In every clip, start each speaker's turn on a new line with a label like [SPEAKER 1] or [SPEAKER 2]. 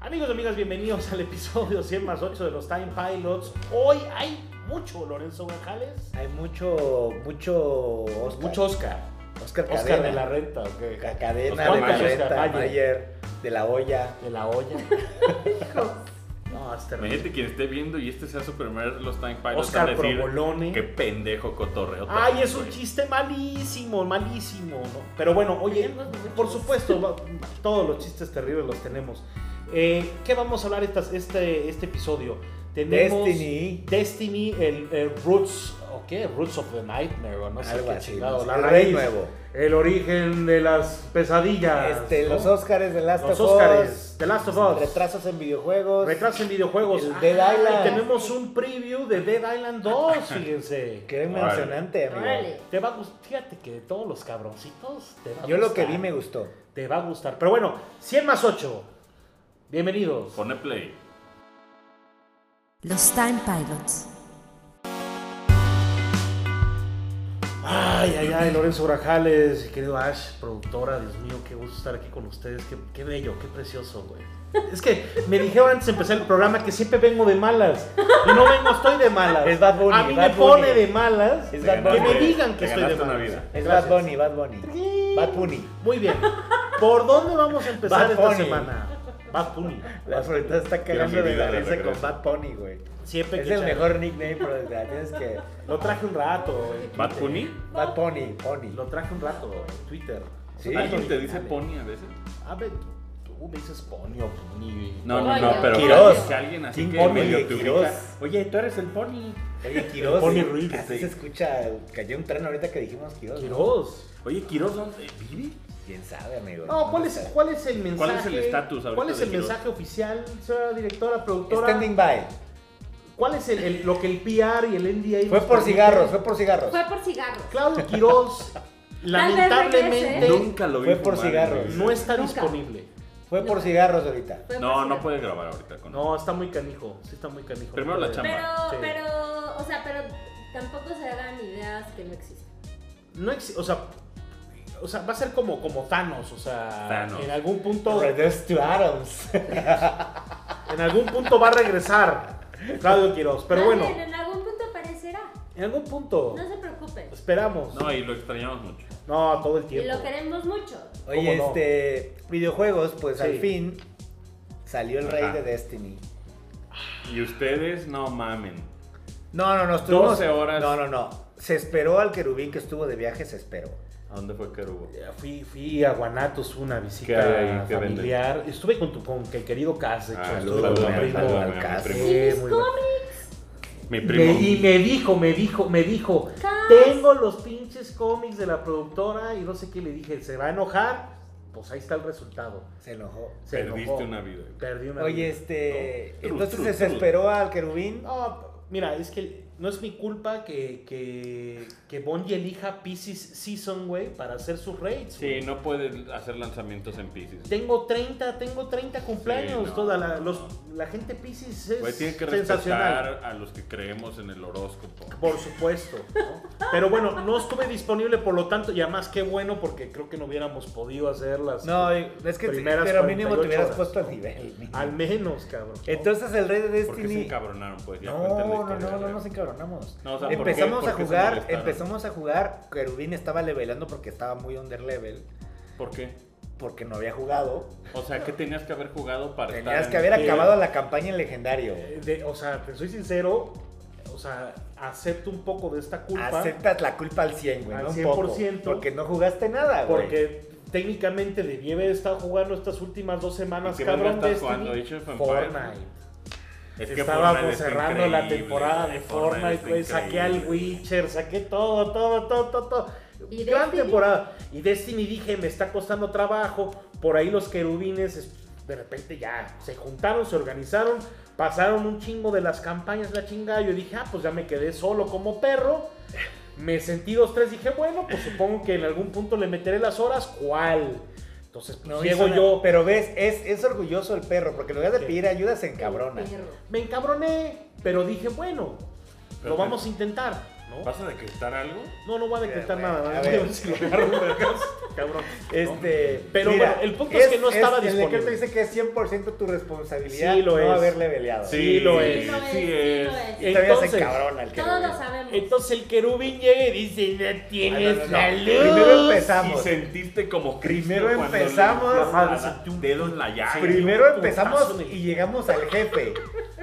[SPEAKER 1] Amigos y amigas, bienvenidos al episodio 100 más 8 de los Time Pilots. Hoy hay mucho Lorenzo Grajales.
[SPEAKER 2] Hay mucho, mucho Oscar.
[SPEAKER 1] Mucho Oscar.
[SPEAKER 2] Oscar,
[SPEAKER 1] Oscar
[SPEAKER 2] Cadena.
[SPEAKER 1] de la Renta, ¿o qué?
[SPEAKER 2] Ca-
[SPEAKER 1] Oscar
[SPEAKER 2] Cadena de la
[SPEAKER 1] Mayer.
[SPEAKER 2] Renta,
[SPEAKER 1] Oscar Mayer.
[SPEAKER 2] Mayer, de la olla.
[SPEAKER 1] De la olla.
[SPEAKER 2] No, es terrible.
[SPEAKER 3] Imagínate quien esté viendo y este sea su primer Los Time Pilots a
[SPEAKER 1] Oscar
[SPEAKER 3] decir qué
[SPEAKER 1] Provolone.
[SPEAKER 3] pendejo cotorreo.
[SPEAKER 1] Ay,
[SPEAKER 3] traes,
[SPEAKER 1] es un
[SPEAKER 3] güey".
[SPEAKER 1] chiste malísimo, malísimo. ¿no? Pero bueno, oye, por supuesto, va- todos los chistes terribles los tenemos. Eh, ¿Qué vamos a hablar estas, este, este episodio? Tenemos
[SPEAKER 2] Destiny.
[SPEAKER 1] Destiny, el, el Roots, ¿o qué? Roots of the Nightmare, o no sé
[SPEAKER 2] Algo
[SPEAKER 1] qué
[SPEAKER 2] así.
[SPEAKER 1] chingado,
[SPEAKER 2] ¿no?
[SPEAKER 1] la
[SPEAKER 2] El
[SPEAKER 1] raíz.
[SPEAKER 2] Rey Nuevo.
[SPEAKER 1] El origen de las pesadillas.
[SPEAKER 2] Este,
[SPEAKER 1] ¿no?
[SPEAKER 2] los Oscars de Last
[SPEAKER 1] Los
[SPEAKER 2] of
[SPEAKER 1] Oscars,
[SPEAKER 2] Us.
[SPEAKER 1] The Last of Us.
[SPEAKER 2] Retrasos en videojuegos.
[SPEAKER 1] Retrasos en videojuegos. Ah,
[SPEAKER 2] El Dead Island.
[SPEAKER 1] Y tenemos un preview de Dead Island 2, fíjense.
[SPEAKER 2] Qué
[SPEAKER 3] Órale.
[SPEAKER 2] emocionante, amigo.
[SPEAKER 4] Órale.
[SPEAKER 1] Te va a gustar, fíjate que de todos los cabroncitos te va a
[SPEAKER 2] Yo
[SPEAKER 1] gustar.
[SPEAKER 2] lo que vi me gustó.
[SPEAKER 1] Te va a gustar. Pero bueno, 100 más 8. Bienvenidos.
[SPEAKER 3] Pone play.
[SPEAKER 4] Los Time Pilots.
[SPEAKER 1] Ay, ay, ay, Lorenzo Grajales, querido Ash, productora, Dios mío, qué gusto estar aquí con ustedes, qué, qué bello, qué precioso, güey. Es que me dijeron antes de empezar el programa que siempre vengo de malas. Y no vengo, estoy de malas.
[SPEAKER 2] Es Bad Bunny,
[SPEAKER 1] A mí
[SPEAKER 2] Bad
[SPEAKER 1] me pone
[SPEAKER 2] Bunny.
[SPEAKER 1] de malas
[SPEAKER 2] Es
[SPEAKER 3] Te
[SPEAKER 2] Bad
[SPEAKER 1] que
[SPEAKER 2] Bunny.
[SPEAKER 1] me
[SPEAKER 3] ganaste-
[SPEAKER 1] digan que
[SPEAKER 3] te
[SPEAKER 1] estoy de
[SPEAKER 3] ganaste una
[SPEAKER 1] malas.
[SPEAKER 3] vida.
[SPEAKER 2] Es
[SPEAKER 1] Gracias.
[SPEAKER 2] Bad Bunny, Bad Bunny. Bad Bunny.
[SPEAKER 1] Muy bien. ¿Por dónde vamos a empezar
[SPEAKER 2] Bad
[SPEAKER 1] esta
[SPEAKER 2] Bunny.
[SPEAKER 1] semana? Bad Bunny.
[SPEAKER 2] La fruta está cagando
[SPEAKER 3] mi
[SPEAKER 2] de
[SPEAKER 3] vida
[SPEAKER 2] la
[SPEAKER 3] de
[SPEAKER 2] risa con
[SPEAKER 3] regreso.
[SPEAKER 2] Bad Bunny, güey.
[SPEAKER 1] Siempre
[SPEAKER 2] Es
[SPEAKER 1] que
[SPEAKER 2] el
[SPEAKER 1] chale.
[SPEAKER 2] mejor nickname, pero la tienes que.
[SPEAKER 1] Lo traje un rato. güey.
[SPEAKER 3] ¿Bad Bunny?
[SPEAKER 2] Bad Pony, Pony.
[SPEAKER 1] Lo traje un rato en Twitter.
[SPEAKER 2] Sí.
[SPEAKER 3] ¿Alguien te dice
[SPEAKER 1] Dale.
[SPEAKER 3] pony a veces?
[SPEAKER 1] A ver, tú me dices pony o pony.
[SPEAKER 3] No, no,
[SPEAKER 4] Ay,
[SPEAKER 3] no,
[SPEAKER 4] no.
[SPEAKER 3] pero
[SPEAKER 2] Quirós.
[SPEAKER 3] si alguien así
[SPEAKER 2] King
[SPEAKER 3] que
[SPEAKER 2] Pony,
[SPEAKER 3] medio te
[SPEAKER 2] Quirós.
[SPEAKER 3] ubica, Oye, tú eres el pony.
[SPEAKER 2] Oye, Quiroz.
[SPEAKER 1] Pony Ruiz,
[SPEAKER 2] Así
[SPEAKER 3] sí.
[SPEAKER 2] se escucha. Cayó un tren ahorita que dijimos Quiroz. ¿no?
[SPEAKER 1] Quirós.
[SPEAKER 3] Oye, Quirós, ¿dónde vive?
[SPEAKER 2] ¿Quién sabe, amigo?
[SPEAKER 1] No, ¿cuál es, ¿cuál es el mensaje?
[SPEAKER 3] ¿Cuál es el estatus ahorita
[SPEAKER 1] ¿Cuál es
[SPEAKER 3] de
[SPEAKER 1] el
[SPEAKER 3] Quirós?
[SPEAKER 1] mensaje oficial, señora directora, productora?
[SPEAKER 2] Standing by.
[SPEAKER 1] ¿Cuál es el, el- lo que el PR y el NDA...
[SPEAKER 2] Fue
[SPEAKER 1] nos
[SPEAKER 2] por
[SPEAKER 1] permiten?
[SPEAKER 2] cigarros, fue por cigarros.
[SPEAKER 4] Fue por cigarros.
[SPEAKER 1] Claudio Quirós, lamentablemente,
[SPEAKER 4] regrese. ¿eh?
[SPEAKER 3] Nunca lo vi.
[SPEAKER 2] Fue por
[SPEAKER 3] fumar,
[SPEAKER 2] cigarros.
[SPEAKER 3] güey.
[SPEAKER 1] no está
[SPEAKER 4] Nunca.
[SPEAKER 1] disponible.
[SPEAKER 2] Fue por cigarros ahorita.
[SPEAKER 4] Fue por
[SPEAKER 3] No, no
[SPEAKER 4] cigarros.
[SPEAKER 3] puedes grabar ahorita con
[SPEAKER 1] No, está muy canijo. Sí, está muy canijo.
[SPEAKER 3] Primero la chamba.
[SPEAKER 4] Pero,
[SPEAKER 1] Sí.
[SPEAKER 4] pero, o sea, pero tampoco se hagan ideas que no existen.
[SPEAKER 1] No exi- o sea, o sea, va a ser como, como Thanos, o sea,
[SPEAKER 3] Thanos.
[SPEAKER 1] en algún punto,
[SPEAKER 2] Reduced to Atoms.
[SPEAKER 1] en algún punto va a regresar Claudio Quiroz. Pero
[SPEAKER 4] Más
[SPEAKER 1] bueno,
[SPEAKER 4] bien, en algún punto aparecerá.
[SPEAKER 1] en algún punto
[SPEAKER 4] No se preocupen.
[SPEAKER 1] esperamos.
[SPEAKER 3] No, y lo extrañamos mucho.
[SPEAKER 1] No, todo el
[SPEAKER 4] Y
[SPEAKER 1] Pues, tiempo.
[SPEAKER 4] lo queremos mucho.
[SPEAKER 2] Oye,
[SPEAKER 1] no?
[SPEAKER 2] este. Videojuegos, pues al
[SPEAKER 1] Sí.
[SPEAKER 2] fin salió el rey
[SPEAKER 3] Ajá.
[SPEAKER 2] de Destiny.
[SPEAKER 3] Y ustedes no mamen.
[SPEAKER 2] No, no, no, estuvimos.
[SPEAKER 3] 12 horas.
[SPEAKER 2] No, no, no. Se esperó al querubín que estuvo de viaje, se esperó.
[SPEAKER 3] ¿A dónde fue Ah, Querubo?
[SPEAKER 1] Fui, fui a Guanatos fue una
[SPEAKER 3] ¿Qué hay
[SPEAKER 1] visita
[SPEAKER 3] ahí? ¿Qué
[SPEAKER 1] familiar. Estuve con tu con que el querido Cas, de hecho,
[SPEAKER 3] Ah,
[SPEAKER 1] estuve
[SPEAKER 2] saludos,
[SPEAKER 1] con
[SPEAKER 3] salúdame,
[SPEAKER 1] mi primo.
[SPEAKER 2] saludos.
[SPEAKER 3] salúdame a mi primo.
[SPEAKER 1] Sí,
[SPEAKER 4] Y mis
[SPEAKER 1] muy bueno.
[SPEAKER 4] cómics.
[SPEAKER 3] Mi
[SPEAKER 1] Me-
[SPEAKER 3] primo.
[SPEAKER 1] y me dijo, me dijo, me dijo,
[SPEAKER 4] Cas.
[SPEAKER 1] tengo los pinches cómics de la productora y no sé qué le dije, ¿se va a enojar? Pues ahí está el resultado.
[SPEAKER 2] Se enojó.
[SPEAKER 1] Se enojó.
[SPEAKER 3] Perdiste una vida. güey.
[SPEAKER 1] Perdí una
[SPEAKER 2] Oye,
[SPEAKER 1] vida.
[SPEAKER 2] este.
[SPEAKER 3] No.
[SPEAKER 2] Entonces
[SPEAKER 3] True,
[SPEAKER 2] se
[SPEAKER 3] true, true.
[SPEAKER 2] esperó al querubín.
[SPEAKER 1] No, mira, es que no es mi culpa que, que, que Bungie elija Pisces Season, güey, para hacer sus raids.
[SPEAKER 3] Sí,
[SPEAKER 1] güey.
[SPEAKER 3] no puedes hacer lanzamientos en Pisces.
[SPEAKER 1] Tengo 30, tengo 30 cumpleaños.
[SPEAKER 3] no.
[SPEAKER 1] Toda la, los- la gente Pisces es
[SPEAKER 3] Güey, tiene que
[SPEAKER 1] sensacional.
[SPEAKER 3] respetar a los que creemos en el horóscopo.
[SPEAKER 1] Por supuesto. ¿no? Pero bueno, no estuve disponible, por lo tanto, y además qué bueno, porque creo que no hubiéramos podido hacerlas.
[SPEAKER 3] pues,
[SPEAKER 2] No, es que.
[SPEAKER 1] Primeras
[SPEAKER 2] Pero mínimo
[SPEAKER 1] 48
[SPEAKER 2] te hubieras
[SPEAKER 1] horas.
[SPEAKER 2] puesto al nivel. mínimo.
[SPEAKER 1] Al menos, cabrón. ¿no?
[SPEAKER 2] Entonces el rey de
[SPEAKER 3] ¿Por qué se
[SPEAKER 2] Destiny.
[SPEAKER 3] encabronaron? Pues ya
[SPEAKER 2] No,
[SPEAKER 3] cuenten la
[SPEAKER 2] no, no,
[SPEAKER 3] historia,
[SPEAKER 2] no,
[SPEAKER 3] ya.
[SPEAKER 2] nos encabronamos.
[SPEAKER 3] No, o sea, ¿por qué-
[SPEAKER 2] empezamos
[SPEAKER 3] por
[SPEAKER 2] a
[SPEAKER 3] qué se
[SPEAKER 2] jugar,
[SPEAKER 3] molestaron?
[SPEAKER 2] empezamos a jugar. Querubín estaba levelando porque estaba muy under level,
[SPEAKER 3] ¿Por qué?
[SPEAKER 2] porque no había jugado.
[SPEAKER 3] O sea, ¿qué tenías que haber jugado para
[SPEAKER 2] Tenías
[SPEAKER 3] estar
[SPEAKER 2] que
[SPEAKER 3] en-
[SPEAKER 2] haber
[SPEAKER 1] Sí.
[SPEAKER 2] acabado la campaña en legendario.
[SPEAKER 1] Eh, de- o sea, te soy sincero, o sea, acepto un poco de esta culpa.
[SPEAKER 2] Aceptas la culpa al 100, güey,
[SPEAKER 1] Al
[SPEAKER 2] no un
[SPEAKER 1] 100%.
[SPEAKER 2] poco, porque no jugaste nada, güey.
[SPEAKER 1] Porque técnicamente debí haber estado jugando estas últimas dos semanas,
[SPEAKER 3] ¿Qué verga
[SPEAKER 1] cabrón,
[SPEAKER 3] estás
[SPEAKER 1] Destiny.
[SPEAKER 3] jugando? ¿Age of Empires?
[SPEAKER 1] Fortnite.
[SPEAKER 3] Es que Fortnite
[SPEAKER 1] Estábamos
[SPEAKER 3] está
[SPEAKER 1] cerrando la
[SPEAKER 3] increíble,
[SPEAKER 1] temporada de Fortnite,
[SPEAKER 3] está
[SPEAKER 1] güey. Saqué al
[SPEAKER 3] increíble.
[SPEAKER 1] Witcher, saqué todo, todo, todo, todo. todo.
[SPEAKER 4] ¿Y
[SPEAKER 1] Gran
[SPEAKER 4] Destiny?
[SPEAKER 1] temporada. Y Destiny dije, me está costando trabajo. Por ahí los querubines es- de repente ya se juntaron, se organizaron, pasaron un chingo de las campañas, la chingada. Yo dije, ah, pues ya me quedé solo como perro. Me sentí dos, tres, dije, bueno, pues supongo que en algún punto le meteré las horas. ¿Cuál? Entonces, pues,
[SPEAKER 2] No hizo
[SPEAKER 1] llego
[SPEAKER 2] nada.
[SPEAKER 1] yo.
[SPEAKER 2] Pero ves, es, es orgulloso el perro, porque en lugar de
[SPEAKER 1] Sí.
[SPEAKER 2] pedir ayuda se encabrona.
[SPEAKER 4] Perro.
[SPEAKER 1] Me encabroné, pero dije, bueno, lo
[SPEAKER 3] Perfecto.
[SPEAKER 1] vamos a intentar, ¿no? ¿no?
[SPEAKER 3] ¿Vas a decretar algo?
[SPEAKER 1] No, no voy a decretar
[SPEAKER 2] Eh,
[SPEAKER 1] nada.
[SPEAKER 2] güey,
[SPEAKER 1] nada,
[SPEAKER 2] a
[SPEAKER 1] voy a
[SPEAKER 2] ver.
[SPEAKER 1] ver si lo agarro de vergas, Cabrón.
[SPEAKER 2] Este,
[SPEAKER 1] Pero bueno, el punto es que no estaba
[SPEAKER 2] El decreto
[SPEAKER 1] disponible.
[SPEAKER 2] dice que es 100% tu responsabilidad
[SPEAKER 1] Sí, lo
[SPEAKER 2] no
[SPEAKER 1] es.
[SPEAKER 2] haberle veleado.
[SPEAKER 1] Sí. lo
[SPEAKER 4] Sí,
[SPEAKER 1] es,
[SPEAKER 4] lo es,
[SPEAKER 3] sí
[SPEAKER 4] sí,
[SPEAKER 3] es.
[SPEAKER 4] lo es.
[SPEAKER 2] Y todavía se
[SPEAKER 1] Entonces-
[SPEAKER 2] encabrona el que
[SPEAKER 4] Todos lo
[SPEAKER 2] lo-
[SPEAKER 4] sabemos.
[SPEAKER 1] Entonces el querubín llega y dice, no tienes
[SPEAKER 2] Ay, no, no, no.
[SPEAKER 1] la luz.
[SPEAKER 2] Primero
[SPEAKER 3] Y
[SPEAKER 2] empezamos.
[SPEAKER 3] sentiste como Cristo
[SPEAKER 2] Primero
[SPEAKER 3] cuando
[SPEAKER 2] empezamos.
[SPEAKER 3] le clavaba
[SPEAKER 1] Ajá,
[SPEAKER 3] un dedo en la llaga.
[SPEAKER 2] Primero
[SPEAKER 1] Putazo
[SPEAKER 2] empezamos
[SPEAKER 1] en el-
[SPEAKER 2] y llegamos al jefe.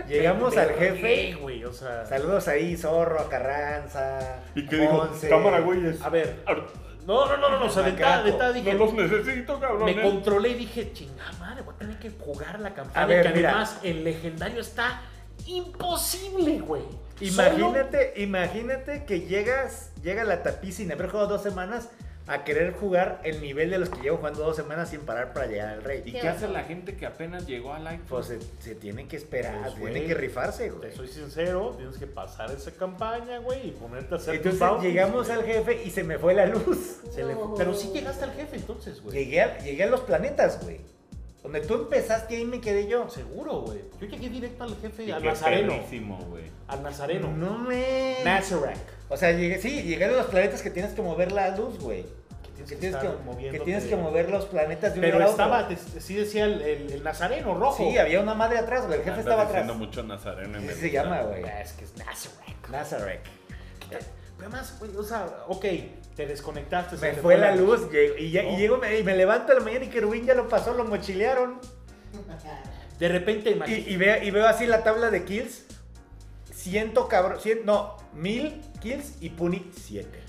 [SPEAKER 2] Llegamos al
[SPEAKER 1] Sí,
[SPEAKER 2] jefe.
[SPEAKER 1] güey, o sea.
[SPEAKER 2] Saludos ahí, Zorro, a Carranza.
[SPEAKER 3] ¿Y qué
[SPEAKER 2] a
[SPEAKER 3] dijo?
[SPEAKER 2] Monse.
[SPEAKER 3] Cámara, güeyes.
[SPEAKER 1] A ver.
[SPEAKER 3] Ar-
[SPEAKER 1] No, no, no, no, no, o sea, de entrada, de entrada dije.
[SPEAKER 3] No los necesito, cabrón.
[SPEAKER 2] ¿eh?
[SPEAKER 1] me controlé y dije, chinga madre, voy a tener que jugar la campaña.
[SPEAKER 2] A ver,
[SPEAKER 1] que
[SPEAKER 2] mira.
[SPEAKER 1] además el legendario está imposible, güey.
[SPEAKER 2] Imagínate, imagínate que llegas, llega la tapiz sin haber jugado dos semanas a querer jugar el nivel de los que llevo jugando dos semanas sin parar para llegar al
[SPEAKER 3] ¿Y
[SPEAKER 2] rey.
[SPEAKER 3] qué,
[SPEAKER 4] Qué
[SPEAKER 3] hace
[SPEAKER 4] oso.
[SPEAKER 3] la gente que apenas llegó al iPhone?
[SPEAKER 2] Pues se, se tienen que esperar,
[SPEAKER 1] Pues, güey,
[SPEAKER 2] tienen que rifarse,
[SPEAKER 1] Solo,
[SPEAKER 2] güey.
[SPEAKER 1] te soy sincero, tienes que pasar esa campaña, güey, y ponerte a hacer tus
[SPEAKER 2] Entonces
[SPEAKER 1] bounties,
[SPEAKER 2] llegamos
[SPEAKER 1] güey.
[SPEAKER 2] al jefe y se me fue la luz.
[SPEAKER 1] Se le-
[SPEAKER 4] No.
[SPEAKER 1] Pero sí llegaste al jefe entonces, güey.
[SPEAKER 2] Llegué a, llegué a los planetas, güey. Donde tú empezaste, ahí me quedé yo.
[SPEAKER 1] Seguro, güey. Yo llegué directo al jefe,
[SPEAKER 3] Y
[SPEAKER 1] al
[SPEAKER 3] qué
[SPEAKER 1] Nazareno.
[SPEAKER 3] perrísimo, güey.
[SPEAKER 1] Al Nazareno.
[SPEAKER 2] No me.
[SPEAKER 1] Nazarek.
[SPEAKER 2] O sea, llegué, sí, llegué a los planetas que tienes que mover la luz, güey.
[SPEAKER 1] tienes
[SPEAKER 2] Que
[SPEAKER 1] que
[SPEAKER 2] tienes que,
[SPEAKER 1] estar
[SPEAKER 2] que,
[SPEAKER 1] moviéndote.
[SPEAKER 2] tienes que mover los planetas de un
[SPEAKER 1] Pero
[SPEAKER 2] lado a
[SPEAKER 1] estaba,
[SPEAKER 2] otro.
[SPEAKER 1] te- sí decía el, el- el Nazareno rojo.
[SPEAKER 2] Sí, había una madre atrás, güey. El jefe
[SPEAKER 3] Andas
[SPEAKER 2] estaba atrás.
[SPEAKER 3] diciendo mucho Nazareno. y
[SPEAKER 2] Así
[SPEAKER 3] me
[SPEAKER 2] se
[SPEAKER 3] gusta.
[SPEAKER 2] llama, güey.
[SPEAKER 1] Ah, Es que es Nazarek.
[SPEAKER 2] Nazarek.
[SPEAKER 1] Pero además, güey, o sea, ok, te desconectaste. se
[SPEAKER 2] Me
[SPEAKER 1] te
[SPEAKER 2] fue la luz llego- y, ya-
[SPEAKER 1] No.
[SPEAKER 2] y llego me- y me levanto a la mañana y Kerwin ya lo pasó, lo mochilearon.
[SPEAKER 1] De repente,
[SPEAKER 2] Y,
[SPEAKER 1] imagínate.
[SPEAKER 2] y ve- y veo así la tabla de kills. Ciento cabrón, cien- no, mil kills y Puni siete.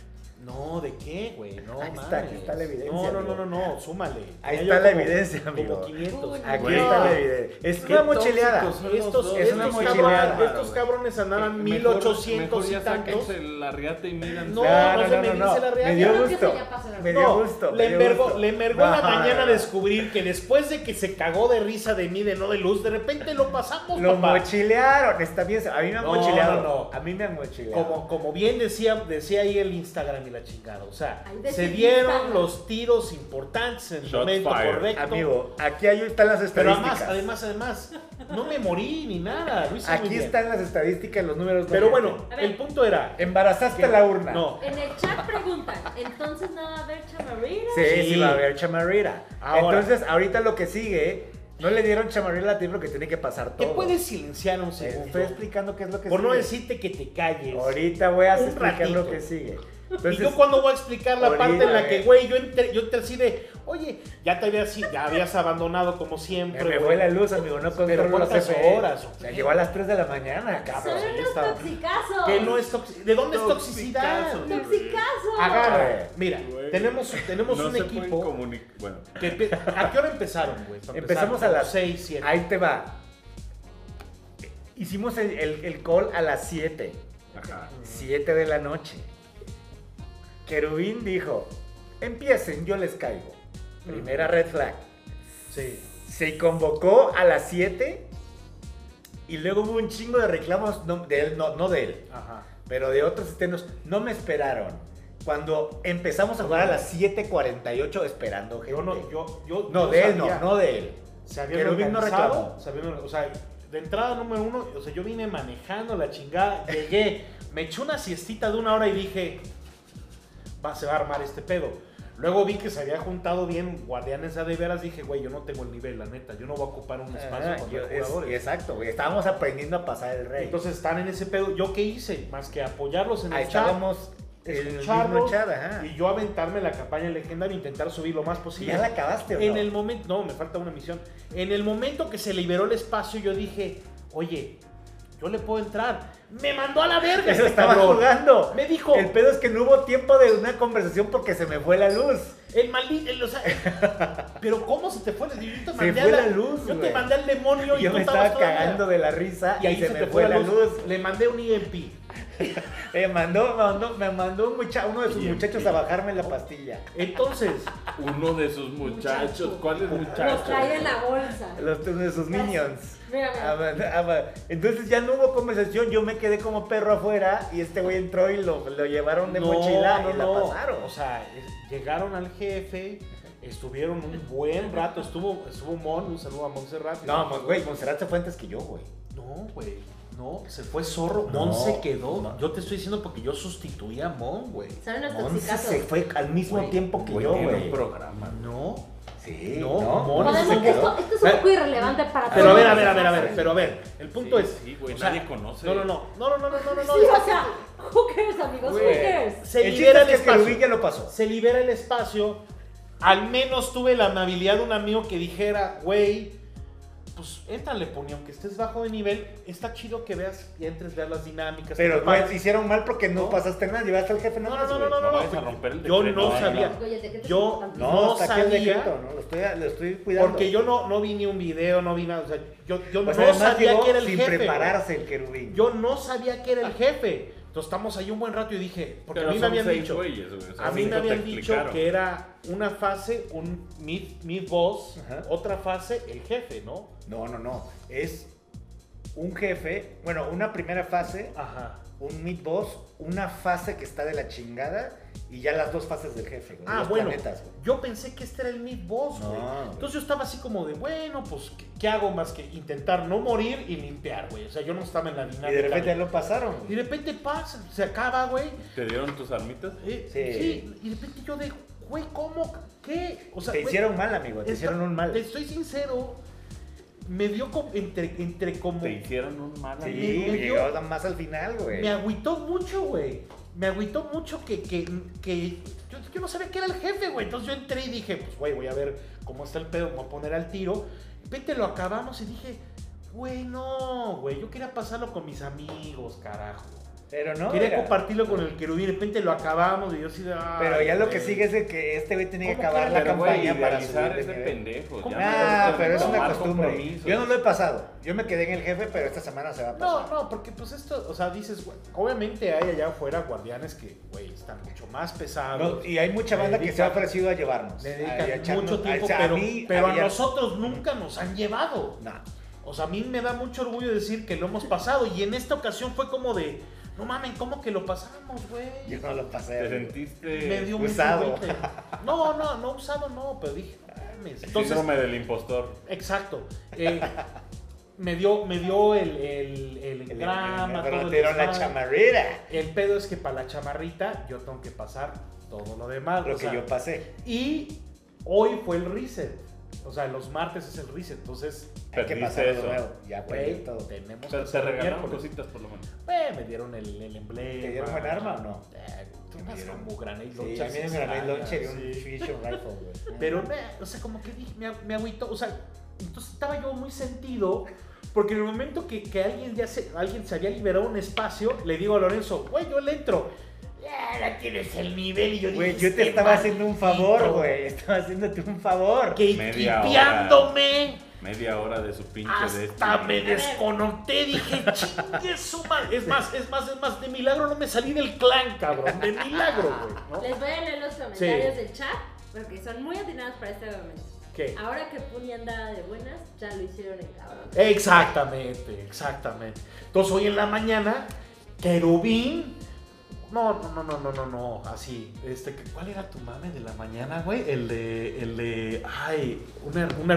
[SPEAKER 1] No, ¿de qué, güey? No,
[SPEAKER 2] Ahí Ah, está,
[SPEAKER 1] mames.
[SPEAKER 2] aquí está la evidencia,
[SPEAKER 1] No, no,
[SPEAKER 2] amigo.
[SPEAKER 1] no, no, no, súmale.
[SPEAKER 2] Ahí
[SPEAKER 1] Tenía
[SPEAKER 2] está
[SPEAKER 1] yo
[SPEAKER 2] la
[SPEAKER 1] como-
[SPEAKER 2] evidencia, amigo.
[SPEAKER 1] Como 500.
[SPEAKER 4] Uy,
[SPEAKER 2] Aquí
[SPEAKER 4] Güey.
[SPEAKER 2] está la evidencia. Es una mochileada.
[SPEAKER 3] tóxicos.
[SPEAKER 1] Estos,
[SPEAKER 3] Es
[SPEAKER 1] estos
[SPEAKER 2] una
[SPEAKER 1] cabrones,
[SPEAKER 2] mochileada,
[SPEAKER 1] estos
[SPEAKER 2] güey.
[SPEAKER 1] cabrones andaban
[SPEAKER 3] Mejor-
[SPEAKER 1] 1800
[SPEAKER 3] mejor ya
[SPEAKER 1] y tantos.
[SPEAKER 3] sáquense el arriate y miran.
[SPEAKER 1] No,
[SPEAKER 2] Claro,
[SPEAKER 1] no se me dice la realidad.
[SPEAKER 2] Me dio
[SPEAKER 4] Creo que eso
[SPEAKER 2] gusto.
[SPEAKER 4] ya pasó.
[SPEAKER 2] Me dio
[SPEAKER 1] No,
[SPEAKER 2] gusto. me
[SPEAKER 1] le
[SPEAKER 2] dio
[SPEAKER 1] envergó,
[SPEAKER 2] gusto.
[SPEAKER 1] le envergó la
[SPEAKER 2] No,
[SPEAKER 1] mañana
[SPEAKER 2] no, no.
[SPEAKER 1] descubrir que después de que se cagó de risa de mí, de no de luz, de repente lo pasamos,
[SPEAKER 2] Lo
[SPEAKER 1] papá.
[SPEAKER 2] mochilearon. Está bien. A mí me han
[SPEAKER 1] No,
[SPEAKER 2] mochileado.
[SPEAKER 1] no, no.
[SPEAKER 2] A mí me han mochileado.
[SPEAKER 1] Como, como bien decía, decía ahí el Instagram y la chingada. O sea,
[SPEAKER 4] Ay, de
[SPEAKER 1] se
[SPEAKER 4] ese
[SPEAKER 1] dieron
[SPEAKER 4] Instagram.
[SPEAKER 1] los tiros importantes en el
[SPEAKER 3] Shots
[SPEAKER 1] momento
[SPEAKER 3] fired.
[SPEAKER 1] correcto.
[SPEAKER 2] Amigo, aquí ahí están las
[SPEAKER 1] Pero
[SPEAKER 2] estadísticas.
[SPEAKER 1] además, además, además, no me morí ni nada. Luis
[SPEAKER 2] aquí están las estadísticas, los números. de
[SPEAKER 1] Pero
[SPEAKER 2] gente.
[SPEAKER 1] bueno,
[SPEAKER 4] A ver.
[SPEAKER 1] el punto era.
[SPEAKER 2] embarazaste
[SPEAKER 1] que-
[SPEAKER 2] la urna.
[SPEAKER 1] No.
[SPEAKER 3] Eh,
[SPEAKER 4] En el chat preguntan, entonces no va a haber chamarrera.
[SPEAKER 2] Sí, sí,
[SPEAKER 1] Sí.
[SPEAKER 2] va a haber chamarrera.
[SPEAKER 1] Ahora.
[SPEAKER 2] Entonces, ahorita lo que sigue, no le dieron chamarrera a tiempo que tiene que pasar
[SPEAKER 1] Te
[SPEAKER 2] todo.
[SPEAKER 1] puedes silenciar un
[SPEAKER 2] Sí,
[SPEAKER 1] segundo.
[SPEAKER 2] Estoy explicando qué es lo que
[SPEAKER 1] Por
[SPEAKER 2] sigue.
[SPEAKER 1] no decirte que te calles.
[SPEAKER 2] Ahorita voy a
[SPEAKER 1] Un
[SPEAKER 2] explicar
[SPEAKER 1] ratito.
[SPEAKER 2] lo que sigue.
[SPEAKER 1] ¿Y
[SPEAKER 2] Entonces,
[SPEAKER 1] yo cuando voy a explicar la
[SPEAKER 2] Ahorita,
[SPEAKER 1] parte en la
[SPEAKER 2] eh.
[SPEAKER 1] que, güey, yo entré, yo entré así de, oye, ya te habías, ya habías abandonado como
[SPEAKER 2] me,
[SPEAKER 1] siempre,
[SPEAKER 2] me
[SPEAKER 1] güey.
[SPEAKER 2] fue la luz, amigo, no
[SPEAKER 1] Pero
[SPEAKER 2] controlo los
[SPEAKER 1] ¿cuántas
[SPEAKER 2] FM.
[SPEAKER 1] horas, o
[SPEAKER 2] O sea,
[SPEAKER 1] qué?
[SPEAKER 2] llegó a las 3 de la mañana, cabrón.
[SPEAKER 4] Son
[SPEAKER 1] ahí
[SPEAKER 4] unos
[SPEAKER 1] está.
[SPEAKER 4] toxicazos.
[SPEAKER 1] Que no es toxi- ¿De dónde es toxicidad?
[SPEAKER 3] Toxicazo.
[SPEAKER 4] Toxicazos.
[SPEAKER 1] Agarra. Mira,
[SPEAKER 3] Güey.
[SPEAKER 1] tenemos, tenemos
[SPEAKER 3] no
[SPEAKER 1] un
[SPEAKER 3] se pueden
[SPEAKER 1] equipo.
[SPEAKER 3] comunicar. Bueno,
[SPEAKER 1] que empe- ¿A qué hora empezaron, güey?
[SPEAKER 2] Empezamos a las
[SPEAKER 1] 6, 7.
[SPEAKER 2] Ahí te va. Hicimos el, el- el call a las 7.
[SPEAKER 3] ajá.
[SPEAKER 2] 7 de la noche. Querubín dijo, empiecen, yo les caigo. Primera red flag.
[SPEAKER 1] Sí.
[SPEAKER 2] Se convocó a las 7 y luego hubo un chingo de reclamos, no de él, no, no de él,
[SPEAKER 1] Ajá.
[SPEAKER 2] pero de otros externos. No me esperaron. Cuando empezamos a jugar a las 7.48 esperando gente.
[SPEAKER 1] Yo no, yo, yo.
[SPEAKER 2] No,
[SPEAKER 1] yo
[SPEAKER 2] de él, no,
[SPEAKER 1] sabía-
[SPEAKER 2] no de él.
[SPEAKER 1] Se habían
[SPEAKER 2] Querubín no
[SPEAKER 1] organizado.
[SPEAKER 2] reclamó.
[SPEAKER 1] se habían- o sea, de entrada número uno, o sea, yo vine manejando la chingada, llegué, me eché una siestita de una hora y dije, va, se va a armar este pedo. Luego vi que se había juntado bien Guardianes a de veras, dije, güey, yo no tengo el nivel, la neta, yo no voy a ocupar un espacio
[SPEAKER 2] Ajá,
[SPEAKER 1] con
[SPEAKER 2] Ah, yo-
[SPEAKER 1] los
[SPEAKER 2] es-
[SPEAKER 1] jugadores.
[SPEAKER 2] exacto, güey. Estábamos aprendiendo a pasar el rey.
[SPEAKER 1] Entonces están en ese pedo. ¿Yo qué hice? Más que apoyarlos en
[SPEAKER 2] Ahí
[SPEAKER 1] el chat,
[SPEAKER 2] estábamos en el mismo
[SPEAKER 1] escucharlos
[SPEAKER 2] chat, ajá.
[SPEAKER 1] y yo aventarme la campaña legendaria e intentar subir lo más
[SPEAKER 2] Y
[SPEAKER 1] posible.
[SPEAKER 2] ya la acabaste, ¿o
[SPEAKER 1] En
[SPEAKER 2] no?
[SPEAKER 1] el momento, no, me falta una misión. En el momento que se liberó el espacio, yo dije, oye, yo le puedo entrar. Me mandó a la verga este
[SPEAKER 2] Eso estaba
[SPEAKER 1] cabrón.
[SPEAKER 2] jugando.
[SPEAKER 1] Me dijo,
[SPEAKER 2] El
[SPEAKER 1] el,
[SPEAKER 2] pedo es que no hubo tiempo de una conversación porque se me fue la luz.
[SPEAKER 1] maldito, el- o sea, pero ¿cómo se te fue? Yo te
[SPEAKER 2] Se
[SPEAKER 1] mandé a
[SPEAKER 2] fue la luz,
[SPEAKER 1] Yo
[SPEAKER 2] güey.
[SPEAKER 1] te mandé al demonio y
[SPEAKER 2] Yo
[SPEAKER 1] tú
[SPEAKER 2] me
[SPEAKER 1] estabas
[SPEAKER 2] estaba
[SPEAKER 1] todavía-
[SPEAKER 2] cagando de la risa
[SPEAKER 1] Y ahí se,
[SPEAKER 2] me
[SPEAKER 1] te fue la luz. Le mandé un E EMP.
[SPEAKER 2] Me Eh, mandó, me mandó, me mandó un mucha- uno de sus
[SPEAKER 3] Bien,
[SPEAKER 2] muchachos a
[SPEAKER 3] bien.
[SPEAKER 2] bajarme la pastilla.
[SPEAKER 1] Entonces,
[SPEAKER 3] Uno de sus muchachos.
[SPEAKER 4] Muchacho.
[SPEAKER 3] ¿Cuáles
[SPEAKER 4] Los trae en
[SPEAKER 3] muchachos?
[SPEAKER 4] la bolsa.
[SPEAKER 2] Los, uno de sus minions.
[SPEAKER 4] Mira, mira.
[SPEAKER 2] A ver, a ver. Entonces ya no hubo conversación, yo me quedé como perro afuera y este güey entró y lo, lo llevaron de mochila y la pasaron.
[SPEAKER 1] O sea, es- llegaron al jefe, estuvieron un buen rato, estuvo, estuvo Mon, un saludo a Montserrat.
[SPEAKER 2] no, pues, güey, Monserrat se fue antes que yo, güey.
[SPEAKER 1] No, güey.
[SPEAKER 5] No, se fue Zorro.
[SPEAKER 2] No,
[SPEAKER 5] Mon se quedó.
[SPEAKER 2] no.
[SPEAKER 5] Yo te estoy diciendo porque yo sustituí a Mon, güey.
[SPEAKER 4] Salen los
[SPEAKER 2] Monse se
[SPEAKER 4] toxicazos.
[SPEAKER 2] fue al mismo
[SPEAKER 5] Güey,
[SPEAKER 2] tiempo que
[SPEAKER 3] Güey,
[SPEAKER 2] yo,
[SPEAKER 3] tiene
[SPEAKER 2] güey.
[SPEAKER 3] un programa.
[SPEAKER 5] No.
[SPEAKER 2] Sí,
[SPEAKER 5] No, Mon
[SPEAKER 2] Monse
[SPEAKER 4] Podemos-
[SPEAKER 2] se quedó.
[SPEAKER 4] Esto, esto es un poco irrelevante para
[SPEAKER 1] Pero a
[SPEAKER 4] todos.
[SPEAKER 1] ver, a ver, a ver, a ver, pero a ver, el punto
[SPEAKER 3] Sí,
[SPEAKER 1] es.
[SPEAKER 3] sí, güey,
[SPEAKER 1] o sea,
[SPEAKER 3] nadie conoce.
[SPEAKER 1] No, no, no, no, no, no, no, no, no,
[SPEAKER 4] Sí,
[SPEAKER 1] no,
[SPEAKER 4] o sea, who cares, amigos, who
[SPEAKER 2] Güey.
[SPEAKER 4] cares.
[SPEAKER 1] Se
[SPEAKER 2] el
[SPEAKER 1] libera
[SPEAKER 2] chiste
[SPEAKER 1] el
[SPEAKER 2] es que Querubín
[SPEAKER 1] espacio.
[SPEAKER 2] ya lo pasó.
[SPEAKER 1] Se libera el espacio. Al menos tuve la amabilidad de un amigo que dijera, güey, pues éntale, pone, aunque estés bajo de nivel, está chido que veas y entres, veas las dinámicas. que
[SPEAKER 2] Pero
[SPEAKER 1] te
[SPEAKER 2] no
[SPEAKER 1] pares".
[SPEAKER 2] te hicieron mal porque no,
[SPEAKER 1] No.
[SPEAKER 2] pasaste nada, llevaste al jefe nada
[SPEAKER 1] No, no,
[SPEAKER 2] más,
[SPEAKER 1] no,
[SPEAKER 2] güey.
[SPEAKER 1] no, no,
[SPEAKER 3] No
[SPEAKER 1] no,
[SPEAKER 3] vayas a
[SPEAKER 1] porque
[SPEAKER 3] romper el
[SPEAKER 1] yo
[SPEAKER 3] decreto,
[SPEAKER 1] no
[SPEAKER 3] eh,
[SPEAKER 1] sabía.
[SPEAKER 4] Oye, el decreto es
[SPEAKER 1] Yo-
[SPEAKER 4] importantísimo.
[SPEAKER 1] no
[SPEAKER 2] No, saqué el
[SPEAKER 1] sabía.
[SPEAKER 2] decreto, ¿no? Lo estoy, lo estoy cuidando.
[SPEAKER 1] Porque yo no, no vi ni un video, no vi nada. O sea, yo, yo
[SPEAKER 2] Pues
[SPEAKER 1] no
[SPEAKER 2] además
[SPEAKER 1] sabía
[SPEAKER 2] llegó
[SPEAKER 1] que era el
[SPEAKER 2] sin
[SPEAKER 1] jefe.
[SPEAKER 2] prepararse el querubín.
[SPEAKER 1] güey. Yo no sabía que era el jefe. Entonces estamos ahí un buen rato y dije, porque
[SPEAKER 3] Pero
[SPEAKER 1] a mí me
[SPEAKER 3] son
[SPEAKER 1] habían
[SPEAKER 3] seis
[SPEAKER 1] dicho.
[SPEAKER 3] güeyes, güey, o sea,
[SPEAKER 1] A mí
[SPEAKER 3] sí
[SPEAKER 1] me
[SPEAKER 3] no te
[SPEAKER 1] habían dicho
[SPEAKER 3] explicaron.
[SPEAKER 1] que era una fase, un mid, mid boss,
[SPEAKER 2] Ajá.
[SPEAKER 1] otra fase, el jefe, ¿no?
[SPEAKER 2] No, no, no. Es un jefe, bueno, una primera fase,
[SPEAKER 1] Ajá.
[SPEAKER 2] un mid boss, una fase que está de la chingada y ya las dos fases del jefe, güey.
[SPEAKER 1] Ah,
[SPEAKER 2] los
[SPEAKER 1] bueno.
[SPEAKER 2] planetas, güey.
[SPEAKER 1] Yo pensé que este era el mid boss, güey.
[SPEAKER 2] No, güey.
[SPEAKER 1] Entonces yo estaba así como de, bueno, pues, ¿qué, qué hago más que intentar no morir y limpiar, güey? O sea, yo no estaba en la dinámica.
[SPEAKER 2] Y de repente ya
[SPEAKER 1] güey.
[SPEAKER 2] lo pasaron.
[SPEAKER 1] Y
[SPEAKER 2] güey.
[SPEAKER 1] de repente pasa, se acaba, güey.
[SPEAKER 3] ¿Te dieron tus armitas?
[SPEAKER 1] Eh, sí.
[SPEAKER 2] Sí.
[SPEAKER 1] y de repente yo de, güey, ¿cómo? ¿Qué? O sea,
[SPEAKER 2] te
[SPEAKER 1] güey,
[SPEAKER 2] hicieron mal, amigo,
[SPEAKER 1] esta-
[SPEAKER 2] te hicieron un mal.
[SPEAKER 1] Te soy sincero, me dio como, entre, entre como...
[SPEAKER 3] Te hicieron un mal
[SPEAKER 2] Sí,
[SPEAKER 3] amigo.
[SPEAKER 1] me- me dio-
[SPEAKER 2] llegó más al final, güey.
[SPEAKER 1] Me agüitó mucho, güey. Me agüitó mucho que, que, que yo, yo no sabía que era el jefe, güey. Entonces yo entré y dije, pues, güey, voy a ver cómo está el pedo, me voy a poner al tiro. De repente lo acabamos y dije, güey, no, güey, yo quería pasarlo con mis amigos, carajo.
[SPEAKER 2] Pero no.
[SPEAKER 1] quería
[SPEAKER 2] era.
[SPEAKER 1] compartirlo con el querubín. De repente lo acabamos y yo así de,
[SPEAKER 2] Pero ya lo que
[SPEAKER 1] "Ay,
[SPEAKER 2] sigue es de que este güey tiene que
[SPEAKER 1] ¿Cómo
[SPEAKER 2] acabar
[SPEAKER 1] que
[SPEAKER 2] la
[SPEAKER 1] era,
[SPEAKER 3] Pero,
[SPEAKER 1] güey? este
[SPEAKER 2] campaña
[SPEAKER 3] güey,
[SPEAKER 2] para
[SPEAKER 3] idealizar
[SPEAKER 2] subir
[SPEAKER 3] es
[SPEAKER 2] de
[SPEAKER 3] de
[SPEAKER 2] nivel.
[SPEAKER 3] pendejos.
[SPEAKER 1] ¿Cómo?
[SPEAKER 2] Ah,
[SPEAKER 3] no
[SPEAKER 2] pero es una
[SPEAKER 3] tomar
[SPEAKER 2] costumbre.
[SPEAKER 3] compromisos.
[SPEAKER 2] Yo no lo he pasado. Yo me quedé en el jefe, pero esta semana se va a
[SPEAKER 1] No,
[SPEAKER 2] pasar.
[SPEAKER 1] no, porque pues esto, o sea, dices, güey, obviamente hay allá afuera guardianes que, güey, están mucho más pesados.
[SPEAKER 2] No, y hay mucha banda
[SPEAKER 1] Le
[SPEAKER 2] que se ha
[SPEAKER 1] dedican-
[SPEAKER 2] ofrecido a llevarnos.
[SPEAKER 1] le
[SPEAKER 2] a- a
[SPEAKER 1] dedican
[SPEAKER 2] echarnos-
[SPEAKER 1] mucho tiempo,
[SPEAKER 2] o sea,
[SPEAKER 1] pero,
[SPEAKER 2] mí,
[SPEAKER 1] pero a
[SPEAKER 2] había-
[SPEAKER 1] nosotros nunca nos han llevado.
[SPEAKER 2] No.
[SPEAKER 1] O sea, a mí me da mucho orgullo decir que lo hemos pasado. Y en esta ocasión fue como de, no mamen, ¿cómo que lo pasamos, güey?
[SPEAKER 2] Yo no lo pasé.
[SPEAKER 3] Te
[SPEAKER 2] güey.
[SPEAKER 3] sentiste
[SPEAKER 1] Me dio mucho
[SPEAKER 2] usado.
[SPEAKER 1] golpe. No, no, no usado, no, pero dije, mames. Entonces,
[SPEAKER 3] síndrome del impostor.
[SPEAKER 1] exacto. eh, me dio, me dio el, el, el
[SPEAKER 2] El-
[SPEAKER 1] engrama,
[SPEAKER 2] pero
[SPEAKER 1] todo el
[SPEAKER 2] te dieron la
[SPEAKER 1] desmadre.
[SPEAKER 2] chamarrera.
[SPEAKER 1] El pedo es que para la chamarrita yo tengo que pasar todo lo demás.
[SPEAKER 2] Lo
[SPEAKER 1] o
[SPEAKER 2] que
[SPEAKER 1] sea,
[SPEAKER 2] yo pasé.
[SPEAKER 1] Y hoy fue el reset. O sea, los martes es el reset. Entonces,
[SPEAKER 2] Hay que
[SPEAKER 3] Perdiste
[SPEAKER 2] pasar de
[SPEAKER 3] eso.
[SPEAKER 2] nuevo. Ya perdí
[SPEAKER 1] güey,
[SPEAKER 2] todo.
[SPEAKER 1] tenemos
[SPEAKER 3] Te, te
[SPEAKER 1] hacer
[SPEAKER 3] regalaron
[SPEAKER 1] miércoles.
[SPEAKER 3] cositas por lo menos.
[SPEAKER 1] Eh, me dieron el, el emblema.
[SPEAKER 2] ¿Te dieron buen arma o no?
[SPEAKER 1] Eh, tú
[SPEAKER 2] Me
[SPEAKER 1] unas
[SPEAKER 2] dieron.
[SPEAKER 1] como granate
[SPEAKER 2] Sí,
[SPEAKER 1] launchers
[SPEAKER 2] a mí me grabé el
[SPEAKER 1] extrañas,
[SPEAKER 2] lonche de un
[SPEAKER 1] sí.
[SPEAKER 2] Fusion Rifle, güey.
[SPEAKER 1] Pero, me- o sea, como que dije, me, me agüitó. O sea, entonces estaba yo muy sentido. Porque en el momento que, que alguien ya se, alguien se había liberado un espacio, le digo a Lorenzo, güey, yo le entro. Ya, la tienes el nivel. Y yo dije,
[SPEAKER 2] Güey, yo te
[SPEAKER 1] "Este
[SPEAKER 2] estaba haciendo un favor,
[SPEAKER 1] maldito".
[SPEAKER 2] güey. Estaba haciéndote un favor.
[SPEAKER 1] Que
[SPEAKER 3] Media
[SPEAKER 1] limpiándome
[SPEAKER 3] Media hora de su pinche de este.
[SPEAKER 1] hasta me desconocté, dije, chingue su madre. Es más, es más, es más, de milagro no me salí del clan, cabrón. De milagro, güey. ¿no?
[SPEAKER 4] Les voy a leer los comentarios del chat porque son muy atinados para este momento.
[SPEAKER 1] ¿Qué?
[SPEAKER 4] Ahora que Puni anda de buenas, ya lo hicieron en cabrón.
[SPEAKER 1] Exactamente, exactamente. Entonces hoy en la mañana, querubín. No, no, no, no, no, no, no. Así. Este, que- ¿cuál era tu mame de la mañana, güey? El de. El de. Ay, una. una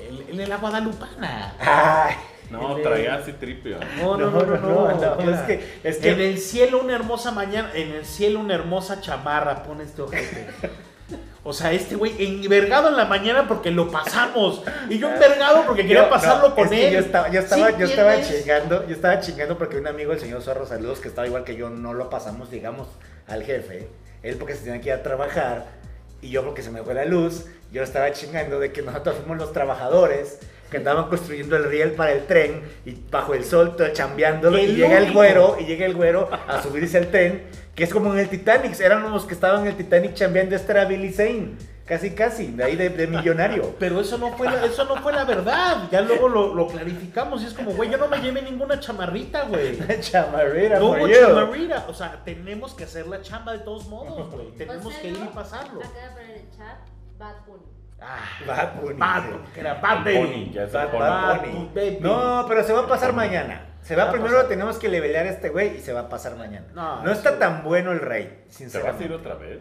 [SPEAKER 1] el, el de la Guadalupana.
[SPEAKER 2] Ay,
[SPEAKER 3] No,
[SPEAKER 1] El-
[SPEAKER 3] traía así tripio.
[SPEAKER 1] No, no, no, no, no,
[SPEAKER 2] no, es que, es que
[SPEAKER 1] En el cielo una hermosa mañana, en el cielo una hermosa chamarra, pone este ojete. O sea, este güey envergado en la mañana porque lo pasamos. Y yo envergado porque quería
[SPEAKER 2] Yo-
[SPEAKER 1] pasarlo
[SPEAKER 2] no,
[SPEAKER 1] con
[SPEAKER 2] es que
[SPEAKER 1] él.
[SPEAKER 2] Yo estaba, yo estaba,
[SPEAKER 1] ¿Sí
[SPEAKER 2] yo estaba
[SPEAKER 1] entiendes?
[SPEAKER 2] chingando, yo estaba chingando porque un amigo, el señor Zorro, saludos, que estaba igual que yo, no lo pasamos, digamos, al jefe. Él porque se tenía que ir a trabajar y yo porque se me fue la luz. Yo estaba chingando de que nosotros fuimos los trabajadores que andaban construyendo el riel para el tren y bajo el sol to- chambeándolo y
[SPEAKER 1] El
[SPEAKER 2] llega el
[SPEAKER 1] único.
[SPEAKER 2] güero y llega el güero a subirse al tren que es como en el Titanic eran los que estaban en el Titanic chambeando este era Billy Zane casi casi de ahí de, de millonario
[SPEAKER 1] Pero eso no fue la, eso no fue la verdad. Ya luego lo, lo clarificamos. Y es como, güey, yo no me llevé ninguna chamarrita, güey.
[SPEAKER 2] chamarrera
[SPEAKER 1] No
[SPEAKER 2] for
[SPEAKER 1] hubo
[SPEAKER 2] you.
[SPEAKER 1] chamarrita. O sea, tenemos que hacer la chamba de todos modos, güey. Tenemos
[SPEAKER 4] José
[SPEAKER 1] que ir y
[SPEAKER 4] Lu
[SPEAKER 1] pasarlo.
[SPEAKER 4] Acaba de poner en el chat Bad Bunny.
[SPEAKER 1] Ah,
[SPEAKER 2] Bad Bunny.
[SPEAKER 1] Bad Bunny, que era Bad Bunny.
[SPEAKER 3] Bunny, ya
[SPEAKER 2] Bad
[SPEAKER 3] Bad
[SPEAKER 1] Bunny.
[SPEAKER 2] Bunny.
[SPEAKER 1] Baby.
[SPEAKER 2] No, pero se va a pasar mañana. Se va
[SPEAKER 1] Va a
[SPEAKER 2] primero,
[SPEAKER 1] pasar.
[SPEAKER 2] tenemos que levelear a este güey y se va a pasar mañana.
[SPEAKER 1] No,
[SPEAKER 2] No, está
[SPEAKER 1] eso-
[SPEAKER 2] tan bueno el rey,
[SPEAKER 3] ¿Te vas a ir
[SPEAKER 2] sinceramente.
[SPEAKER 3] otra vez?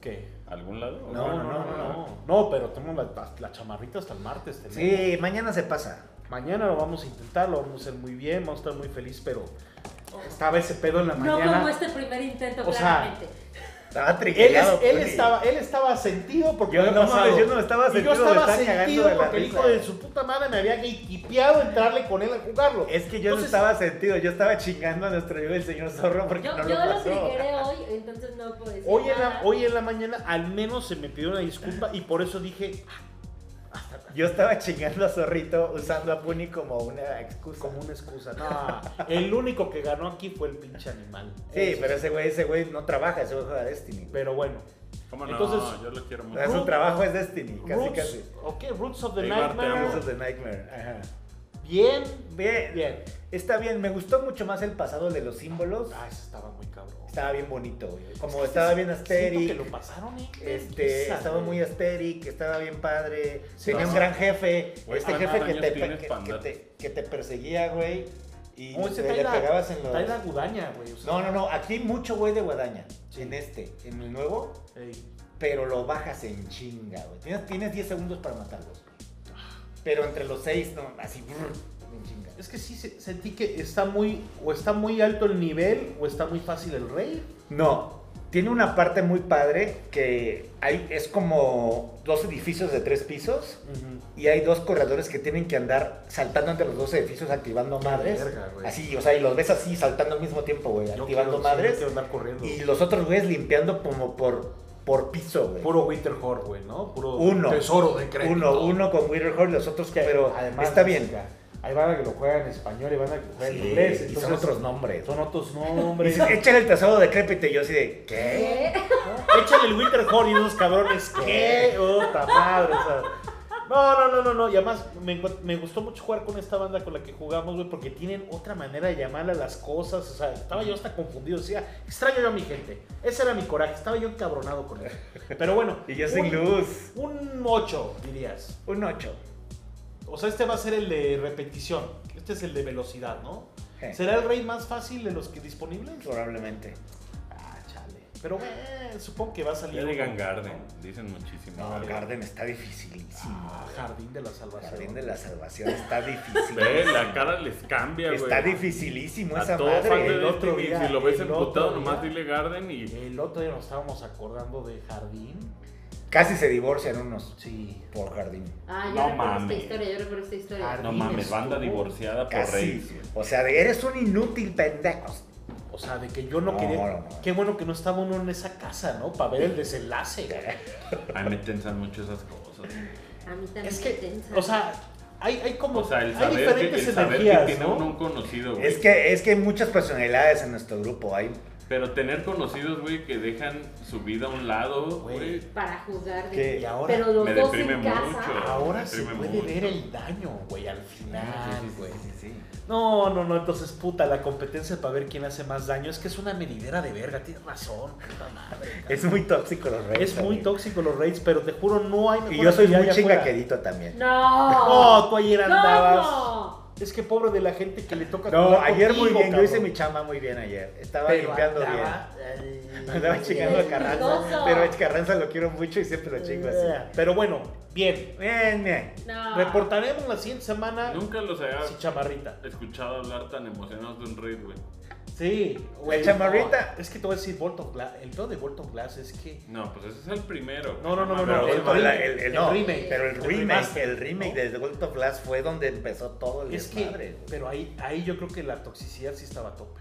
[SPEAKER 1] ¿Qué?
[SPEAKER 3] ¿A algún lado?
[SPEAKER 1] No, no, no, no. No, pero tenemos la, la chamarrita hasta el martes. tenemos.
[SPEAKER 2] Sí, mañana se pasa.
[SPEAKER 1] Mañana lo vamos a intentar, lo vamos a hacer muy bien, vamos a estar muy feliz, pero estaba ese pedo en la
[SPEAKER 4] No
[SPEAKER 1] mañana.
[SPEAKER 4] como este primer intento,
[SPEAKER 1] O sea,
[SPEAKER 4] claramente.
[SPEAKER 2] Estaba
[SPEAKER 1] Él, es-
[SPEAKER 2] trigueado.
[SPEAKER 1] él estaba, él estaba sentido porque
[SPEAKER 2] Yo
[SPEAKER 1] había
[SPEAKER 2] no
[SPEAKER 1] pasado.
[SPEAKER 2] mames, yo no estaba
[SPEAKER 1] Y
[SPEAKER 2] sentido,
[SPEAKER 1] yo
[SPEAKER 2] me
[SPEAKER 1] estaba
[SPEAKER 2] estaba cagando
[SPEAKER 1] sentido
[SPEAKER 2] de la
[SPEAKER 1] porque el
[SPEAKER 2] risa.
[SPEAKER 1] hijo de su puta madre me había gatequipeado entrarle con él a jugarlo.
[SPEAKER 2] Es que yo
[SPEAKER 1] Entonces-
[SPEAKER 2] no estaba sentido, yo estaba chingando a nuestro amigo el señor zorro porque
[SPEAKER 4] Yo,
[SPEAKER 2] no
[SPEAKER 4] yo
[SPEAKER 2] lo
[SPEAKER 4] lo
[SPEAKER 2] pasó.
[SPEAKER 4] triggeré hoy, entonces no puedo decir
[SPEAKER 1] Hoy en, la,
[SPEAKER 4] nada.
[SPEAKER 1] hoy en la mañana al menos se me pidió una disculpa y por eso dije
[SPEAKER 2] Yo estaba chingando a Zorrito usando a Puni como una excusa.
[SPEAKER 1] como una excusa. No, el único que ganó aquí fue el pinche animal.
[SPEAKER 2] Sí, pero ese güey, ese güey no trabaja, ese güey juega Destiny. güey.
[SPEAKER 1] Pero bueno.
[SPEAKER 3] ¿Cómo no?
[SPEAKER 1] Entonces-
[SPEAKER 3] yo lo quiero
[SPEAKER 2] O
[SPEAKER 3] mucho.
[SPEAKER 2] sea, su
[SPEAKER 1] Roots-
[SPEAKER 2] trabajo es Destiny, casi
[SPEAKER 1] Roots,
[SPEAKER 2] casi.
[SPEAKER 1] ok, Roots of the
[SPEAKER 3] Ey, Bart, te
[SPEAKER 1] Nightmare.
[SPEAKER 3] amo.
[SPEAKER 2] Roots of the Nightmare. Ajá.
[SPEAKER 1] Bien,
[SPEAKER 2] Bien,
[SPEAKER 1] bien.
[SPEAKER 2] Está bien, me gustó mucho más el pasado de los símbolos.
[SPEAKER 1] Ah, ese estaba muy cabrón.
[SPEAKER 2] Estaba bien bonito, güey. Como estaba bien
[SPEAKER 1] Siento que
[SPEAKER 2] asteric.
[SPEAKER 1] lo pasaron, ¿eh?
[SPEAKER 2] Este,
[SPEAKER 1] Quizá,
[SPEAKER 2] estaba
[SPEAKER 1] güey.
[SPEAKER 2] muy asteric, estaba bien padre.
[SPEAKER 1] Sí,
[SPEAKER 2] Tenía
[SPEAKER 1] no,
[SPEAKER 2] un
[SPEAKER 1] sí.
[SPEAKER 2] gran jefe.
[SPEAKER 3] Güey,
[SPEAKER 2] este
[SPEAKER 3] ¿cuántos
[SPEAKER 2] jefe que
[SPEAKER 3] años
[SPEAKER 2] te,
[SPEAKER 3] tienes
[SPEAKER 2] que,
[SPEAKER 3] para
[SPEAKER 2] que
[SPEAKER 3] andar?
[SPEAKER 2] te, que te perseguía, güey. Y
[SPEAKER 1] Oh, ese
[SPEAKER 2] le,
[SPEAKER 1] trae
[SPEAKER 2] le
[SPEAKER 1] la-
[SPEAKER 2] pegabas en los.
[SPEAKER 1] Trae la gudaña, güey. o sea,
[SPEAKER 2] No, no, no. Aquí hay mucho güey de guadaña.
[SPEAKER 1] Sí.
[SPEAKER 2] En este, en el nuevo.
[SPEAKER 1] ey,
[SPEAKER 2] Pero lo bajas en chinga, güey. Tienes, tienes 10 segundos para matarlos.
[SPEAKER 1] Ah.
[SPEAKER 2] Pero entre los 6, no, así. brr, en chinga.
[SPEAKER 1] Es que sí se- sentí que está muy, o está muy alto el nivel, o está muy fácil el rey.
[SPEAKER 2] No, tiene una parte muy padre que hay, es como dos edificios de tres pisos y hay dos corredores que tienen que andar saltando entre los dos edificios activando madres.
[SPEAKER 1] verga, güey.
[SPEAKER 2] así, o sea, y los ves así saltando al mismo tiempo, güey,
[SPEAKER 1] Yo quiero- sí, yo
[SPEAKER 2] activando madres.
[SPEAKER 1] quiero andar corriendo.
[SPEAKER 2] y los otros güeyes limpiando como por, por piso, güey.
[SPEAKER 1] Puro Winter Horde, güey, ¿no? Puro
[SPEAKER 2] Uno.
[SPEAKER 1] tesoro de crédito.
[SPEAKER 2] Uno, uno con Weird Horse, los otros que, pero
[SPEAKER 1] Además,
[SPEAKER 2] está
[SPEAKER 1] pues,
[SPEAKER 2] bien.
[SPEAKER 1] ya, Hay banda que lo juega en español y banda que lo juega en
[SPEAKER 2] Sí,
[SPEAKER 1] inglés.
[SPEAKER 2] y son
[SPEAKER 1] entonces,
[SPEAKER 2] otros nombres.
[SPEAKER 1] Son otros nombres.
[SPEAKER 2] Dices, échale el tesoro decrépito y yo así de, ¿qué?
[SPEAKER 4] ¿Qué?
[SPEAKER 1] Échale el Winter Horn y unos cabrones. ¿Qué? ¡Puta madre! o sea. no, no, no, no, no. Y además me, encu- me gustó mucho jugar con esta banda con la que jugamos, güey, porque tienen otra manera de llamarle a las cosas. O sea, estaba yo hasta confundido. Decía, extraño yo a mi gente. Ese era mi coraje. Estaba yo encabronado con él. Pero bueno.
[SPEAKER 2] Y yo
[SPEAKER 1] un-
[SPEAKER 2] sin luz.
[SPEAKER 1] Un 8, dirías.
[SPEAKER 2] Un 8.
[SPEAKER 1] O sea, este va a ser el de repetición. Este es el de velocidad, ¿no?
[SPEAKER 2] Eh.
[SPEAKER 1] ¿Será el rey más fácil de los que disponibles?
[SPEAKER 2] Probablemente.
[SPEAKER 1] Ah, chale. Pero eh, supongo que va a salir.
[SPEAKER 3] Ya digan
[SPEAKER 1] uno.
[SPEAKER 3] Garden, dicen muchísimo.
[SPEAKER 2] No, el Garden está dificilísimo.
[SPEAKER 1] Ah, Jardín de la
[SPEAKER 2] El
[SPEAKER 1] Salvación.
[SPEAKER 2] Pues, Jardín de la Salvación está difícil.
[SPEAKER 3] Ve, la cara les cambia, güey.
[SPEAKER 2] Está dificilísimo
[SPEAKER 3] A
[SPEAKER 2] esa
[SPEAKER 3] todo fan de
[SPEAKER 2] madre.
[SPEAKER 1] el otro
[SPEAKER 3] Destiny,
[SPEAKER 1] día,
[SPEAKER 3] si lo ves
[SPEAKER 1] el
[SPEAKER 3] emputado,
[SPEAKER 1] otro
[SPEAKER 3] nomás
[SPEAKER 1] día.
[SPEAKER 3] dile Garden y...
[SPEAKER 1] El otro día nos estábamos acordando de Jardín.
[SPEAKER 2] Casi se divorcian unos
[SPEAKER 1] Sí.
[SPEAKER 2] por Jardín.
[SPEAKER 4] Ah, yo
[SPEAKER 3] No
[SPEAKER 4] recuerdo
[SPEAKER 3] mames.
[SPEAKER 4] esta historia, yo recuerdo esta historia.
[SPEAKER 1] Ah,
[SPEAKER 3] No
[SPEAKER 1] Jardín
[SPEAKER 3] mames,
[SPEAKER 1] estuvo.
[SPEAKER 3] banda divorciada por
[SPEAKER 2] Casi.
[SPEAKER 3] Reyes.
[SPEAKER 2] O sea, de eres un inútil pendejo.
[SPEAKER 1] O sea, de que yo no,
[SPEAKER 2] No,
[SPEAKER 1] quería.
[SPEAKER 2] no, no.
[SPEAKER 1] Qué bueno que no estaba uno en esa casa, ¿no? Para ver el desenlace.
[SPEAKER 3] A mí me tensan mucho esas cosas.
[SPEAKER 4] A mí también
[SPEAKER 1] es
[SPEAKER 4] me
[SPEAKER 1] que,
[SPEAKER 4] tensa.
[SPEAKER 1] o sea, hay, hay como.
[SPEAKER 3] O sea, el
[SPEAKER 1] hay
[SPEAKER 3] saber, que,
[SPEAKER 1] diferentes
[SPEAKER 3] el saber que
[SPEAKER 1] energías.
[SPEAKER 3] tiene
[SPEAKER 1] ¿no?
[SPEAKER 3] uno un conocido, güey.
[SPEAKER 2] Es que, es que hay muchas personalidades en nuestro grupo. Hay
[SPEAKER 3] Pero tener conocidos, güey, que dejan su vida a un lado,
[SPEAKER 1] Güey.
[SPEAKER 3] güey.
[SPEAKER 4] para jugar. de-
[SPEAKER 1] ¿Qué? Y ahora.
[SPEAKER 4] Pero los
[SPEAKER 3] Me
[SPEAKER 4] dos
[SPEAKER 3] deprime
[SPEAKER 4] en casa.
[SPEAKER 3] mucho.
[SPEAKER 1] Ahora
[SPEAKER 3] Me
[SPEAKER 1] se
[SPEAKER 3] deprime
[SPEAKER 1] puede
[SPEAKER 3] mucho.
[SPEAKER 1] ver el daño, güey, al final, güey.
[SPEAKER 2] Ah, Sí, sí,
[SPEAKER 1] No, no, no, entonces, puta, la competencia para ver quién hace más daño es que es una medidera de verga, tienes razón, puta madre.
[SPEAKER 2] sí.
[SPEAKER 1] cabrón.
[SPEAKER 2] Es muy tóxico los reyes.
[SPEAKER 1] Es muy
[SPEAKER 2] también.
[SPEAKER 1] tóxico los raids, pero te juro, no hay mejor
[SPEAKER 2] Y yo soy
[SPEAKER 1] actividad
[SPEAKER 2] muy
[SPEAKER 1] allá afuera.
[SPEAKER 2] chingaquerito también.
[SPEAKER 4] No.
[SPEAKER 1] No, tú ayer andabas.
[SPEAKER 4] ¿Cómo?
[SPEAKER 1] Es que pobre de la gente que le toca
[SPEAKER 2] No,
[SPEAKER 1] jugar
[SPEAKER 2] ayer muy
[SPEAKER 1] contigo,
[SPEAKER 2] bien. Yo hice
[SPEAKER 1] cabrón.
[SPEAKER 2] mi chamba muy bien ayer. Estaba
[SPEAKER 1] Pero
[SPEAKER 2] limpiando bien.
[SPEAKER 1] andaba, eh,
[SPEAKER 2] Andaba chingando a
[SPEAKER 4] Es
[SPEAKER 2] Carranza.
[SPEAKER 4] peligroso.
[SPEAKER 2] Pero a Carranza lo quiero mucho y siempre lo chingo así.
[SPEAKER 1] Eh. Pero bueno, bien.
[SPEAKER 2] Bien, bien.
[SPEAKER 1] Ah.
[SPEAKER 4] No.
[SPEAKER 1] Reportaremos la siguiente semana
[SPEAKER 3] Nunca los había
[SPEAKER 1] sin chamarrita.
[SPEAKER 3] escuchado hablar tan emocionados de un raid, güey.
[SPEAKER 1] Sí,
[SPEAKER 2] La chamarrita.
[SPEAKER 1] no, es que te voy a decir Bolt of Glass. El pedo de Bolt of Glass es que.
[SPEAKER 3] No, pues ese es el primero.
[SPEAKER 1] No, no, no, no,
[SPEAKER 3] Pero
[SPEAKER 1] no,
[SPEAKER 3] bueno,
[SPEAKER 2] Pero
[SPEAKER 1] el
[SPEAKER 2] la-
[SPEAKER 1] remake,
[SPEAKER 2] el- el-
[SPEAKER 1] el
[SPEAKER 2] no,
[SPEAKER 1] remake,
[SPEAKER 2] pero el
[SPEAKER 1] el
[SPEAKER 2] remake,
[SPEAKER 1] remaster,
[SPEAKER 2] el remake
[SPEAKER 1] ¿no?
[SPEAKER 2] de The World of Glass fue donde empezó todo el
[SPEAKER 1] Es que.
[SPEAKER 2] desmadre, güey.
[SPEAKER 1] Pero ahí, ahí yo creo que la toxicidad sí estaba a tope.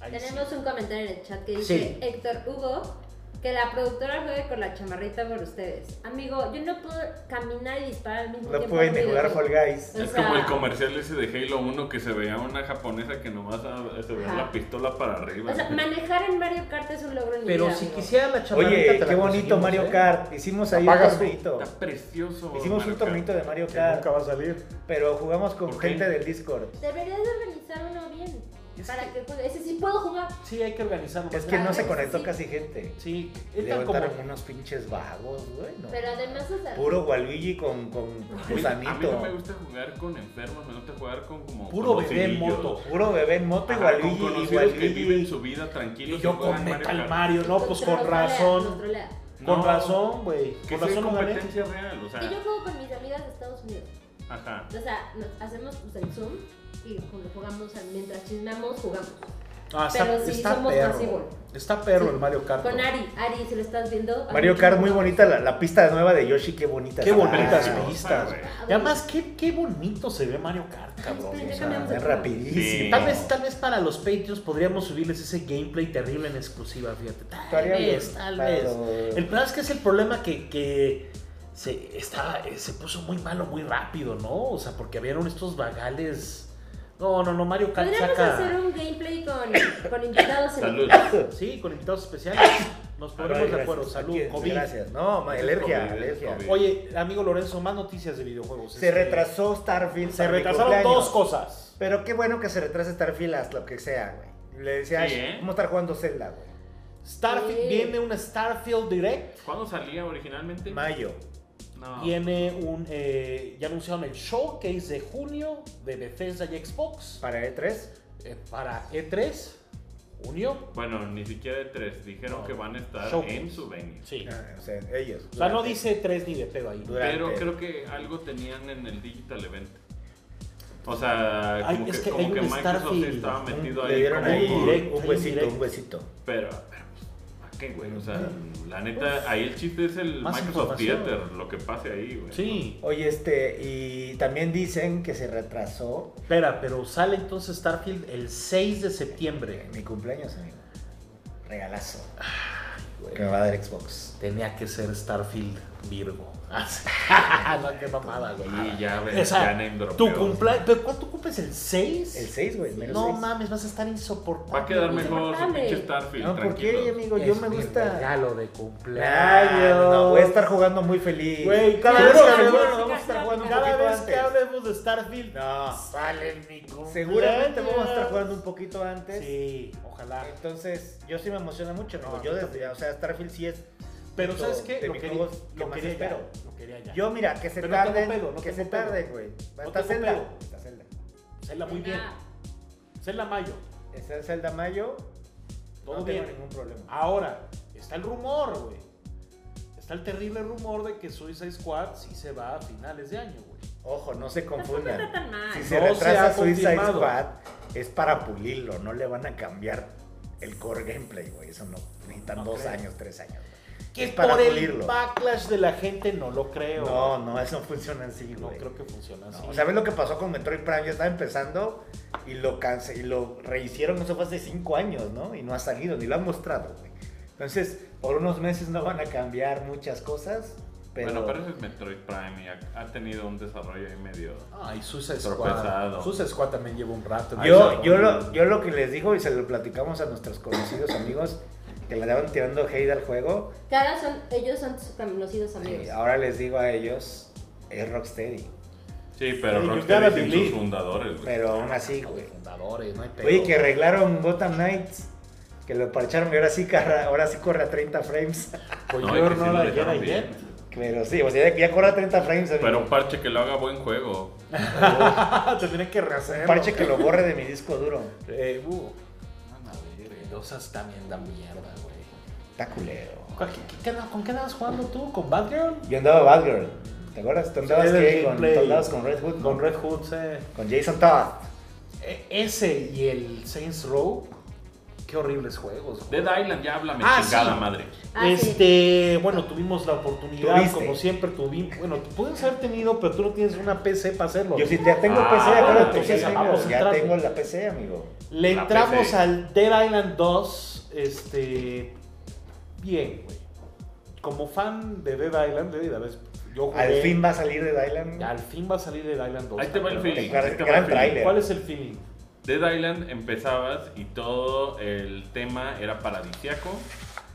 [SPEAKER 1] Ahí sí.
[SPEAKER 4] Tenemos un comentario en el chat que dice
[SPEAKER 1] Sí.
[SPEAKER 4] Héctor Hugo que la productora juegue con la chamarrita por ustedes. Amigo, yo no puedo caminar y disparar al mismo
[SPEAKER 2] No
[SPEAKER 4] tiempo.
[SPEAKER 2] pueden ni
[SPEAKER 4] amigo.
[SPEAKER 2] jugar Fall Guys.
[SPEAKER 4] O
[SPEAKER 3] Es
[SPEAKER 4] sea-
[SPEAKER 3] como el comercial ese de Halo 1 que se veía una japonesa que nomás ah, se veía
[SPEAKER 4] Ajá.
[SPEAKER 3] la pistola para arriba.
[SPEAKER 4] O sea, manejar en Mario Kart es un logro en mi
[SPEAKER 1] Pero
[SPEAKER 4] vida,
[SPEAKER 1] si
[SPEAKER 4] amigo.
[SPEAKER 1] quisiera la chamarrita.
[SPEAKER 2] Oye,
[SPEAKER 1] te la
[SPEAKER 2] qué bonito
[SPEAKER 1] conseguimos,
[SPEAKER 2] Mario
[SPEAKER 1] ¿eh?
[SPEAKER 2] Kart. Hicimos ahí un
[SPEAKER 1] Apagas tú.
[SPEAKER 2] tornito.
[SPEAKER 3] Está precioso.
[SPEAKER 2] Hicimos un
[SPEAKER 3] Mario Kart.
[SPEAKER 2] tornito de Mario
[SPEAKER 1] Que
[SPEAKER 2] Kart,
[SPEAKER 1] nunca va a salir.
[SPEAKER 2] pero jugamos con
[SPEAKER 3] ¿Por qué?
[SPEAKER 2] gente del Discord.
[SPEAKER 4] Deberías de organizar uno bien.
[SPEAKER 1] Es
[SPEAKER 4] para que... juegue. Ese sí puedo jugar.
[SPEAKER 1] Sí, hay que organizarlo.
[SPEAKER 2] Es
[SPEAKER 1] más
[SPEAKER 2] que
[SPEAKER 1] bien.
[SPEAKER 2] no se
[SPEAKER 4] sí.
[SPEAKER 2] conectó casi gente.
[SPEAKER 1] Sí, es tan como.
[SPEAKER 2] Levantaron unos pinches vagos, güey. no.
[SPEAKER 4] Pero además, o sea,
[SPEAKER 2] Puro Waluigi con, con
[SPEAKER 3] A mí no me
[SPEAKER 2] gusanito.
[SPEAKER 3] gusta jugar con enfermos, me gusta jugar con como.
[SPEAKER 1] Puro
[SPEAKER 3] con
[SPEAKER 1] bebé en
[SPEAKER 3] civillos.
[SPEAKER 1] moto.
[SPEAKER 2] Puro bebé en moto y
[SPEAKER 3] Ajá, con
[SPEAKER 2] Waluigi. y
[SPEAKER 3] conocidos que viven
[SPEAKER 2] Waluigi.
[SPEAKER 3] su vida tranquilos.
[SPEAKER 1] Y
[SPEAKER 3] y
[SPEAKER 1] yo
[SPEAKER 3] juegan
[SPEAKER 1] con
[SPEAKER 3] Mario
[SPEAKER 1] Metal
[SPEAKER 3] Kart.
[SPEAKER 1] Mario, no,
[SPEAKER 4] nos
[SPEAKER 1] pues con
[SPEAKER 4] trolea, nos
[SPEAKER 1] razón.
[SPEAKER 4] trolea.
[SPEAKER 1] Con
[SPEAKER 3] No,
[SPEAKER 1] razón, güey.
[SPEAKER 3] Que
[SPEAKER 1] Con
[SPEAKER 3] sea
[SPEAKER 1] razón no gané.
[SPEAKER 3] competencia real, o sea.
[SPEAKER 4] Que yo juego con mis amigas de Estados Unidos.
[SPEAKER 3] Ajá.
[SPEAKER 4] O sea, nos hacemos pues, el Zoom y cuando jugamos, mientras chismeamos, jugamos.
[SPEAKER 1] Ah,
[SPEAKER 4] Pero sí somos pasivo.
[SPEAKER 5] Está perro
[SPEAKER 4] Sí.
[SPEAKER 5] el Mario Kart.
[SPEAKER 4] Con
[SPEAKER 5] ¿no?
[SPEAKER 4] Ari, Ari, si lo estás viendo.
[SPEAKER 2] Mario
[SPEAKER 4] Ari,
[SPEAKER 2] Kart,
[SPEAKER 4] ¿no? Ah,
[SPEAKER 2] muy bonita la, la pista nueva de Yoshi, qué bonita.
[SPEAKER 5] Qué
[SPEAKER 2] está.
[SPEAKER 5] bonitas
[SPEAKER 2] Ah,
[SPEAKER 5] pistas.
[SPEAKER 3] güey.
[SPEAKER 5] Y además, qué, qué bonito se ve Mario Kart, cabrón.
[SPEAKER 4] espera, ya
[SPEAKER 5] o sea,
[SPEAKER 4] cambiamos de
[SPEAKER 2] Es
[SPEAKER 4] tema.
[SPEAKER 2] rapidísimo.
[SPEAKER 1] Tal vez, tal vez para los Patreons podríamos subirles ese gameplay terrible en exclusiva, fíjate. Tal
[SPEAKER 2] Estaría bien,
[SPEAKER 1] vez, tal
[SPEAKER 2] pero-
[SPEAKER 1] vez. El problema es que es el problema que, que se, estaba, eh, se puso muy malo muy rápido, ¿no? O sea, porque habían estos vagales. No, no, no, Mario Kart
[SPEAKER 4] Podríamos
[SPEAKER 1] saca.
[SPEAKER 4] hacer un gameplay con, con invitados en
[SPEAKER 3] Salud.
[SPEAKER 1] Sí, con invitados especiales. Nos ponemos
[SPEAKER 2] Ay,
[SPEAKER 1] de acuerdo.
[SPEAKER 2] gracias.
[SPEAKER 1] Salud,
[SPEAKER 2] Aquí,
[SPEAKER 1] COVID.
[SPEAKER 2] Gracias. No, ma-
[SPEAKER 3] COVID,
[SPEAKER 2] alergia, alergia.
[SPEAKER 3] COVID.
[SPEAKER 1] Oye, amigo Lorenzo, más noticias de videojuegos.
[SPEAKER 2] Se
[SPEAKER 1] Este,
[SPEAKER 2] retrasó Starfield.
[SPEAKER 1] Se
[SPEAKER 2] para mi
[SPEAKER 1] retrasaron
[SPEAKER 2] cumpleaños.
[SPEAKER 1] dos cosas.
[SPEAKER 2] Pero qué bueno que se retrase Starfield hasta lo que sea, güey. Le decía,
[SPEAKER 3] Sí,
[SPEAKER 2] Ash,
[SPEAKER 3] ¿eh?
[SPEAKER 2] vamos a estar jugando Zelda, güey.
[SPEAKER 1] Starfield
[SPEAKER 4] Sí.
[SPEAKER 1] viene una Starfield Direct.
[SPEAKER 3] ¿Cuándo salía originalmente?
[SPEAKER 2] Mayo.
[SPEAKER 3] No.
[SPEAKER 1] Viene un. eh, ya anunciaron el showcase de junio de Bethesda y Xbox
[SPEAKER 2] Para E E3.
[SPEAKER 1] eh, para E3. Junio.
[SPEAKER 3] Bueno, ni siquiera de tres. Dijeron
[SPEAKER 1] No.
[SPEAKER 3] que van a estar
[SPEAKER 1] Showcase.
[SPEAKER 3] en su venue.
[SPEAKER 1] Sí.
[SPEAKER 2] Ah, o sea, ellos.
[SPEAKER 1] O sea, no
[SPEAKER 2] durante-
[SPEAKER 1] dice E3 ni de pedo ahí.
[SPEAKER 2] Durante-
[SPEAKER 3] Pero creo que algo tenían en el Digital Event. O sea,
[SPEAKER 1] Ay,
[SPEAKER 3] como que,
[SPEAKER 1] es que hay
[SPEAKER 3] como que
[SPEAKER 1] un
[SPEAKER 3] Microsoft sí
[SPEAKER 1] Starfield.
[SPEAKER 3] estaba
[SPEAKER 2] Un-
[SPEAKER 3] metido
[SPEAKER 2] le
[SPEAKER 3] ahí.
[SPEAKER 2] dieron
[SPEAKER 3] como-
[SPEAKER 2] ahí
[SPEAKER 1] un
[SPEAKER 2] un,
[SPEAKER 1] directo,
[SPEAKER 2] huesito, un
[SPEAKER 1] indirecto.
[SPEAKER 2] huesito.
[SPEAKER 3] Pero, pero, pues, ¿a qué, güey? O sea, la neta, ahí el chiste es el
[SPEAKER 1] Pues, Más
[SPEAKER 3] Microsoft
[SPEAKER 1] información.
[SPEAKER 3] Theater, lo que pase ahí, güey.
[SPEAKER 1] Sí.
[SPEAKER 2] Oye, este, y también dicen que se retrasó
[SPEAKER 1] Espera, pero sale entonces Starfield el 6 de septiembre.
[SPEAKER 2] en mi cumpleaños, amigo. Regalazo. Que me va a dar Xbox.
[SPEAKER 1] Tenía que ser Starfield Virgo. Ah, sí. no, qué mamada, güey.
[SPEAKER 3] Y ya ves,
[SPEAKER 1] O sea,
[SPEAKER 3] ya name dropeo.
[SPEAKER 1] Tu cumpleaños. ¿Pero cuánto cumples? ¿El 6?
[SPEAKER 2] El 6, güey. menos
[SPEAKER 1] No
[SPEAKER 2] seis.
[SPEAKER 1] mames, vas a estar insoportable.
[SPEAKER 3] Va a quedar
[SPEAKER 1] güey.
[SPEAKER 3] mejor su
[SPEAKER 4] Insoportable.
[SPEAKER 3] pinche Starfield,
[SPEAKER 2] No, ¿por
[SPEAKER 3] tranquilo.
[SPEAKER 2] qué, amigo? Yo
[SPEAKER 1] Es
[SPEAKER 2] me
[SPEAKER 1] mi
[SPEAKER 2] gusta.
[SPEAKER 1] regalo de
[SPEAKER 2] Ay,
[SPEAKER 1] cumpleaños.
[SPEAKER 2] no, voy a estar jugando muy feliz.
[SPEAKER 1] Güey, cada
[SPEAKER 2] Seguro
[SPEAKER 1] vez que
[SPEAKER 2] que
[SPEAKER 1] hablemos-
[SPEAKER 2] bueno, vamos a estar jugando un
[SPEAKER 1] Cada
[SPEAKER 2] poquito
[SPEAKER 1] vez
[SPEAKER 2] antes.
[SPEAKER 1] que hablemos de Starfield,
[SPEAKER 2] No.
[SPEAKER 1] sale mi cumpleaños.
[SPEAKER 2] Seguramente vamos a estar jugando un poquito antes.
[SPEAKER 1] Pues Sí,
[SPEAKER 2] Eh,
[SPEAKER 1] ojalá.
[SPEAKER 2] Entonces, yo sí me emociona mucho, amigo.
[SPEAKER 1] No,
[SPEAKER 2] yo
[SPEAKER 1] yo
[SPEAKER 2] desde, o sea, Starfield sí es.
[SPEAKER 1] Pero
[SPEAKER 2] justo
[SPEAKER 1] ¿sabes qué?
[SPEAKER 2] de
[SPEAKER 1] Lo
[SPEAKER 2] mis
[SPEAKER 1] quería,
[SPEAKER 2] juegos que
[SPEAKER 1] lo
[SPEAKER 2] más
[SPEAKER 1] quería ya.
[SPEAKER 2] espero.
[SPEAKER 1] Lo quería ya.
[SPEAKER 2] Yo, mira, que se
[SPEAKER 1] Pero no tengo
[SPEAKER 2] tarden.
[SPEAKER 1] pedo, no
[SPEAKER 2] que se
[SPEAKER 1] tengo pedo.
[SPEAKER 2] tarden, güey.
[SPEAKER 1] No
[SPEAKER 2] Está
[SPEAKER 1] tengo
[SPEAKER 2] Zelda.
[SPEAKER 1] pedo.
[SPEAKER 2] Está Zelda.
[SPEAKER 1] Cela muy bien.
[SPEAKER 4] Ah,
[SPEAKER 1] Cela Mayo.
[SPEAKER 2] Está Zelda Mayo.
[SPEAKER 1] Todo
[SPEAKER 2] no
[SPEAKER 1] bien.
[SPEAKER 2] tengo ningún problema.
[SPEAKER 1] Ahora, está el rumor, güey. Está el terrible rumor de que Suicide Squad sí se va a finales de año, güey.
[SPEAKER 2] Ojo, no se
[SPEAKER 4] Tampoco está
[SPEAKER 2] confundan.
[SPEAKER 4] tan mal.
[SPEAKER 2] Si se
[SPEAKER 1] No se
[SPEAKER 2] retrasa
[SPEAKER 1] ha
[SPEAKER 2] Suicide
[SPEAKER 1] confirmado.
[SPEAKER 2] Squad, es para pulirlo. No le van a cambiar el core gameplay, güey. Eso no. Necesitan
[SPEAKER 1] No
[SPEAKER 2] dos
[SPEAKER 1] creo.
[SPEAKER 2] años, tres años. güey.
[SPEAKER 1] Que
[SPEAKER 2] Es para
[SPEAKER 1] por el
[SPEAKER 2] pulirlo.
[SPEAKER 1] backlash de la gente no lo creo.
[SPEAKER 2] No, no, eso no funciona así,
[SPEAKER 1] No
[SPEAKER 2] güey.
[SPEAKER 1] creo que funcione así.
[SPEAKER 2] No, ¿Sabes lo que pasó con Metroid Prime? Ya estaba empezando y lo canse y lo rehicieron, eso fue hace cinco años, ¿no? Y no ha salido, ni lo han mostrado, güey. Entonces, por unos meses no van a cambiar muchas cosas, pero...
[SPEAKER 3] Bueno, pero eso es Metroid Prime y ha, ha tenido un desarrollo ahí medio.
[SPEAKER 5] Ay, Suicide
[SPEAKER 3] Tropezado.
[SPEAKER 5] Squad. Suicide Squad también lleva un rato.
[SPEAKER 2] yo, yo, lo, yo lo que les digo y se lo platicamos a nuestros conocidos amigos que le estaban tirando hate al juego,
[SPEAKER 4] Cada son, ellos son sus conocidos amigos.
[SPEAKER 2] eh,
[SPEAKER 1] ah,
[SPEAKER 2] ahora les digo a ellos, es Rocksteady,
[SPEAKER 3] Sí, pero
[SPEAKER 1] Sí, you
[SPEAKER 3] Rocksteady
[SPEAKER 1] gotta
[SPEAKER 3] sin
[SPEAKER 1] believe.
[SPEAKER 3] sus fundadores, güey.
[SPEAKER 2] pero aún así, güey.
[SPEAKER 5] Fundadores, no hay pedo.
[SPEAKER 2] Oye, que arreglaron Gotham Knights, que lo parcharon y ahora sí, carra- ahora sí corre a 30 frames.
[SPEAKER 1] Pues
[SPEAKER 3] No,
[SPEAKER 1] yo
[SPEAKER 3] y que
[SPEAKER 1] no
[SPEAKER 3] sí lo
[SPEAKER 1] la
[SPEAKER 3] dejaron
[SPEAKER 1] ayer,
[SPEAKER 3] bien.
[SPEAKER 1] ayer.
[SPEAKER 2] Pero sí, o sea, ya corre a 30 frames. amigo.
[SPEAKER 3] Pero un parche que lo haga buen juego.
[SPEAKER 1] Ah, tendría que rehacer.
[SPEAKER 2] Un parche que lo borre de mi disco duro.
[SPEAKER 1] Eh, uh,
[SPEAKER 5] Dosas también da mierda, güey.
[SPEAKER 2] Está culero.
[SPEAKER 1] ¿cuál- qué- qué- qué andabas- ¿Con qué andabas jugando tú? ¿Con Batgirl?
[SPEAKER 2] Yo andaba Bad Girl. ¿Te acuerdas? Tú andabas,
[SPEAKER 1] Sí,
[SPEAKER 2] ¿qué?
[SPEAKER 1] el
[SPEAKER 2] con,
[SPEAKER 1] gameplay.
[SPEAKER 2] tú andabas con Red Hood.
[SPEAKER 1] Con Red Hood, sí.
[SPEAKER 2] Con Jason Todd.
[SPEAKER 1] E- Ese y el Saints Row, qué horribles juegos. güey.
[SPEAKER 3] Dead Island, ya háblame,
[SPEAKER 1] Ah,
[SPEAKER 3] chingada
[SPEAKER 1] sí.
[SPEAKER 3] madre.
[SPEAKER 4] Ah, sí.
[SPEAKER 1] este, bueno, tuvimos la oportunidad,
[SPEAKER 2] Tuviste.
[SPEAKER 1] como siempre tuvimos. Bueno, tú puedes haber tenido, pero tú no tienes una PC para hacerlo.
[SPEAKER 2] Yo sí, ya tengo
[SPEAKER 3] Ah,
[SPEAKER 2] PC, acuérdate.
[SPEAKER 3] entonces
[SPEAKER 2] ya
[SPEAKER 3] ya
[SPEAKER 2] tengo-
[SPEAKER 1] pues, vamos a
[SPEAKER 2] ya
[SPEAKER 1] entrar.
[SPEAKER 2] tengo la PC, amigo.
[SPEAKER 1] Le
[SPEAKER 3] La
[SPEAKER 1] entramos
[SPEAKER 3] PC.
[SPEAKER 1] al Dead Island 2, este, bien, güey. Como fan de Dead Island, de vida, ves, yo jugué.
[SPEAKER 2] Al fin va a salir de Island.
[SPEAKER 1] Al fin va a salir Dead Island 2.
[SPEAKER 3] Ahí te va el
[SPEAKER 1] cabrón.
[SPEAKER 3] feeling.
[SPEAKER 2] Gran-
[SPEAKER 3] ahí te va
[SPEAKER 2] gran
[SPEAKER 3] el feeling.
[SPEAKER 2] trailer.
[SPEAKER 1] ¿Cuál es el feeling?
[SPEAKER 3] Dead Island empezabas y todo el tema era paradisiaco.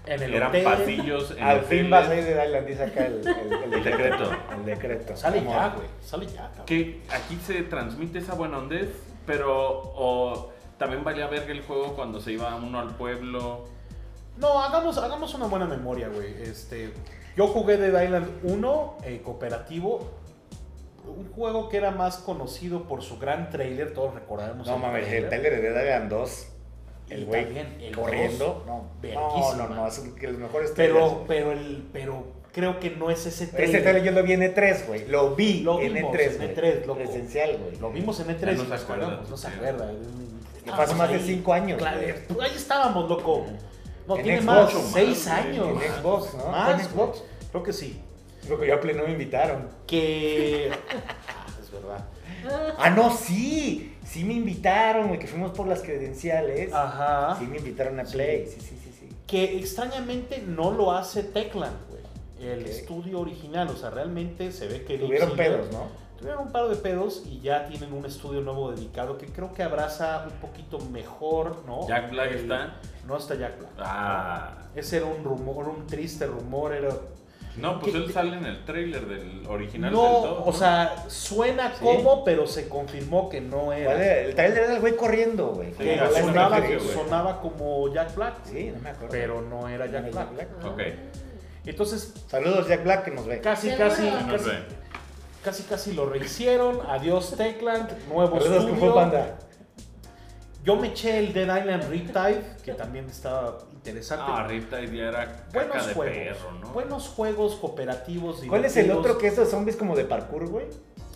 [SPEAKER 1] En el
[SPEAKER 3] Eran
[SPEAKER 1] hotel.
[SPEAKER 3] pasillos en
[SPEAKER 2] Al fin va a salir
[SPEAKER 3] hoteles.
[SPEAKER 2] de Island, dice acá el, el- el
[SPEAKER 3] El decreto.
[SPEAKER 2] El decreto.
[SPEAKER 1] Sale
[SPEAKER 2] Como-
[SPEAKER 1] ya, güey. Sale ya, cabrón.
[SPEAKER 3] Que aquí se transmite esa buena ondez, pero o, también valía verga el juego cuando se iba uno al pueblo.
[SPEAKER 1] No, hagamos, hagamos una buena memoria, güey. Este, yo jugué Dead Island 1 eh, cooperativo. Un juego que era más conocido por su gran trailer, todos recordaremos.
[SPEAKER 2] No
[SPEAKER 1] el
[SPEAKER 2] mames, el
[SPEAKER 1] tráiler.
[SPEAKER 2] trailer de Dead Island 2.
[SPEAKER 1] Y
[SPEAKER 2] El güey
[SPEAKER 1] también el
[SPEAKER 2] corriendo.
[SPEAKER 1] dos,
[SPEAKER 2] No, no,
[SPEAKER 1] verguísima.
[SPEAKER 2] no, no, es un- que los mejores trailers,
[SPEAKER 1] Pero,
[SPEAKER 2] güey.
[SPEAKER 1] pero el, pero creo que no es ese trailer.
[SPEAKER 2] Ese trailer Este yo lo vi en E3, güey. Lo vi
[SPEAKER 1] Lo
[SPEAKER 2] en
[SPEAKER 1] vimos
[SPEAKER 2] E3,
[SPEAKER 1] en
[SPEAKER 2] güey.
[SPEAKER 1] E3, loco.
[SPEAKER 2] Presencial, güey.
[SPEAKER 1] Lo vimos en E pues,
[SPEAKER 3] Ya
[SPEAKER 1] E3.
[SPEAKER 3] no se
[SPEAKER 1] nos
[SPEAKER 3] acuerda.
[SPEAKER 1] acordamos.
[SPEAKER 5] No se
[SPEAKER 3] Sí.
[SPEAKER 5] acuerda.
[SPEAKER 2] Me pasó más de cinco años,
[SPEAKER 1] Ah, Claro,
[SPEAKER 2] güey.
[SPEAKER 1] pues ahí estábamos, loco. No,
[SPEAKER 2] En
[SPEAKER 1] tiene
[SPEAKER 2] Xbox,
[SPEAKER 1] más.
[SPEAKER 3] más,
[SPEAKER 1] Seis
[SPEAKER 3] güey,
[SPEAKER 1] años.
[SPEAKER 3] tiene
[SPEAKER 2] En Xbox, ¿no?
[SPEAKER 1] Más,
[SPEAKER 2] Fue en Xbox.
[SPEAKER 1] Creo que sí.
[SPEAKER 2] Lo que yo a Play no me invitaron.
[SPEAKER 1] Que. Ah, es verdad.
[SPEAKER 2] Ah, no, sí. Sí me invitaron, güey, que fuimos por las credenciales.
[SPEAKER 1] Ajá.
[SPEAKER 2] Sí me invitaron a Play. Sí, sí, sí, sí.
[SPEAKER 1] Que extrañamente no lo hace Teclan, güey. El
[SPEAKER 2] Ok.
[SPEAKER 1] estudio original. O sea, realmente se ve que. Deep
[SPEAKER 2] Tuvieron
[SPEAKER 1] Silver-
[SPEAKER 2] pedos, ¿no?
[SPEAKER 1] Tuvieron un par de pedos y ya tienen un estudio nuevo dedicado que creo que abraza un poquito mejor, ¿no?
[SPEAKER 3] Jack Black
[SPEAKER 1] El-
[SPEAKER 3] está.
[SPEAKER 1] No está Jack Black.
[SPEAKER 3] Ah.
[SPEAKER 1] Ese era un rumor, un triste rumor, era...
[SPEAKER 3] No, pues
[SPEAKER 1] ¿Qué-
[SPEAKER 3] él
[SPEAKER 1] qué-
[SPEAKER 3] sale en el trailer del original
[SPEAKER 1] no,
[SPEAKER 3] del 2.
[SPEAKER 1] o sea, suena
[SPEAKER 2] Sí.
[SPEAKER 1] como, pero se confirmó que no era.
[SPEAKER 2] ¿Cuál era? El trailer era el güey corriendo, güey.
[SPEAKER 3] Sí,
[SPEAKER 1] Que
[SPEAKER 3] era
[SPEAKER 1] sonaba,
[SPEAKER 3] suena que sí, güey.
[SPEAKER 1] sonaba como Jack Black,
[SPEAKER 2] Sí, no me acuerdo.
[SPEAKER 1] pero no era
[SPEAKER 2] Era
[SPEAKER 1] Jack Black.
[SPEAKER 4] Ah.
[SPEAKER 3] Ok.
[SPEAKER 1] Entonces,
[SPEAKER 2] Saludos, Jack Black, que nos ve.
[SPEAKER 1] casi,
[SPEAKER 4] Seguro.
[SPEAKER 1] casi,
[SPEAKER 4] No
[SPEAKER 3] Ah, No
[SPEAKER 1] casi,
[SPEAKER 3] sé.
[SPEAKER 1] casi, casi lo rehicieron. Adiós, Techland, nuevo
[SPEAKER 2] Saludos, Kung Fu
[SPEAKER 1] estudio.
[SPEAKER 2] Panda.
[SPEAKER 1] Yo me eché el Dead Island Riptide, que también estaba interesante.
[SPEAKER 3] Ah, Riptide ya era caca
[SPEAKER 1] buenos
[SPEAKER 3] de
[SPEAKER 1] juegos.
[SPEAKER 3] perro, ¿no?
[SPEAKER 1] Buenos juegos cooperativos.
[SPEAKER 2] ¿Cuál es el
[SPEAKER 1] divertidos.
[SPEAKER 2] otro que esos zombies como de parkour, güey?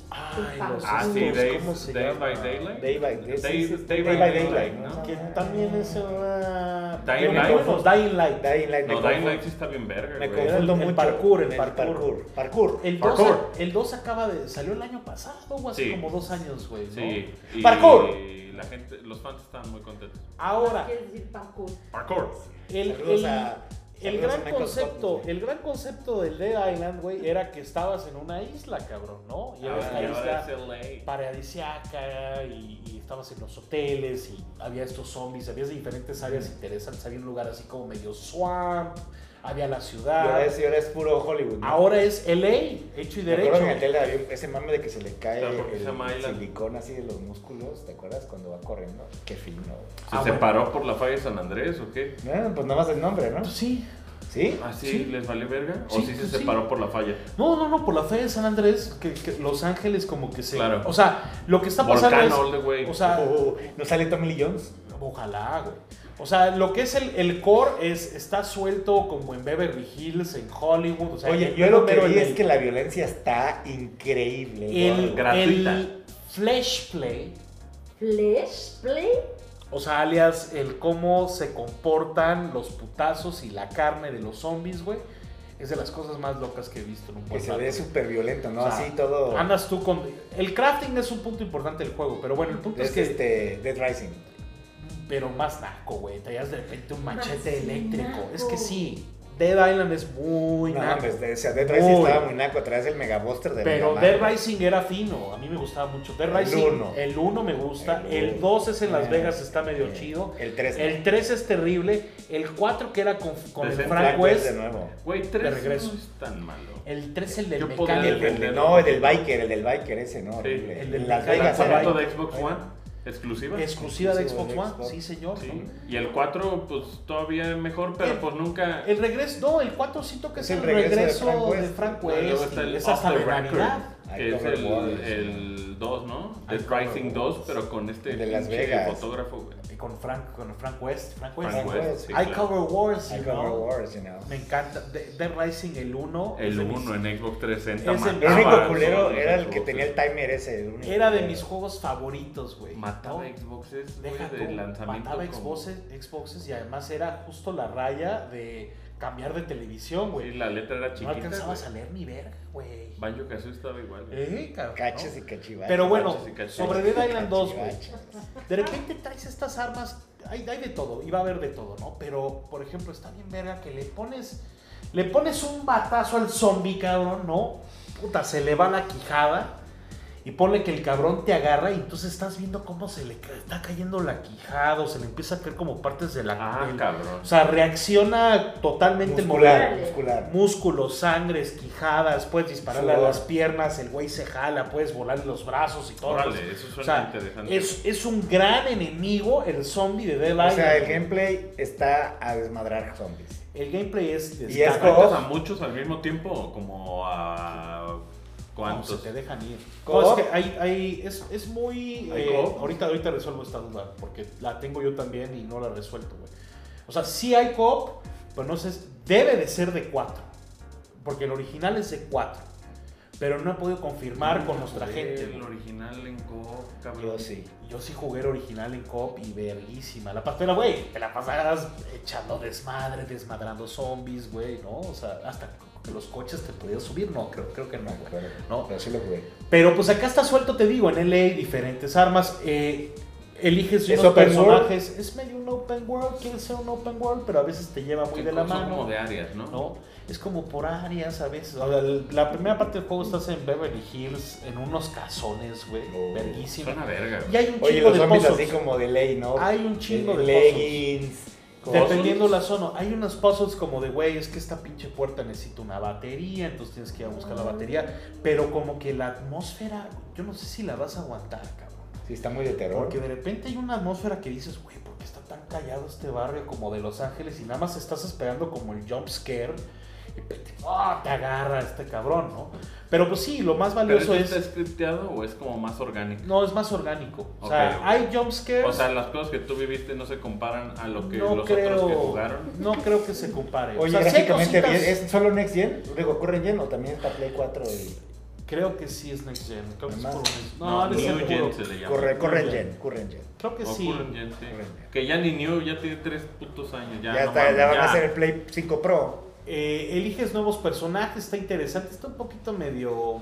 [SPEAKER 1] Ay, los
[SPEAKER 3] Ah, sí,
[SPEAKER 1] estos,
[SPEAKER 3] Day,
[SPEAKER 1] ¿cómo se
[SPEAKER 3] Day
[SPEAKER 1] llama?
[SPEAKER 3] by Daylight.
[SPEAKER 2] Day by Day, sí, sí, Day
[SPEAKER 3] Day by
[SPEAKER 2] by
[SPEAKER 3] Daylight,
[SPEAKER 2] Daylight,
[SPEAKER 3] ¿no?
[SPEAKER 2] ¿no?
[SPEAKER 1] Que también es una...
[SPEAKER 3] Dying
[SPEAKER 1] Pero
[SPEAKER 3] Light.
[SPEAKER 1] bueno, Dying Light.
[SPEAKER 2] Dying Light. me
[SPEAKER 3] No, Dying
[SPEAKER 2] confundo.
[SPEAKER 3] Light sí está bien verga,
[SPEAKER 2] Me
[SPEAKER 3] güey.
[SPEAKER 1] confundo.
[SPEAKER 2] confundo
[SPEAKER 1] El- el
[SPEAKER 2] mucho.
[SPEAKER 1] parkour, el
[SPEAKER 2] En
[SPEAKER 1] parkour.
[SPEAKER 2] parkour. Parkour.
[SPEAKER 1] El 2,
[SPEAKER 2] parkour.
[SPEAKER 1] el 2 acaba de... Salió el año pasado, o hace
[SPEAKER 3] Sí.
[SPEAKER 1] como dos años, güey. ¿no?
[SPEAKER 3] Sí. Y
[SPEAKER 2] Parkour.
[SPEAKER 3] la gente, los fans estaban muy contentos.
[SPEAKER 1] Ahora,
[SPEAKER 4] Quiere decir Paco.
[SPEAKER 3] Parkour.
[SPEAKER 1] el,
[SPEAKER 2] Saludos
[SPEAKER 1] el-
[SPEAKER 2] a-
[SPEAKER 1] el
[SPEAKER 2] saludos a
[SPEAKER 1] gran
[SPEAKER 2] Michael
[SPEAKER 1] concepto,
[SPEAKER 2] Scott, güey.
[SPEAKER 1] el gran concepto del Dead Island, güey, era que estabas en una isla, cabrón, ¿no? Y era
[SPEAKER 3] Ahora-
[SPEAKER 1] esta
[SPEAKER 3] Ah, y
[SPEAKER 1] isla...
[SPEAKER 3] ahora es LA.
[SPEAKER 1] paradisiaca y, y estabas en los hoteles y había estos zombies, había diferentes
[SPEAKER 3] Mm.
[SPEAKER 1] áreas interesantes, había un lugar así como medio swamp, había la
[SPEAKER 2] Y
[SPEAKER 1] ciudad.
[SPEAKER 2] ahora es, y ahora es puro Hollywood. ¿no?
[SPEAKER 1] Ahora es LA, hecho y
[SPEAKER 2] ¿Te acuerdas en el
[SPEAKER 1] derecho.
[SPEAKER 2] tele había un- ese mame de que se le cae
[SPEAKER 3] Claro, porque
[SPEAKER 2] el
[SPEAKER 3] se llama Island.
[SPEAKER 2] silicón así de los músculos? ¿Te acuerdas cuando va corriendo? Qué fino. güey.
[SPEAKER 3] ¿Se
[SPEAKER 1] Ah,
[SPEAKER 3] separó por la falla de San Andrés o qué?
[SPEAKER 2] No, pues nada más el nombre, ¿no?
[SPEAKER 1] Sí.
[SPEAKER 2] ¿Sí?
[SPEAKER 3] ¿Ah, sí?
[SPEAKER 1] Sí.
[SPEAKER 3] ¿Les valió verga? ¿O
[SPEAKER 1] Sí,
[SPEAKER 3] sí, se
[SPEAKER 1] pues sí.
[SPEAKER 3] separó por la falla?
[SPEAKER 1] No, no, no, por la fe de San Andrés, que, que Los Ángeles como que se...
[SPEAKER 3] Claro.
[SPEAKER 1] O sea, lo que está pasando
[SPEAKER 3] Volcán
[SPEAKER 1] es...
[SPEAKER 3] all the way.
[SPEAKER 1] O sea,
[SPEAKER 2] Oh, ¿No sale Tommy Lee Jones?
[SPEAKER 1] Ojalá, güey. O sea, lo que es el, el core es, está suelto como en Beverly Hills, en Hollywood. O sea,
[SPEAKER 2] Oye,
[SPEAKER 1] el
[SPEAKER 2] yo lo que
[SPEAKER 1] mero
[SPEAKER 2] vi
[SPEAKER 1] en
[SPEAKER 2] es
[SPEAKER 1] el-
[SPEAKER 2] que la violencia está increíble.
[SPEAKER 1] el,
[SPEAKER 2] güey.
[SPEAKER 3] Gratuita.
[SPEAKER 1] el flash play,
[SPEAKER 4] Flash Play.
[SPEAKER 1] o sea, alias el cómo se comportan los putazos y la carne de los zombies, güey, es de las cosas más locas que he visto en un
[SPEAKER 2] Que
[SPEAKER 1] buen
[SPEAKER 2] se
[SPEAKER 1] rato.
[SPEAKER 2] ve súper violento, ¿no?
[SPEAKER 1] O sea, ah,
[SPEAKER 2] Así todo.
[SPEAKER 1] Andas tú con... El crafting es un punto importante del juego, pero bueno, el punto
[SPEAKER 2] es
[SPEAKER 1] es pues que...
[SPEAKER 2] este, Dead Rising.
[SPEAKER 1] Pero más naco, güey, traías de repente un machete
[SPEAKER 4] Más
[SPEAKER 1] eléctrico.
[SPEAKER 4] naco.
[SPEAKER 1] Es que sí, Dead Island es muy
[SPEAKER 2] no,
[SPEAKER 1] naco.
[SPEAKER 2] mames, de- o sea, Dead Rising
[SPEAKER 1] Uy.
[SPEAKER 2] estaba muy naco, traes el megabuster de
[SPEAKER 1] Pero
[SPEAKER 2] Mega Man,
[SPEAKER 1] Dead
[SPEAKER 2] güey.
[SPEAKER 1] Rising era fino, a mí me gustaba mucho. Dead
[SPEAKER 2] El
[SPEAKER 1] Rising,
[SPEAKER 2] uno.
[SPEAKER 1] el 1 me gusta,
[SPEAKER 2] El
[SPEAKER 1] el
[SPEAKER 2] uno.
[SPEAKER 1] 2 es en Las
[SPEAKER 2] Eh,
[SPEAKER 1] Vegas, está medio
[SPEAKER 2] eh, este.
[SPEAKER 1] chido.
[SPEAKER 2] El 3.
[SPEAKER 1] El 3 es terrible. El 4 que era con, con el
[SPEAKER 3] Descent
[SPEAKER 1] Frank
[SPEAKER 2] de
[SPEAKER 1] West.
[SPEAKER 2] nuevo.
[SPEAKER 3] Güey,
[SPEAKER 1] De
[SPEAKER 3] tres
[SPEAKER 1] regreso.
[SPEAKER 3] no es tan malo.
[SPEAKER 1] El 3 Ah, el del
[SPEAKER 3] Yo podría
[SPEAKER 2] El,
[SPEAKER 1] mecánico.
[SPEAKER 2] el de- no, el del biker, el del biker ese, ¿no?
[SPEAKER 3] Sí,
[SPEAKER 2] horrible.
[SPEAKER 1] el del
[SPEAKER 2] En Las
[SPEAKER 1] biker.
[SPEAKER 2] Vegas. era
[SPEAKER 3] ¿Lanzamiento
[SPEAKER 2] ahí.
[SPEAKER 3] de Xbox One? ¿Exclusiva?
[SPEAKER 1] Exclusiva de
[SPEAKER 2] Exclusivo
[SPEAKER 1] Xbox
[SPEAKER 2] de
[SPEAKER 1] One.
[SPEAKER 2] Xbox.
[SPEAKER 1] Sí, señor.
[SPEAKER 3] Sí. Y el 4, pues todavía mejor, pero
[SPEAKER 1] El-
[SPEAKER 3] pues nunca.
[SPEAKER 1] El regreso, no, el 4 siento que es
[SPEAKER 2] Es
[SPEAKER 1] el
[SPEAKER 2] el regreso de
[SPEAKER 1] regreso
[SPEAKER 2] Frank West.
[SPEAKER 1] de Frank
[SPEAKER 3] No, luego
[SPEAKER 1] West.
[SPEAKER 3] está
[SPEAKER 1] y
[SPEAKER 3] el
[SPEAKER 1] Es
[SPEAKER 3] Off
[SPEAKER 1] hasta
[SPEAKER 3] the
[SPEAKER 1] de
[SPEAKER 3] Record,
[SPEAKER 1] Navidad.
[SPEAKER 2] Ahí
[SPEAKER 3] Que es
[SPEAKER 2] cover
[SPEAKER 3] el,
[SPEAKER 2] Waters, ¿no?
[SPEAKER 3] el 2, ¿no?
[SPEAKER 1] Ahí
[SPEAKER 3] Dead
[SPEAKER 1] cover
[SPEAKER 3] Rising 2,
[SPEAKER 1] Waters.
[SPEAKER 3] pero con este
[SPEAKER 2] El de Las
[SPEAKER 3] pinche
[SPEAKER 2] Vegas. Pues,
[SPEAKER 3] fotógrafo, güey.
[SPEAKER 1] Y Con Frank, con Frank West. Frank West.
[SPEAKER 3] Frank
[SPEAKER 2] West,
[SPEAKER 3] West, sí,
[SPEAKER 1] I
[SPEAKER 3] claro.
[SPEAKER 1] Cover Wars,
[SPEAKER 2] I
[SPEAKER 1] you
[SPEAKER 2] Cover
[SPEAKER 1] know.
[SPEAKER 2] Wars, you know.
[SPEAKER 1] Me encanta. De- Dead Rising, el 1.
[SPEAKER 3] El 1 en Xbox 360.
[SPEAKER 1] Es el
[SPEAKER 2] El
[SPEAKER 3] mataba a
[SPEAKER 2] único
[SPEAKER 3] los
[SPEAKER 2] culero
[SPEAKER 3] otros
[SPEAKER 2] era el que
[SPEAKER 3] Xboxes.
[SPEAKER 2] tenía el timer ese. el único
[SPEAKER 1] Era de
[SPEAKER 2] culero.
[SPEAKER 1] mis juegos favoritos, güey.
[SPEAKER 3] Mataba
[SPEAKER 1] ¿no?
[SPEAKER 3] Xboxes, güey,
[SPEAKER 1] Deja
[SPEAKER 3] de
[SPEAKER 1] tú,
[SPEAKER 3] lanzamiento.
[SPEAKER 1] mataba
[SPEAKER 3] como-
[SPEAKER 1] Xboxes, Xboxes y además era justo la raya de cambiar de televisión,
[SPEAKER 3] Sí,
[SPEAKER 1] güey.
[SPEAKER 3] la letra era
[SPEAKER 1] no
[SPEAKER 3] chiquita.
[SPEAKER 1] alcanzabas a leer ni verga, güey.
[SPEAKER 3] Banjo Kazooie estaba igual. güey.
[SPEAKER 1] Eh, cabrón, ¿no?
[SPEAKER 2] Caches y cachivaches.
[SPEAKER 1] Pero bueno,
[SPEAKER 3] Caches y cachivaches.
[SPEAKER 1] sobre Dead Island 2, güey.
[SPEAKER 2] Cachivaches.
[SPEAKER 1] De repente traes estas armas, hay, hay de todo, y va a haber de todo, ¿no? Pero, por ejemplo, está bien verga que le pones, le pones un batazo al zombie, cabrón, ¿no? Puta, se le va la quijada. Y ponle que el cabrón te agarra y entonces estás viendo cómo se le ca- está cayendo la quijada o se le empieza a caer como partes de la
[SPEAKER 3] Ah,
[SPEAKER 1] del-
[SPEAKER 3] cabrón.
[SPEAKER 1] O sea, reacciona totalmente el
[SPEAKER 2] Muscular,
[SPEAKER 4] moral.
[SPEAKER 2] muscular.
[SPEAKER 1] músculo, sangre, esquijadas, puedes dispararle a
[SPEAKER 2] Sudor.
[SPEAKER 1] las piernas, el güey se jala, puedes volar los brazos y todo.
[SPEAKER 3] Órale, eso suena
[SPEAKER 1] O sea,
[SPEAKER 3] interesante.
[SPEAKER 1] es, es un gran enemigo el zombie de Dead Island.
[SPEAKER 2] O sea, el gameplay está a desmadrar zombies.
[SPEAKER 1] El gameplay es...
[SPEAKER 2] Y
[SPEAKER 1] descarga.
[SPEAKER 2] es
[SPEAKER 1] No,
[SPEAKER 2] co-op.
[SPEAKER 3] ¿Matas a muchos al mismo tiempo? o Como a.
[SPEAKER 1] se
[SPEAKER 3] ¿Cuántos?
[SPEAKER 1] te dejan ir.
[SPEAKER 2] Co-op.
[SPEAKER 1] No, es que hay- hay- es, es muy...
[SPEAKER 3] ¿Hay
[SPEAKER 1] eh,
[SPEAKER 3] co-op?
[SPEAKER 1] ahorita, ahorita resuelvo esta duda, porque la tengo yo también y no la resuelto, güey. O sea, sí hay co-op, pero no sé, debe de ser de cuatro. porque el original es de 4. Pero no he podido confirmar con nuestra gente.
[SPEAKER 3] El original en co, cabrón.
[SPEAKER 2] Yo sí.
[SPEAKER 1] Yo sí jugué el original en cop y verguísima. La pastela, güey, te la pasabas echando desmadre, desmadrando zombies, güey, ¿no? O sea, hasta que los coches te podías subir, no, creo, creo que no, güey. No.
[SPEAKER 2] Pero sí lo jugué.
[SPEAKER 1] Pero pues acá está suelto, te digo, en LA, diferentes armas. eh, eliges
[SPEAKER 2] ¿Es
[SPEAKER 1] unos
[SPEAKER 2] open
[SPEAKER 1] personajes. Es medio un open world, quiere ser un open world, pero a veces te lleva muy
[SPEAKER 3] Que
[SPEAKER 1] de la
[SPEAKER 3] son como
[SPEAKER 1] mano.
[SPEAKER 3] de áreas, ¿no?
[SPEAKER 1] ¿no? Es como por áreas a veces. O sea, el- la primera parte del juego estás en Beverly Hills, en unos cazones, güey,
[SPEAKER 2] Oh,
[SPEAKER 1] verguísima.
[SPEAKER 3] Suena verga, güey.
[SPEAKER 1] Y hay un
[SPEAKER 2] Oye,
[SPEAKER 1] chingo
[SPEAKER 2] los
[SPEAKER 1] de
[SPEAKER 2] zombies
[SPEAKER 1] pozos.
[SPEAKER 2] así como de ley, ¿no? Eh,
[SPEAKER 1] Hay un chingo de
[SPEAKER 2] leggings.
[SPEAKER 3] ¿Puzzles?
[SPEAKER 1] Dependiendo la zona, hay unos puzzles como de, güey, es que esta pinche puerta necesita una batería, entonces tienes que ir a buscar la batería, pero como que la atmósfera, yo no sé si la vas a aguantar, cabrón.
[SPEAKER 2] Sí, está muy de terror.
[SPEAKER 1] Porque de repente hay una atmósfera que dices, güey, ¿por qué está tan callado este barrio como de Los Ángeles? Y nada más estás esperando como el jump scare y pete, ¡ah! te agarra este cabrón, ¿no? Pero pues sí, lo más
[SPEAKER 3] ¿Pero
[SPEAKER 1] valioso
[SPEAKER 3] eso
[SPEAKER 1] es...
[SPEAKER 3] está scripteado o es como más orgánico?
[SPEAKER 1] No, es más orgánico. O sea,
[SPEAKER 3] Ok, ok.
[SPEAKER 1] hay jump scares.
[SPEAKER 3] O sea, las cosas que tú viviste no se comparan a lo que
[SPEAKER 1] no
[SPEAKER 3] los
[SPEAKER 1] creo,
[SPEAKER 3] otros que jugaron.
[SPEAKER 1] No creo que se compare.
[SPEAKER 2] Oye,
[SPEAKER 1] O sea, sí hay
[SPEAKER 2] gráficamente,
[SPEAKER 1] cositas-
[SPEAKER 2] ¿es es solo Next Gen? Digo, ¿corre Gen o también está Play 4? Y...
[SPEAKER 1] Creo que sí es Next Gen. Creo que es
[SPEAKER 2] Además-
[SPEAKER 1] puro Next- No,
[SPEAKER 3] No,
[SPEAKER 1] ha de ser
[SPEAKER 3] New
[SPEAKER 1] puro.
[SPEAKER 3] Gen se le llama.
[SPEAKER 2] Corre, corre
[SPEAKER 1] Muy bien.
[SPEAKER 2] Gen, corre Gen.
[SPEAKER 1] Creo que
[SPEAKER 3] O
[SPEAKER 1] sí.
[SPEAKER 3] Current Gen, sí. Que ya ni New, ya tiene tres putos años. Ya,
[SPEAKER 2] Ya,
[SPEAKER 3] no
[SPEAKER 2] está,
[SPEAKER 3] mames,
[SPEAKER 2] ya van
[SPEAKER 3] ya.
[SPEAKER 2] a ser el Play 5 Pro.
[SPEAKER 1] Eh, eliges nuevos personajes, está interesante. Está un poquito medio.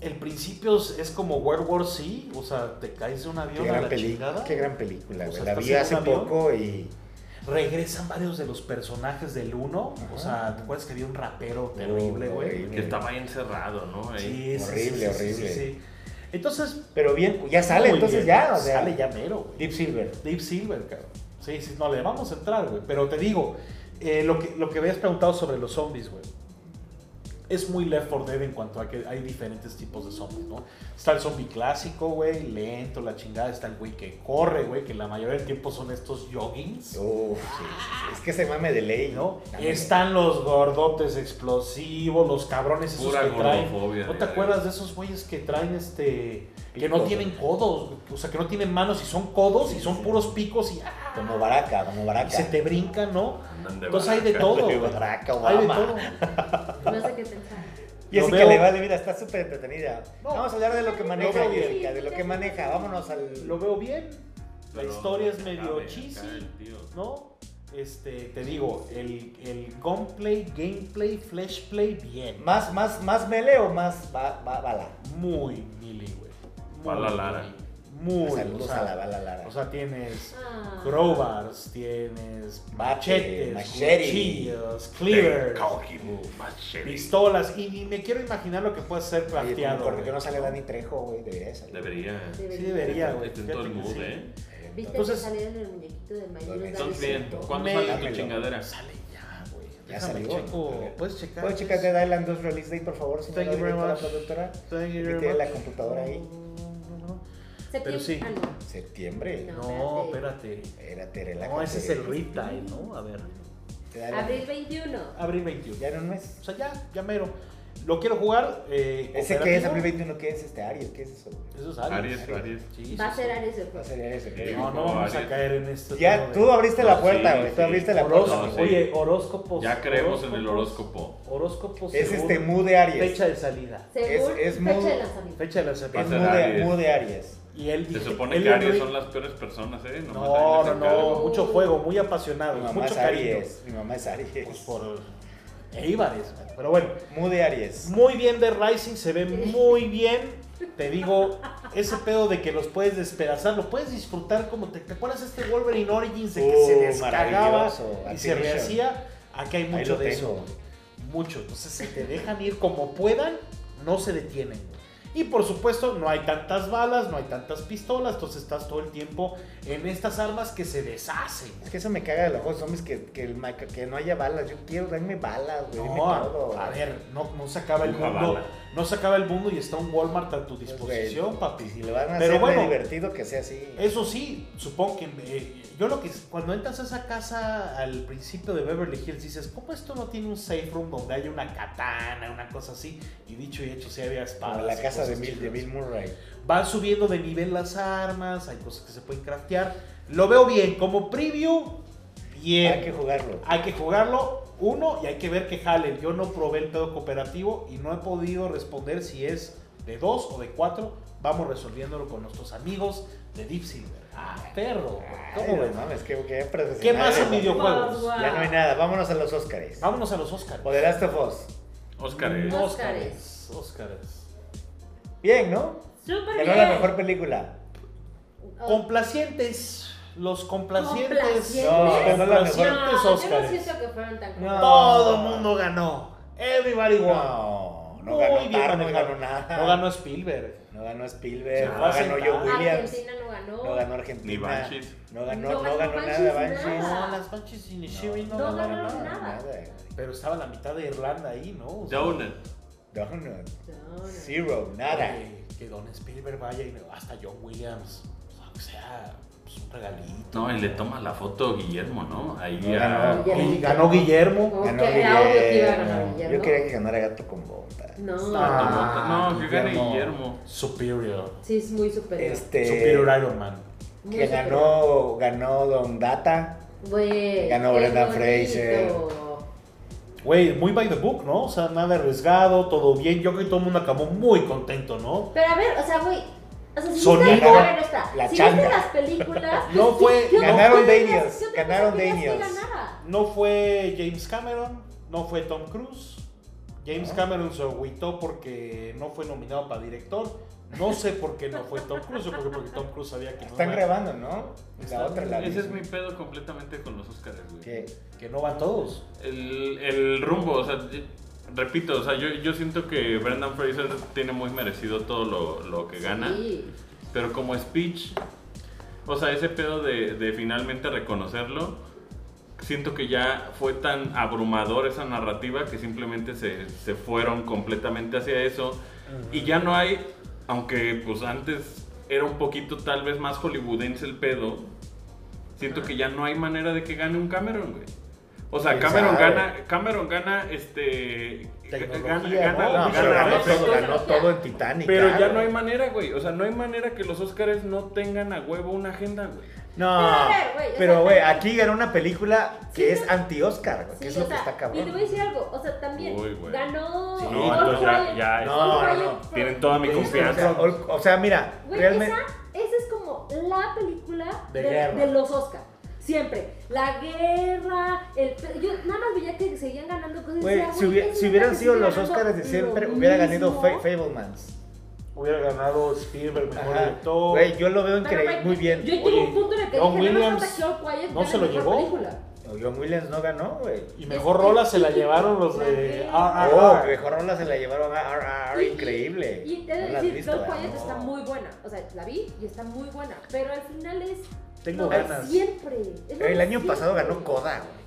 [SPEAKER 1] El principio es es como World War C, o sea, te caes de un
[SPEAKER 2] Qué
[SPEAKER 1] avión a
[SPEAKER 2] gran,
[SPEAKER 1] la
[SPEAKER 2] peli-
[SPEAKER 1] chingada.
[SPEAKER 2] qué gran película,
[SPEAKER 1] O
[SPEAKER 2] güey.
[SPEAKER 1] sea,
[SPEAKER 2] La
[SPEAKER 1] ¿estás
[SPEAKER 2] vi
[SPEAKER 1] en
[SPEAKER 2] hace
[SPEAKER 1] un avión?
[SPEAKER 2] poco y.
[SPEAKER 1] Regresan varios de los personajes del 1. O
[SPEAKER 2] Ajá.
[SPEAKER 1] sea, ¿te acuerdas que había un rapero terrible, güey?
[SPEAKER 3] Que estaba ahí encerrado, ¿no? Ahí.
[SPEAKER 1] Sí, sí, sí,
[SPEAKER 2] Horrible,
[SPEAKER 1] sí, sí,
[SPEAKER 2] horrible.
[SPEAKER 1] sí. Entonces,
[SPEAKER 2] Pero bien, ya sale,
[SPEAKER 1] muy
[SPEAKER 2] entonces
[SPEAKER 1] bien,
[SPEAKER 2] ya, o sea.
[SPEAKER 1] sale ya mero, güey.
[SPEAKER 2] Deep Silver.
[SPEAKER 1] Dave Silver, cabrón. Sí, sí, no, le vamos a entrar, güey. Pero te digo, eh, lo, que, lo que habías preguntado sobre los zombies, güey. Es muy Left 4 Dead en cuanto a que hay diferentes tipos de zombies, ¿no? Está el zombie clásico, güey, lento, la chingada. Está el güey que corre, güey, que la mayoría del tiempo son estos joggings,
[SPEAKER 2] Uf, sí, sí, sí. Es que se mame de ley,
[SPEAKER 1] ¿no?
[SPEAKER 2] ¿no?
[SPEAKER 1] Y están los gordotes explosivos, los cabrones esos
[SPEAKER 3] Pura
[SPEAKER 1] que traen.
[SPEAKER 3] gordofobia.
[SPEAKER 1] ¿No
[SPEAKER 3] ya,
[SPEAKER 1] te
[SPEAKER 3] ya.
[SPEAKER 1] acuerdas de esos güeyes que traen este. que no
[SPEAKER 2] Picos,
[SPEAKER 1] tienen
[SPEAKER 2] güey.
[SPEAKER 1] codos, güey? o sea, que no tienen manos y son codos y
[SPEAKER 2] Sí,
[SPEAKER 1] son
[SPEAKER 2] sí.
[SPEAKER 1] puros picos y. ¡ah!
[SPEAKER 2] Como Baraka, como Baraka.
[SPEAKER 1] Y se te brinca, ¿no?
[SPEAKER 3] Andan de
[SPEAKER 1] Entonces hay de
[SPEAKER 3] barca.
[SPEAKER 1] todo.
[SPEAKER 2] Como
[SPEAKER 1] güey.
[SPEAKER 2] Baraka,
[SPEAKER 1] Hay de
[SPEAKER 2] Obama.
[SPEAKER 1] todo.
[SPEAKER 6] No sé qué pensar.
[SPEAKER 2] Y
[SPEAKER 1] Lo
[SPEAKER 2] así que
[SPEAKER 1] veo-
[SPEAKER 2] le vale, mira, está súper entretenida.
[SPEAKER 1] No.
[SPEAKER 2] Vamos a hablar de lo que maneja,
[SPEAKER 1] veo bien.
[SPEAKER 2] Erika, de lo que maneja. Vámonos al.
[SPEAKER 1] Lo veo bien. La
[SPEAKER 3] Pero
[SPEAKER 1] historia es
[SPEAKER 3] acá,
[SPEAKER 1] medio
[SPEAKER 3] acá
[SPEAKER 1] cheesy,
[SPEAKER 3] el tío.
[SPEAKER 1] ¿no? Este, te digo, el, el gunplay, gameplay, flashplay, bien.
[SPEAKER 2] ¿Más, más, más melee o más ba- ba- bala?
[SPEAKER 1] Muy mili, güey. Muy
[SPEAKER 3] Bala Lara.
[SPEAKER 1] melee. Muy,
[SPEAKER 2] Saludos
[SPEAKER 1] o sea,
[SPEAKER 2] a la bala Lara.
[SPEAKER 1] O sea, tienes
[SPEAKER 6] Ah.
[SPEAKER 1] crowbars, tienes
[SPEAKER 2] Machete,
[SPEAKER 1] machetes,
[SPEAKER 2] machete.
[SPEAKER 1] cuchillos, cleavers,
[SPEAKER 3] Machete.
[SPEAKER 1] pistolas. Y ni me quiero imaginar lo que puede ser
[SPEAKER 2] Oye,
[SPEAKER 1] crafteado.
[SPEAKER 2] ¿Por qué
[SPEAKER 1] güey.
[SPEAKER 2] no sale Dani Trejo, güey? Debería de salir.
[SPEAKER 3] Debería.
[SPEAKER 1] Sí debería, güey.
[SPEAKER 3] Está en todo el
[SPEAKER 1] Fíjate que
[SPEAKER 3] mood,
[SPEAKER 1] sí.
[SPEAKER 3] ¿eh?
[SPEAKER 6] ¿Viste
[SPEAKER 1] Entonces-
[SPEAKER 6] que salieron el muñequito de Mayor
[SPEAKER 2] Entonces,
[SPEAKER 3] Entonces, bien.
[SPEAKER 2] siento.
[SPEAKER 3] ¿Cuándo
[SPEAKER 1] Me-
[SPEAKER 3] sale tu
[SPEAKER 2] Dámelo.
[SPEAKER 3] chingadera?
[SPEAKER 1] Sale ya, güey.
[SPEAKER 2] Ya
[SPEAKER 1] Déjame
[SPEAKER 2] salió,
[SPEAKER 1] checo.
[SPEAKER 2] ¿no?
[SPEAKER 1] ¿Puedes checar?
[SPEAKER 2] Oye, chicas de Dylan 2 Release Day, por favor, señora
[SPEAKER 1] Thank you very
[SPEAKER 2] directora,
[SPEAKER 1] much.
[SPEAKER 2] productora.
[SPEAKER 1] Thank you
[SPEAKER 2] que
[SPEAKER 1] very
[SPEAKER 2] tiene
[SPEAKER 1] much.
[SPEAKER 2] la computadora ahí.
[SPEAKER 1] Pero sí.
[SPEAKER 6] Ah, no.
[SPEAKER 2] Septiembre.
[SPEAKER 6] No.
[SPEAKER 1] No, espérate.
[SPEAKER 2] Espérate, relájate.
[SPEAKER 1] No, ese es el retail, ¿no? A ver.
[SPEAKER 2] Te da la-
[SPEAKER 6] Abril 21.
[SPEAKER 1] Abril 21.
[SPEAKER 2] Ya en un mes.
[SPEAKER 1] O sea, ya, ya mero. Lo quiero jugar. Eh,
[SPEAKER 2] ¿Ese qué es?
[SPEAKER 1] cooperativo.
[SPEAKER 2] ¿Abril 21? ¿Qué es este Aries? ¿Qué es eso?
[SPEAKER 1] Eso es Aries.
[SPEAKER 3] Aries, Aries.
[SPEAKER 1] Sí, sí,
[SPEAKER 6] Va a
[SPEAKER 1] sí.
[SPEAKER 6] ser Aries de
[SPEAKER 2] Va a
[SPEAKER 6] juego.
[SPEAKER 2] ser Aries. el
[SPEAKER 3] Aries.
[SPEAKER 1] No, no
[SPEAKER 3] Aries.
[SPEAKER 1] vamos a caer en esto.
[SPEAKER 2] Ya, tú abriste
[SPEAKER 3] No,
[SPEAKER 2] la puerta,
[SPEAKER 3] sí,
[SPEAKER 2] güey.
[SPEAKER 3] sí.
[SPEAKER 2] Tú abriste la puerta.
[SPEAKER 1] Horóscopo.
[SPEAKER 3] No, sí.
[SPEAKER 1] Oye, horóscopos.
[SPEAKER 3] Ya creemos en el horóscopo.
[SPEAKER 1] Horóscopos.
[SPEAKER 2] Es
[SPEAKER 1] según
[SPEAKER 2] este Mu de Aries.
[SPEAKER 1] Fecha de salida.
[SPEAKER 6] Según
[SPEAKER 2] es
[SPEAKER 6] fecha
[SPEAKER 2] muy-
[SPEAKER 6] de lanzamiento.
[SPEAKER 1] Fecha de la
[SPEAKER 2] Es
[SPEAKER 3] Va a
[SPEAKER 1] salida.
[SPEAKER 2] Mu
[SPEAKER 3] ser
[SPEAKER 2] de,
[SPEAKER 3] Aries.
[SPEAKER 2] Mu de Aries.
[SPEAKER 1] Y él
[SPEAKER 3] Se
[SPEAKER 1] dice-
[SPEAKER 3] supone
[SPEAKER 1] él
[SPEAKER 3] que
[SPEAKER 1] le
[SPEAKER 3] Aries
[SPEAKER 1] ri-
[SPEAKER 3] son las peores personas, ¿eh? Nomás
[SPEAKER 1] No,
[SPEAKER 3] ahí les
[SPEAKER 1] no, no.
[SPEAKER 3] encargo.
[SPEAKER 1] Mucho fuego, muy
[SPEAKER 2] Mi
[SPEAKER 1] apasionado,
[SPEAKER 2] mamá
[SPEAKER 1] mucho
[SPEAKER 2] es
[SPEAKER 1] cariño.
[SPEAKER 2] Aries. Mi mamá es
[SPEAKER 1] Pues
[SPEAKER 2] Aries.
[SPEAKER 1] por Eibares, güey. pero bueno,
[SPEAKER 2] Mu de Aries.
[SPEAKER 1] muy bien de Rising, se ve muy bien. Te digo, ese pedo de que los puedes despedazar, lo puedes disfrutar como te, ¿te acuerdas este Wolverine Origins de que
[SPEAKER 2] Oh,
[SPEAKER 1] se descargaba
[SPEAKER 2] maravilloso,
[SPEAKER 1] y se
[SPEAKER 2] Activision.
[SPEAKER 1] rehacía. Aquí hay
[SPEAKER 2] Ahí
[SPEAKER 1] mucho
[SPEAKER 2] lo
[SPEAKER 1] de eso,
[SPEAKER 2] tengo.
[SPEAKER 1] güey. mucho. Entonces, si te dejan ir como puedan, no se detienen. güey. Y por supuesto, no hay tantas balas, no hay tantas pistolas, entonces estás todo el tiempo en estas armas que se deshacen. güey.
[SPEAKER 2] Es que eso me caga de los juegos zombies que, que, el ma- que no haya balas. Yo quiero darme balas, güey. dime
[SPEAKER 1] No,
[SPEAKER 2] todo.
[SPEAKER 1] a ver, no, no se acaba el
[SPEAKER 3] Una
[SPEAKER 1] mundo.
[SPEAKER 3] bala.
[SPEAKER 1] No se acaba el mundo y está un Walmart a tu
[SPEAKER 2] Pues,
[SPEAKER 1] disposición,
[SPEAKER 2] güey,
[SPEAKER 1] papi.
[SPEAKER 2] Si lo van a
[SPEAKER 1] Pero
[SPEAKER 2] hacer
[SPEAKER 1] bueno,
[SPEAKER 2] de divertido, que sea así.
[SPEAKER 1] Eso sí, supongo que eh, yo lo que cuando entras a esa casa al principio de Beverly Hills dices, ¿cómo esto no tiene un safe room donde haya una katana, una cosa así? Y dicho y hecho, sí había
[SPEAKER 2] Como
[SPEAKER 1] espadas.
[SPEAKER 2] la
[SPEAKER 1] y
[SPEAKER 2] casa de
[SPEAKER 1] cosas
[SPEAKER 2] Bill, de
[SPEAKER 1] chidas.
[SPEAKER 2] Bill Murray.
[SPEAKER 1] Van subiendo de nivel las armas, hay cosas que se pueden craftear. Lo veo bien, Ah, como preview, bien.
[SPEAKER 2] Hay que jugarlo.
[SPEAKER 1] Hay que jugarlo. uno y hay que ver que jalen. Yo no probé el pedo cooperativo y no he podido responder si es de dos o de cuatro. Vamos resolviéndolo con nuestros amigos de Deep Silver. Ah, perro. güey. ¿Cómo
[SPEAKER 2] ¿Cómo
[SPEAKER 1] ves?
[SPEAKER 2] mames? Qué, qué profesional.
[SPEAKER 1] ¿Qué más en
[SPEAKER 2] güey.
[SPEAKER 1] videojuegos?
[SPEAKER 6] Wow, wow.
[SPEAKER 2] Ya no hay nada. Vámonos a los Óscares.
[SPEAKER 1] Vámonos a los Oscars.
[SPEAKER 2] O The Last of Us.
[SPEAKER 3] Oscar, ¿eh?
[SPEAKER 6] No.
[SPEAKER 1] Oscars. Oscars.
[SPEAKER 2] Bien, ¿no?
[SPEAKER 6] Súper
[SPEAKER 2] Ganó
[SPEAKER 6] bien.
[SPEAKER 2] la mejor película.
[SPEAKER 6] Oh,
[SPEAKER 1] Complacientes. Los complacientes.
[SPEAKER 6] Complacientes.
[SPEAKER 2] No, ganó la
[SPEAKER 6] no,
[SPEAKER 2] mejor.
[SPEAKER 1] Complacientes
[SPEAKER 6] yo no
[SPEAKER 1] Oscars.
[SPEAKER 6] siento que fueron tan
[SPEAKER 2] No.
[SPEAKER 1] Todo el mundo ganó. Everybody won.
[SPEAKER 2] No, no ganó
[SPEAKER 1] Muy bien
[SPEAKER 2] Tar, no
[SPEAKER 1] manejado.
[SPEAKER 2] ganó nada.
[SPEAKER 1] No ganó Spielberg.
[SPEAKER 2] No ganó Spielberg,
[SPEAKER 1] Se fue
[SPEAKER 2] no
[SPEAKER 1] a
[SPEAKER 2] ganó
[SPEAKER 1] sentar.
[SPEAKER 2] Joe Williams,
[SPEAKER 6] Argentina no ganó.
[SPEAKER 2] no ganó
[SPEAKER 3] Ni
[SPEAKER 2] Argentina,
[SPEAKER 3] Banshees.
[SPEAKER 2] no ganó,
[SPEAKER 6] No
[SPEAKER 2] no,
[SPEAKER 6] ganó
[SPEAKER 2] ganó
[SPEAKER 6] Banshees,
[SPEAKER 2] nada Banshees.
[SPEAKER 6] nada.
[SPEAKER 1] No, las Banshees y Nishibi no,
[SPEAKER 6] No
[SPEAKER 1] ganaron
[SPEAKER 6] ganaron
[SPEAKER 1] nada.
[SPEAKER 6] nada.
[SPEAKER 1] Pero estaba la mitad de Irlanda ahí, ¿no? O sea,
[SPEAKER 3] Donut.
[SPEAKER 2] Donut,
[SPEAKER 6] No, no.
[SPEAKER 2] zero, nada.
[SPEAKER 1] que- Que Don Spielberg vaya y hasta John Williams. O sea, pues un regalito.
[SPEAKER 3] No, y le toma la foto a Guillermo, ¿no? Ahí
[SPEAKER 2] No,
[SPEAKER 3] a-
[SPEAKER 2] no, no.
[SPEAKER 1] Y ganó Guillermo.
[SPEAKER 6] Ok,
[SPEAKER 2] Ganó
[SPEAKER 6] era obvio que iba a ganar
[SPEAKER 2] Guillermo.
[SPEAKER 6] Guillermo.
[SPEAKER 2] Yo quería que ganara Gato con Bota.
[SPEAKER 6] No,
[SPEAKER 1] Ah.
[SPEAKER 3] No, que gane
[SPEAKER 2] Guillermo.
[SPEAKER 3] Guillermo.
[SPEAKER 1] Superior.
[SPEAKER 6] sí es muy superior.
[SPEAKER 2] Este,
[SPEAKER 1] Superior Iron Man.
[SPEAKER 6] muy
[SPEAKER 2] que
[SPEAKER 6] superior.
[SPEAKER 2] ganó, ganó Don Data.
[SPEAKER 6] Güey,
[SPEAKER 2] ganó
[SPEAKER 6] qué
[SPEAKER 2] Brenda
[SPEAKER 6] bonito.
[SPEAKER 2] Fraser.
[SPEAKER 1] Güey, muy by the book, ¿no? O sea, nada arriesgado, todo bien. Yo creo que todo el mundo acabó muy contento, ¿no?
[SPEAKER 6] Pero a ver, o sea, güey. O sea, si
[SPEAKER 1] Sonido.
[SPEAKER 6] viste, a ver, no está.
[SPEAKER 2] La
[SPEAKER 6] si
[SPEAKER 2] changa.
[SPEAKER 6] viste las películas.
[SPEAKER 1] No fue-
[SPEAKER 6] ¿qué
[SPEAKER 2] ganaron
[SPEAKER 6] opinas? ¿Qué
[SPEAKER 2] Daniels,
[SPEAKER 6] opinas
[SPEAKER 2] ganaron
[SPEAKER 6] que querías que
[SPEAKER 2] Daniels.
[SPEAKER 6] ganara?
[SPEAKER 1] No fue James Cameron, no fue Tom Cruise. James
[SPEAKER 2] No.
[SPEAKER 1] Cameron se agüitó porque no fue nominado para director. No sé por qué no fue Tom Cruise, yo creo que porque Tom Cruise sabía que no,
[SPEAKER 2] Están
[SPEAKER 1] va,
[SPEAKER 2] grabando, ¿no? La
[SPEAKER 1] Están-
[SPEAKER 2] otra, la
[SPEAKER 3] Ese es
[SPEAKER 2] misma.
[SPEAKER 3] mi pedo completamente con los Oscars, güey.
[SPEAKER 2] ¿Qué?
[SPEAKER 1] que no van todos.
[SPEAKER 3] el, el rumbo, o sea, y- repito, o sea, yo, yo siento que Brendan Fraser tiene muy merecido todo lo, lo que gana,
[SPEAKER 6] Sí.
[SPEAKER 3] pero como speech, o sea, ese pedo de, de finalmente reconocerlo, siento que ya fue tan abrumador esa narrativa que simplemente se, se fueron completamente hacia eso y ya no hay, aunque pues antes era un poquito tal vez más hollywoodense el pedo, siento que ya no hay manera de que gane un Cameron, güey. O sea,
[SPEAKER 2] ¿Quién
[SPEAKER 3] Cameron
[SPEAKER 2] sabe?
[SPEAKER 3] gana, Cameron gana, este,
[SPEAKER 1] Tecnología,
[SPEAKER 3] gana, gana-
[SPEAKER 1] ¿no?
[SPEAKER 2] No,
[SPEAKER 3] gana
[SPEAKER 2] pero ganó
[SPEAKER 3] eso.
[SPEAKER 2] todo, ganó todo en Titanic.
[SPEAKER 3] Pero ya
[SPEAKER 2] claro.
[SPEAKER 3] no hay manera, güey. O sea, no hay manera que los Oscars no tengan a huevo una agenda, güey.
[SPEAKER 2] No,
[SPEAKER 6] Pero a ver, güey, o
[SPEAKER 2] pero
[SPEAKER 6] sea,
[SPEAKER 2] güey,
[SPEAKER 6] también-
[SPEAKER 2] aquí ganó una película que
[SPEAKER 6] Sí,
[SPEAKER 2] es
[SPEAKER 6] no-
[SPEAKER 2] anti-Oscar, güey, que
[SPEAKER 6] Sí,
[SPEAKER 2] es lo
[SPEAKER 6] o
[SPEAKER 2] que
[SPEAKER 6] sea,
[SPEAKER 2] está
[SPEAKER 6] Y te voy a
[SPEAKER 2] cabrón.
[SPEAKER 6] decir algo, o sea, también
[SPEAKER 3] Uy, güey.
[SPEAKER 6] ganó.
[SPEAKER 2] Sí,
[SPEAKER 6] All
[SPEAKER 3] No, entonces ya,
[SPEAKER 6] Quiet-
[SPEAKER 3] ya es-
[SPEAKER 2] No,
[SPEAKER 6] All
[SPEAKER 2] no,
[SPEAKER 6] Quiet
[SPEAKER 2] no.
[SPEAKER 6] from-
[SPEAKER 3] Tienen toda mi
[SPEAKER 2] O sea,
[SPEAKER 3] confianza.
[SPEAKER 2] o, o sea, mira,
[SPEAKER 6] Güey,
[SPEAKER 2] realmente...
[SPEAKER 6] esa, esa es como la película
[SPEAKER 2] De
[SPEAKER 6] de,
[SPEAKER 2] guerra.
[SPEAKER 6] de los Oscar. Siempre. La guerra, el... Yo nada más veía que seguían ganando cosas. y
[SPEAKER 2] Güey,
[SPEAKER 6] decía,
[SPEAKER 2] si, hubiera-
[SPEAKER 6] es
[SPEAKER 2] si
[SPEAKER 6] neta
[SPEAKER 2] hubieran
[SPEAKER 6] que
[SPEAKER 2] sido
[SPEAKER 6] siguen
[SPEAKER 2] los
[SPEAKER 6] ganando
[SPEAKER 2] Oscars de
[SPEAKER 6] lo
[SPEAKER 2] siempre, hubiera ganado
[SPEAKER 6] mismo.
[SPEAKER 2] Fa- Fablemans.
[SPEAKER 1] Hubiera ganado Spielberg mejor
[SPEAKER 2] Ajá.
[SPEAKER 1] director.
[SPEAKER 2] Güey, yo lo veo
[SPEAKER 6] Pero,
[SPEAKER 2] increíble,
[SPEAKER 6] güey, pues,
[SPEAKER 2] muy bien.
[SPEAKER 6] Yo llegué a
[SPEAKER 1] Oye,
[SPEAKER 6] un punto en el que
[SPEAKER 1] John
[SPEAKER 6] dije, nada más
[SPEAKER 1] Williams
[SPEAKER 6] hasta que All Quiet
[SPEAKER 1] no
[SPEAKER 6] gane
[SPEAKER 1] se lo
[SPEAKER 6] mejor
[SPEAKER 1] llevó.
[SPEAKER 6] película.
[SPEAKER 2] John Williams no ganó, güey.
[SPEAKER 1] y mejor rola se la llevaron los de
[SPEAKER 6] Ah,
[SPEAKER 2] Oh,
[SPEAKER 1] RRR.
[SPEAKER 2] mejor rola se la llevaron a RRR,
[SPEAKER 6] Y- y-
[SPEAKER 2] Ah, increíble.
[SPEAKER 6] Y te
[SPEAKER 2] No
[SPEAKER 6] debo
[SPEAKER 2] la has
[SPEAKER 6] decir,
[SPEAKER 2] visto,
[SPEAKER 6] All
[SPEAKER 2] ¿verdad?
[SPEAKER 6] Quiet
[SPEAKER 2] No.
[SPEAKER 6] está muy buena. O sea, la vi y está muy buena. Pero al final es.
[SPEAKER 1] Tengo
[SPEAKER 6] lo de
[SPEAKER 1] ganas.
[SPEAKER 6] Siempre. es lo
[SPEAKER 2] El
[SPEAKER 6] de
[SPEAKER 2] año pasado
[SPEAKER 6] siempre.
[SPEAKER 2] ganó Coda, güey.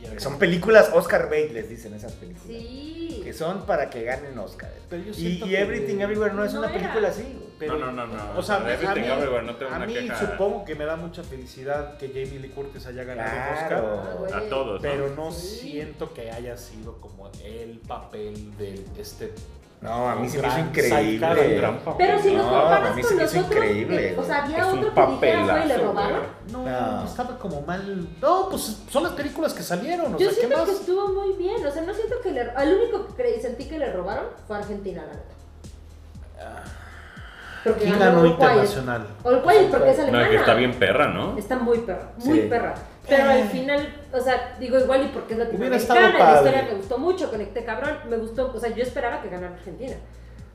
[SPEAKER 1] Y el-
[SPEAKER 2] Son películas Oscar bait, les dicen esas películas.
[SPEAKER 6] Sí.
[SPEAKER 2] Que son para que ganen Oscar.
[SPEAKER 1] Pero yo
[SPEAKER 2] Y,
[SPEAKER 1] siento
[SPEAKER 2] y
[SPEAKER 1] que-
[SPEAKER 2] Everything Everywhere no es
[SPEAKER 6] No
[SPEAKER 2] una
[SPEAKER 6] era.
[SPEAKER 2] película así, güey.
[SPEAKER 1] pero-
[SPEAKER 3] No, no, no, no.
[SPEAKER 1] O sea,
[SPEAKER 3] Everything
[SPEAKER 1] a mí,
[SPEAKER 3] Everywhere, no tengo
[SPEAKER 1] a
[SPEAKER 3] una
[SPEAKER 1] mí
[SPEAKER 3] queja.
[SPEAKER 1] supongo que me da mucha felicidad que Jamie Lee Curtis haya ganado un Oscar.
[SPEAKER 2] Claro.
[SPEAKER 6] Ah, güey.
[SPEAKER 3] A todos. ¿no?
[SPEAKER 1] Pero no
[SPEAKER 6] Sí.
[SPEAKER 1] siento que haya sido como el papel de este.
[SPEAKER 2] No, a mí se me hizo
[SPEAKER 1] Gran sacada de
[SPEAKER 2] increíble.
[SPEAKER 1] gran
[SPEAKER 6] Pero si
[SPEAKER 2] No,
[SPEAKER 6] los
[SPEAKER 2] a mí
[SPEAKER 6] comparas
[SPEAKER 2] se
[SPEAKER 6] con
[SPEAKER 2] me
[SPEAKER 6] los
[SPEAKER 2] hizo
[SPEAKER 6] otros,
[SPEAKER 2] increíble,
[SPEAKER 6] que- o sea,
[SPEAKER 3] Es
[SPEAKER 6] había
[SPEAKER 3] un
[SPEAKER 6] otro que dijeras, güey, le
[SPEAKER 3] papelazo,
[SPEAKER 6] robaron.
[SPEAKER 3] güey.
[SPEAKER 1] No,
[SPEAKER 2] No.
[SPEAKER 1] estaba como mal. No, pues son las películas que salieron. O sea,
[SPEAKER 6] Yo
[SPEAKER 1] ¿qué
[SPEAKER 6] siento
[SPEAKER 1] más?
[SPEAKER 6] que estuvo muy bien, o sea, no siento que le... El único que creí, sentí que le robaron fue Argentina, la neta.
[SPEAKER 2] Ah.
[SPEAKER 6] Porque
[SPEAKER 1] ¿Quién ganó
[SPEAKER 6] All Quiet.
[SPEAKER 1] internacional?
[SPEAKER 6] All
[SPEAKER 2] Pues
[SPEAKER 6] Quiet, porque es alemana.
[SPEAKER 3] No, que está bien perra, ¿no?
[SPEAKER 6] Está muy perra, muy
[SPEAKER 2] Sí.
[SPEAKER 6] perra. Pero
[SPEAKER 1] Eh.
[SPEAKER 6] al final, o sea, digo igual y porque es
[SPEAKER 1] Hubiera
[SPEAKER 6] latinoamericana,
[SPEAKER 1] estado
[SPEAKER 6] la historia
[SPEAKER 1] padre.
[SPEAKER 6] me gustó mucho, conecté cabrón, me gustó, o sea, yo esperaba que ganara Argentina.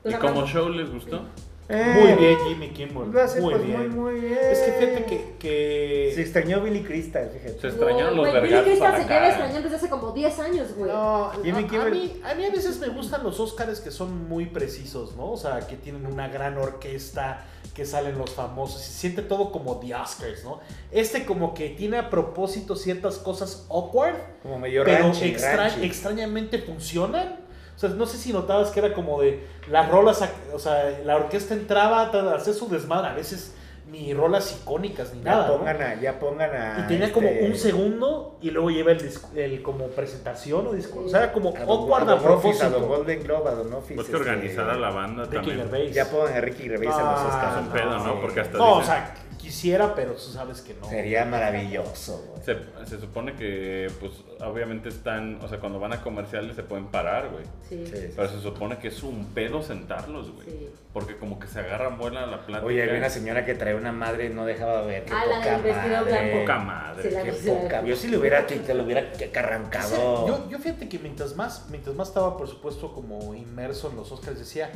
[SPEAKER 6] O
[SPEAKER 3] ¿Y
[SPEAKER 6] sea,
[SPEAKER 3] como show les gustó?
[SPEAKER 1] Muy bien, Jimmy Kimmel.
[SPEAKER 2] Eh, Lo hace
[SPEAKER 1] Muy,
[SPEAKER 2] pues,
[SPEAKER 1] bien.
[SPEAKER 2] muy, muy bien.
[SPEAKER 1] Es que fíjate que. eh, que-
[SPEAKER 2] Se extrañó Billy Crystal, fíjate.
[SPEAKER 3] Se extrañaron los
[SPEAKER 6] güey, Billy
[SPEAKER 3] vergazos
[SPEAKER 6] Crystal
[SPEAKER 3] a la
[SPEAKER 6] se lleva
[SPEAKER 3] cara.
[SPEAKER 6] extrañando desde hace como 10 años, güey.
[SPEAKER 1] No,
[SPEAKER 2] Jimmy
[SPEAKER 1] a, a
[SPEAKER 2] Kimmel.
[SPEAKER 1] mí, a mí a veces me gustan los Óscares que son muy precisos, ¿no? O sea, que tienen una gran orquesta, que salen los famosos, y se siente todo como The Oscars, ¿no? Este como que tiene a propósito ciertas cosas awkward,
[SPEAKER 2] Como medio
[SPEAKER 1] pero
[SPEAKER 2] ranchi,
[SPEAKER 1] extra-
[SPEAKER 2] ranchi.
[SPEAKER 1] extrañamente funcionan. O sea, no sé si notabas que era como de las rolas, ac- o sea, la orquesta entraba a hacer su desmadre, a veces ni rolas icónicas ni
[SPEAKER 2] Ya
[SPEAKER 1] nada. ¿no?
[SPEAKER 2] pongan a, ya pongan a.
[SPEAKER 1] Y tenía como
[SPEAKER 2] este,
[SPEAKER 1] un segundo y luego lleva el, disc- el como presentación o discurso. O sea, era como
[SPEAKER 2] a Don-
[SPEAKER 1] awkward a
[SPEAKER 2] Don Office, a Don
[SPEAKER 1] propósito.
[SPEAKER 2] Golden Globe, a Don Office.
[SPEAKER 3] Pues que
[SPEAKER 2] este,
[SPEAKER 3] organizar a la banda
[SPEAKER 1] Ricky
[SPEAKER 3] también.
[SPEAKER 1] Gervais.
[SPEAKER 2] Ya pongan a Ricky Gervais a
[SPEAKER 1] Ah,
[SPEAKER 2] los Oscars.
[SPEAKER 3] Es un pedo, ¿no?
[SPEAKER 2] Sí.
[SPEAKER 3] Porque hasta
[SPEAKER 1] No, o
[SPEAKER 3] dicen-
[SPEAKER 1] sea, Quisiera, pero tú sabes que no.
[SPEAKER 2] Sería maravilloso, güey.
[SPEAKER 3] Se, se supone que, pues, obviamente están, o sea, cuando van a comerciales se pueden parar, güey.
[SPEAKER 6] Sí.
[SPEAKER 2] Sí, sí.
[SPEAKER 3] Pero se supone que es un pedo sentarlos, güey.
[SPEAKER 6] Sí.
[SPEAKER 3] Porque como que se agarran buena la plática.
[SPEAKER 2] Oye, había una señora que traía una madre y no dejaba ver. Qué
[SPEAKER 6] Ah, la
[SPEAKER 2] poca
[SPEAKER 6] del vestido
[SPEAKER 2] madre,
[SPEAKER 6] blanco.
[SPEAKER 3] Poca madre.
[SPEAKER 6] Sí, la-
[SPEAKER 2] Qué
[SPEAKER 6] Sí.
[SPEAKER 2] poca. Yo si le hubiera, te lo hubiera que- que
[SPEAKER 1] Sí,
[SPEAKER 2] arrancado.
[SPEAKER 1] yo, yo fíjate que mientras más, mientras más estaba, por supuesto, como inmerso en los Oscars, decía,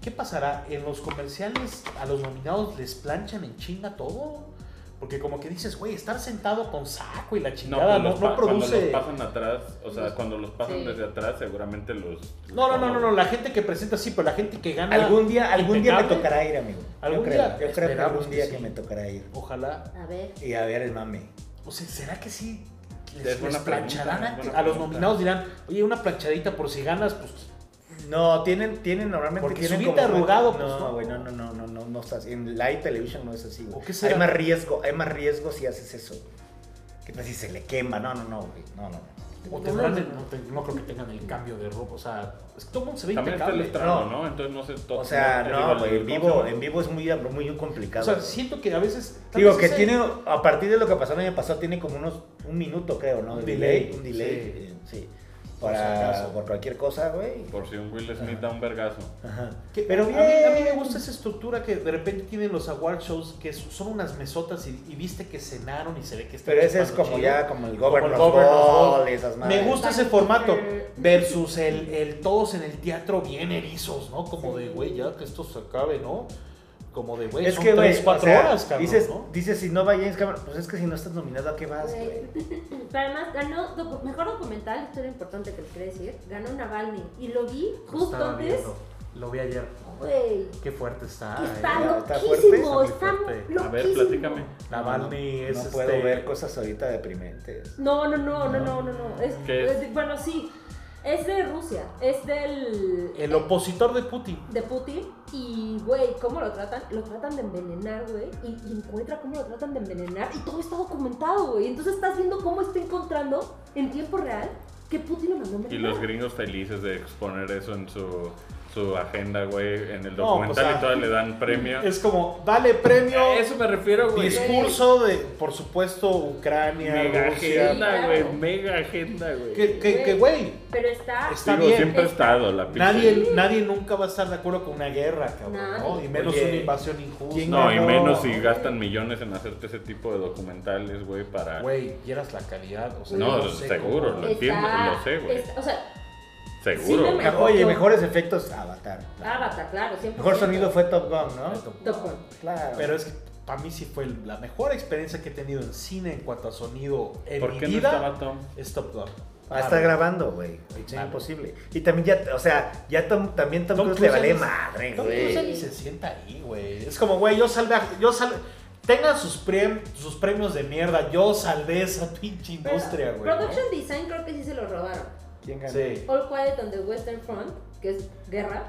[SPEAKER 1] ¿qué pasará? ¿En los comerciales a los nominados les planchan en chinga todo? Porque como que dices, güey, estar sentado con saco y la
[SPEAKER 3] No,
[SPEAKER 1] chingada
[SPEAKER 3] cuando
[SPEAKER 1] no,
[SPEAKER 3] los
[SPEAKER 1] no
[SPEAKER 3] pa-
[SPEAKER 1] produce...
[SPEAKER 3] Cuando los pasan atrás, o sea, cuando los pasan
[SPEAKER 6] Sí.
[SPEAKER 3] desde atrás, seguramente los.
[SPEAKER 1] No, no, no, no, no, la gente que presenta sí, pero la gente que gana...
[SPEAKER 2] Algún día, algún día me
[SPEAKER 1] impecable.
[SPEAKER 2] tocará ir, amigo.
[SPEAKER 1] Algún
[SPEAKER 2] yo creo,
[SPEAKER 1] día,
[SPEAKER 2] yo creo que
[SPEAKER 1] esperamos
[SPEAKER 2] algún día
[SPEAKER 1] que
[SPEAKER 2] que,
[SPEAKER 1] sí.
[SPEAKER 2] me tocará ir.
[SPEAKER 1] Ojalá.
[SPEAKER 6] A ver.
[SPEAKER 2] Y a ver el mame.
[SPEAKER 1] O sea, ¿será que sí?
[SPEAKER 3] Es
[SPEAKER 1] Les,
[SPEAKER 3] buena
[SPEAKER 1] les plancharán
[SPEAKER 3] pregunta,
[SPEAKER 1] a-
[SPEAKER 3] buena
[SPEAKER 1] a los
[SPEAKER 3] pregunta.
[SPEAKER 1] nominados dirán, oye, una planchadita por si ganas, pues
[SPEAKER 2] No, tienen, tienen normalmente.
[SPEAKER 1] Porque
[SPEAKER 2] tienen
[SPEAKER 1] subirte arrugado, pues, no.
[SPEAKER 2] no, güey, no, no, no, no, no, no estás. En live television no es así,
[SPEAKER 1] ¿O
[SPEAKER 2] güey.
[SPEAKER 1] qué será?
[SPEAKER 2] Hay más riesgo, hay más riesgo si haces eso. Que pues, si se le quema, no, no, no, güey. No, no.
[SPEAKER 1] O tendrán el- no, te- no creo que tengan el cambio de ropa. O sea, es que todo el mundo se ve
[SPEAKER 3] También está el
[SPEAKER 1] impecable.
[SPEAKER 3] estrado,
[SPEAKER 2] No.
[SPEAKER 3] ¿no? Entonces no se to-
[SPEAKER 2] O sea,
[SPEAKER 3] digo,
[SPEAKER 2] no,
[SPEAKER 3] el-
[SPEAKER 2] güey, en
[SPEAKER 3] ¿cómo
[SPEAKER 2] vivo,
[SPEAKER 3] se
[SPEAKER 2] en
[SPEAKER 3] llama?
[SPEAKER 2] vivo es muy, muy
[SPEAKER 1] O
[SPEAKER 2] complicado.
[SPEAKER 1] sea,
[SPEAKER 2] güey.
[SPEAKER 1] siento que a veces. tal
[SPEAKER 2] Digo
[SPEAKER 1] vez
[SPEAKER 2] que
[SPEAKER 1] ese-
[SPEAKER 2] tiene, a partir de lo que pasó el año pasado, tiene como unos, un minuto creo, ¿no?
[SPEAKER 1] Un
[SPEAKER 2] De
[SPEAKER 1] delay.
[SPEAKER 2] Un delay, eh, sí.
[SPEAKER 1] Por si
[SPEAKER 2] Para,
[SPEAKER 1] acaso.
[SPEAKER 2] por cualquier cosa, güey.
[SPEAKER 3] Por si un Will Smith
[SPEAKER 2] Ajá.
[SPEAKER 3] da un vergazo.
[SPEAKER 2] Ajá.
[SPEAKER 1] que-
[SPEAKER 2] pero
[SPEAKER 1] a mí-
[SPEAKER 2] bien.
[SPEAKER 1] A mí, me gusta esa estructura que de repente tienen los award shows, que son unas mesotas y, y viste que cenaron y se ve que está
[SPEAKER 2] Pero ese es como ya, como el Governor's
[SPEAKER 1] Governor's Ball.
[SPEAKER 2] Ball, esas
[SPEAKER 1] Me
[SPEAKER 2] madres.
[SPEAKER 1] gusta ese formato versus el, el todos en el teatro bien erizos, ¿no? Como de, güey, ya que esto se acabe, ¿no? Como de, güey,
[SPEAKER 2] Es
[SPEAKER 1] son
[SPEAKER 2] que, güey,
[SPEAKER 1] tres, cuatro
[SPEAKER 2] o sea,
[SPEAKER 1] horas, cabrón,
[SPEAKER 2] dices,
[SPEAKER 1] ¿no?
[SPEAKER 2] dices, si no va James Cameron, pues es que si no estás nominado, ¿a qué vas, güey?
[SPEAKER 6] Pero además ganó docu- mejor documental, esto era importante que les quería decir. Ganó Navalny y lo vi justo
[SPEAKER 1] Estaba
[SPEAKER 6] antes.
[SPEAKER 1] viendo. Lo vi ayer.
[SPEAKER 6] Güey,
[SPEAKER 1] Qué fuerte está.
[SPEAKER 6] que
[SPEAKER 1] eh.
[SPEAKER 6] está
[SPEAKER 2] ya, está fuerte,
[SPEAKER 6] loquísimo,
[SPEAKER 1] está
[SPEAKER 6] está
[SPEAKER 1] muy fuerte.
[SPEAKER 6] loquísimo.
[SPEAKER 3] A ver, platícame.
[SPEAKER 1] Navalny
[SPEAKER 2] no,
[SPEAKER 1] es
[SPEAKER 2] No puedo
[SPEAKER 1] este-
[SPEAKER 2] ver cosas ahorita deprimentes.
[SPEAKER 6] No, no, no, no, no, no, no. Es,
[SPEAKER 3] ¿Qué es?
[SPEAKER 6] es de- bueno, sí. Es de Rusia, es del
[SPEAKER 1] El opositor de Putin.
[SPEAKER 6] de Putin y güey, cómo lo tratan, lo tratan de envenenar, güey, y, y encuentra cómo lo tratan de envenenar y todo está documentado, güey. Entonces estás viendo cómo está encontrando en tiempo real que Putin lo mandó a
[SPEAKER 3] Y
[SPEAKER 6] envenenar.
[SPEAKER 3] los gringos felices de exponer eso en su, su agenda, güey, en el
[SPEAKER 1] No,
[SPEAKER 3] documental
[SPEAKER 1] pues, ah.
[SPEAKER 3] y todavía le dan premio.
[SPEAKER 1] Es como, dale premio,
[SPEAKER 3] A eso me refiero, güey.
[SPEAKER 1] discurso de, por supuesto, Ucrania,
[SPEAKER 3] Mega
[SPEAKER 1] Rusia.
[SPEAKER 3] agenda, güey.
[SPEAKER 6] claro.
[SPEAKER 3] Mega agenda, güey.
[SPEAKER 1] Que, que, que, güey,
[SPEAKER 6] Pero está
[SPEAKER 1] está
[SPEAKER 3] Digo,
[SPEAKER 1] bien.
[SPEAKER 3] siempre ha estado la pinche-
[SPEAKER 1] Nadie, nadie nunca va a estar de acuerdo con una guerra, cabrón, ¿no?
[SPEAKER 6] Nadie.
[SPEAKER 1] Y menos
[SPEAKER 2] Oye,
[SPEAKER 1] una invasión injusta.
[SPEAKER 2] ¿quién
[SPEAKER 3] No, y
[SPEAKER 2] No.
[SPEAKER 3] menos si gastan millones en hacerte ese tipo de documentales, güey, para...
[SPEAKER 7] Güey, vieras la calidad. O sea,
[SPEAKER 3] No,
[SPEAKER 7] yo
[SPEAKER 3] seguro,
[SPEAKER 7] cómo-
[SPEAKER 3] lo entiendo,
[SPEAKER 6] está-
[SPEAKER 3] lo sé, güey.
[SPEAKER 6] está- O sea,
[SPEAKER 3] Seguro.
[SPEAKER 6] Sí, me- Mejor
[SPEAKER 2] Oye,
[SPEAKER 6] yo-
[SPEAKER 2] mejores efectos, Avatar.
[SPEAKER 6] Avatar, claro, 100%.
[SPEAKER 2] Mejor sonido fue Top Gun, ¿no?
[SPEAKER 6] Top Gun.
[SPEAKER 2] Claro.
[SPEAKER 1] Pero es que para mí sí fue la mejor experiencia que he tenido en cine en cuanto a sonido en
[SPEAKER 3] ¿Por
[SPEAKER 1] mi
[SPEAKER 3] qué no
[SPEAKER 1] vida.
[SPEAKER 3] estaba Tom?
[SPEAKER 1] es Top Gun.
[SPEAKER 2] Va a estar
[SPEAKER 1] Claro.
[SPEAKER 2] Ah, grabando, güey. Es
[SPEAKER 1] Claro.
[SPEAKER 2] imposible. Y también ya, o sea, ya Tom- también Tom,
[SPEAKER 1] Tom
[SPEAKER 2] Cruise le
[SPEAKER 1] Cruise
[SPEAKER 2] vale
[SPEAKER 1] es-
[SPEAKER 2] madre,
[SPEAKER 1] Tom Cruise ni
[SPEAKER 2] güey.
[SPEAKER 1] se sienta ahí, güey. Es como, güey, yo salvé, a- yo salvé, tengan sus, prem- sus premios de mierda, yo salvé esa pinche
[SPEAKER 6] Pero
[SPEAKER 1] industria, güey. ¿no?
[SPEAKER 6] Production Design creo que sí se lo robaron.
[SPEAKER 2] ¿Quién ganó?
[SPEAKER 1] Sí.
[SPEAKER 6] All Quiet on the Western Front, que es guerra.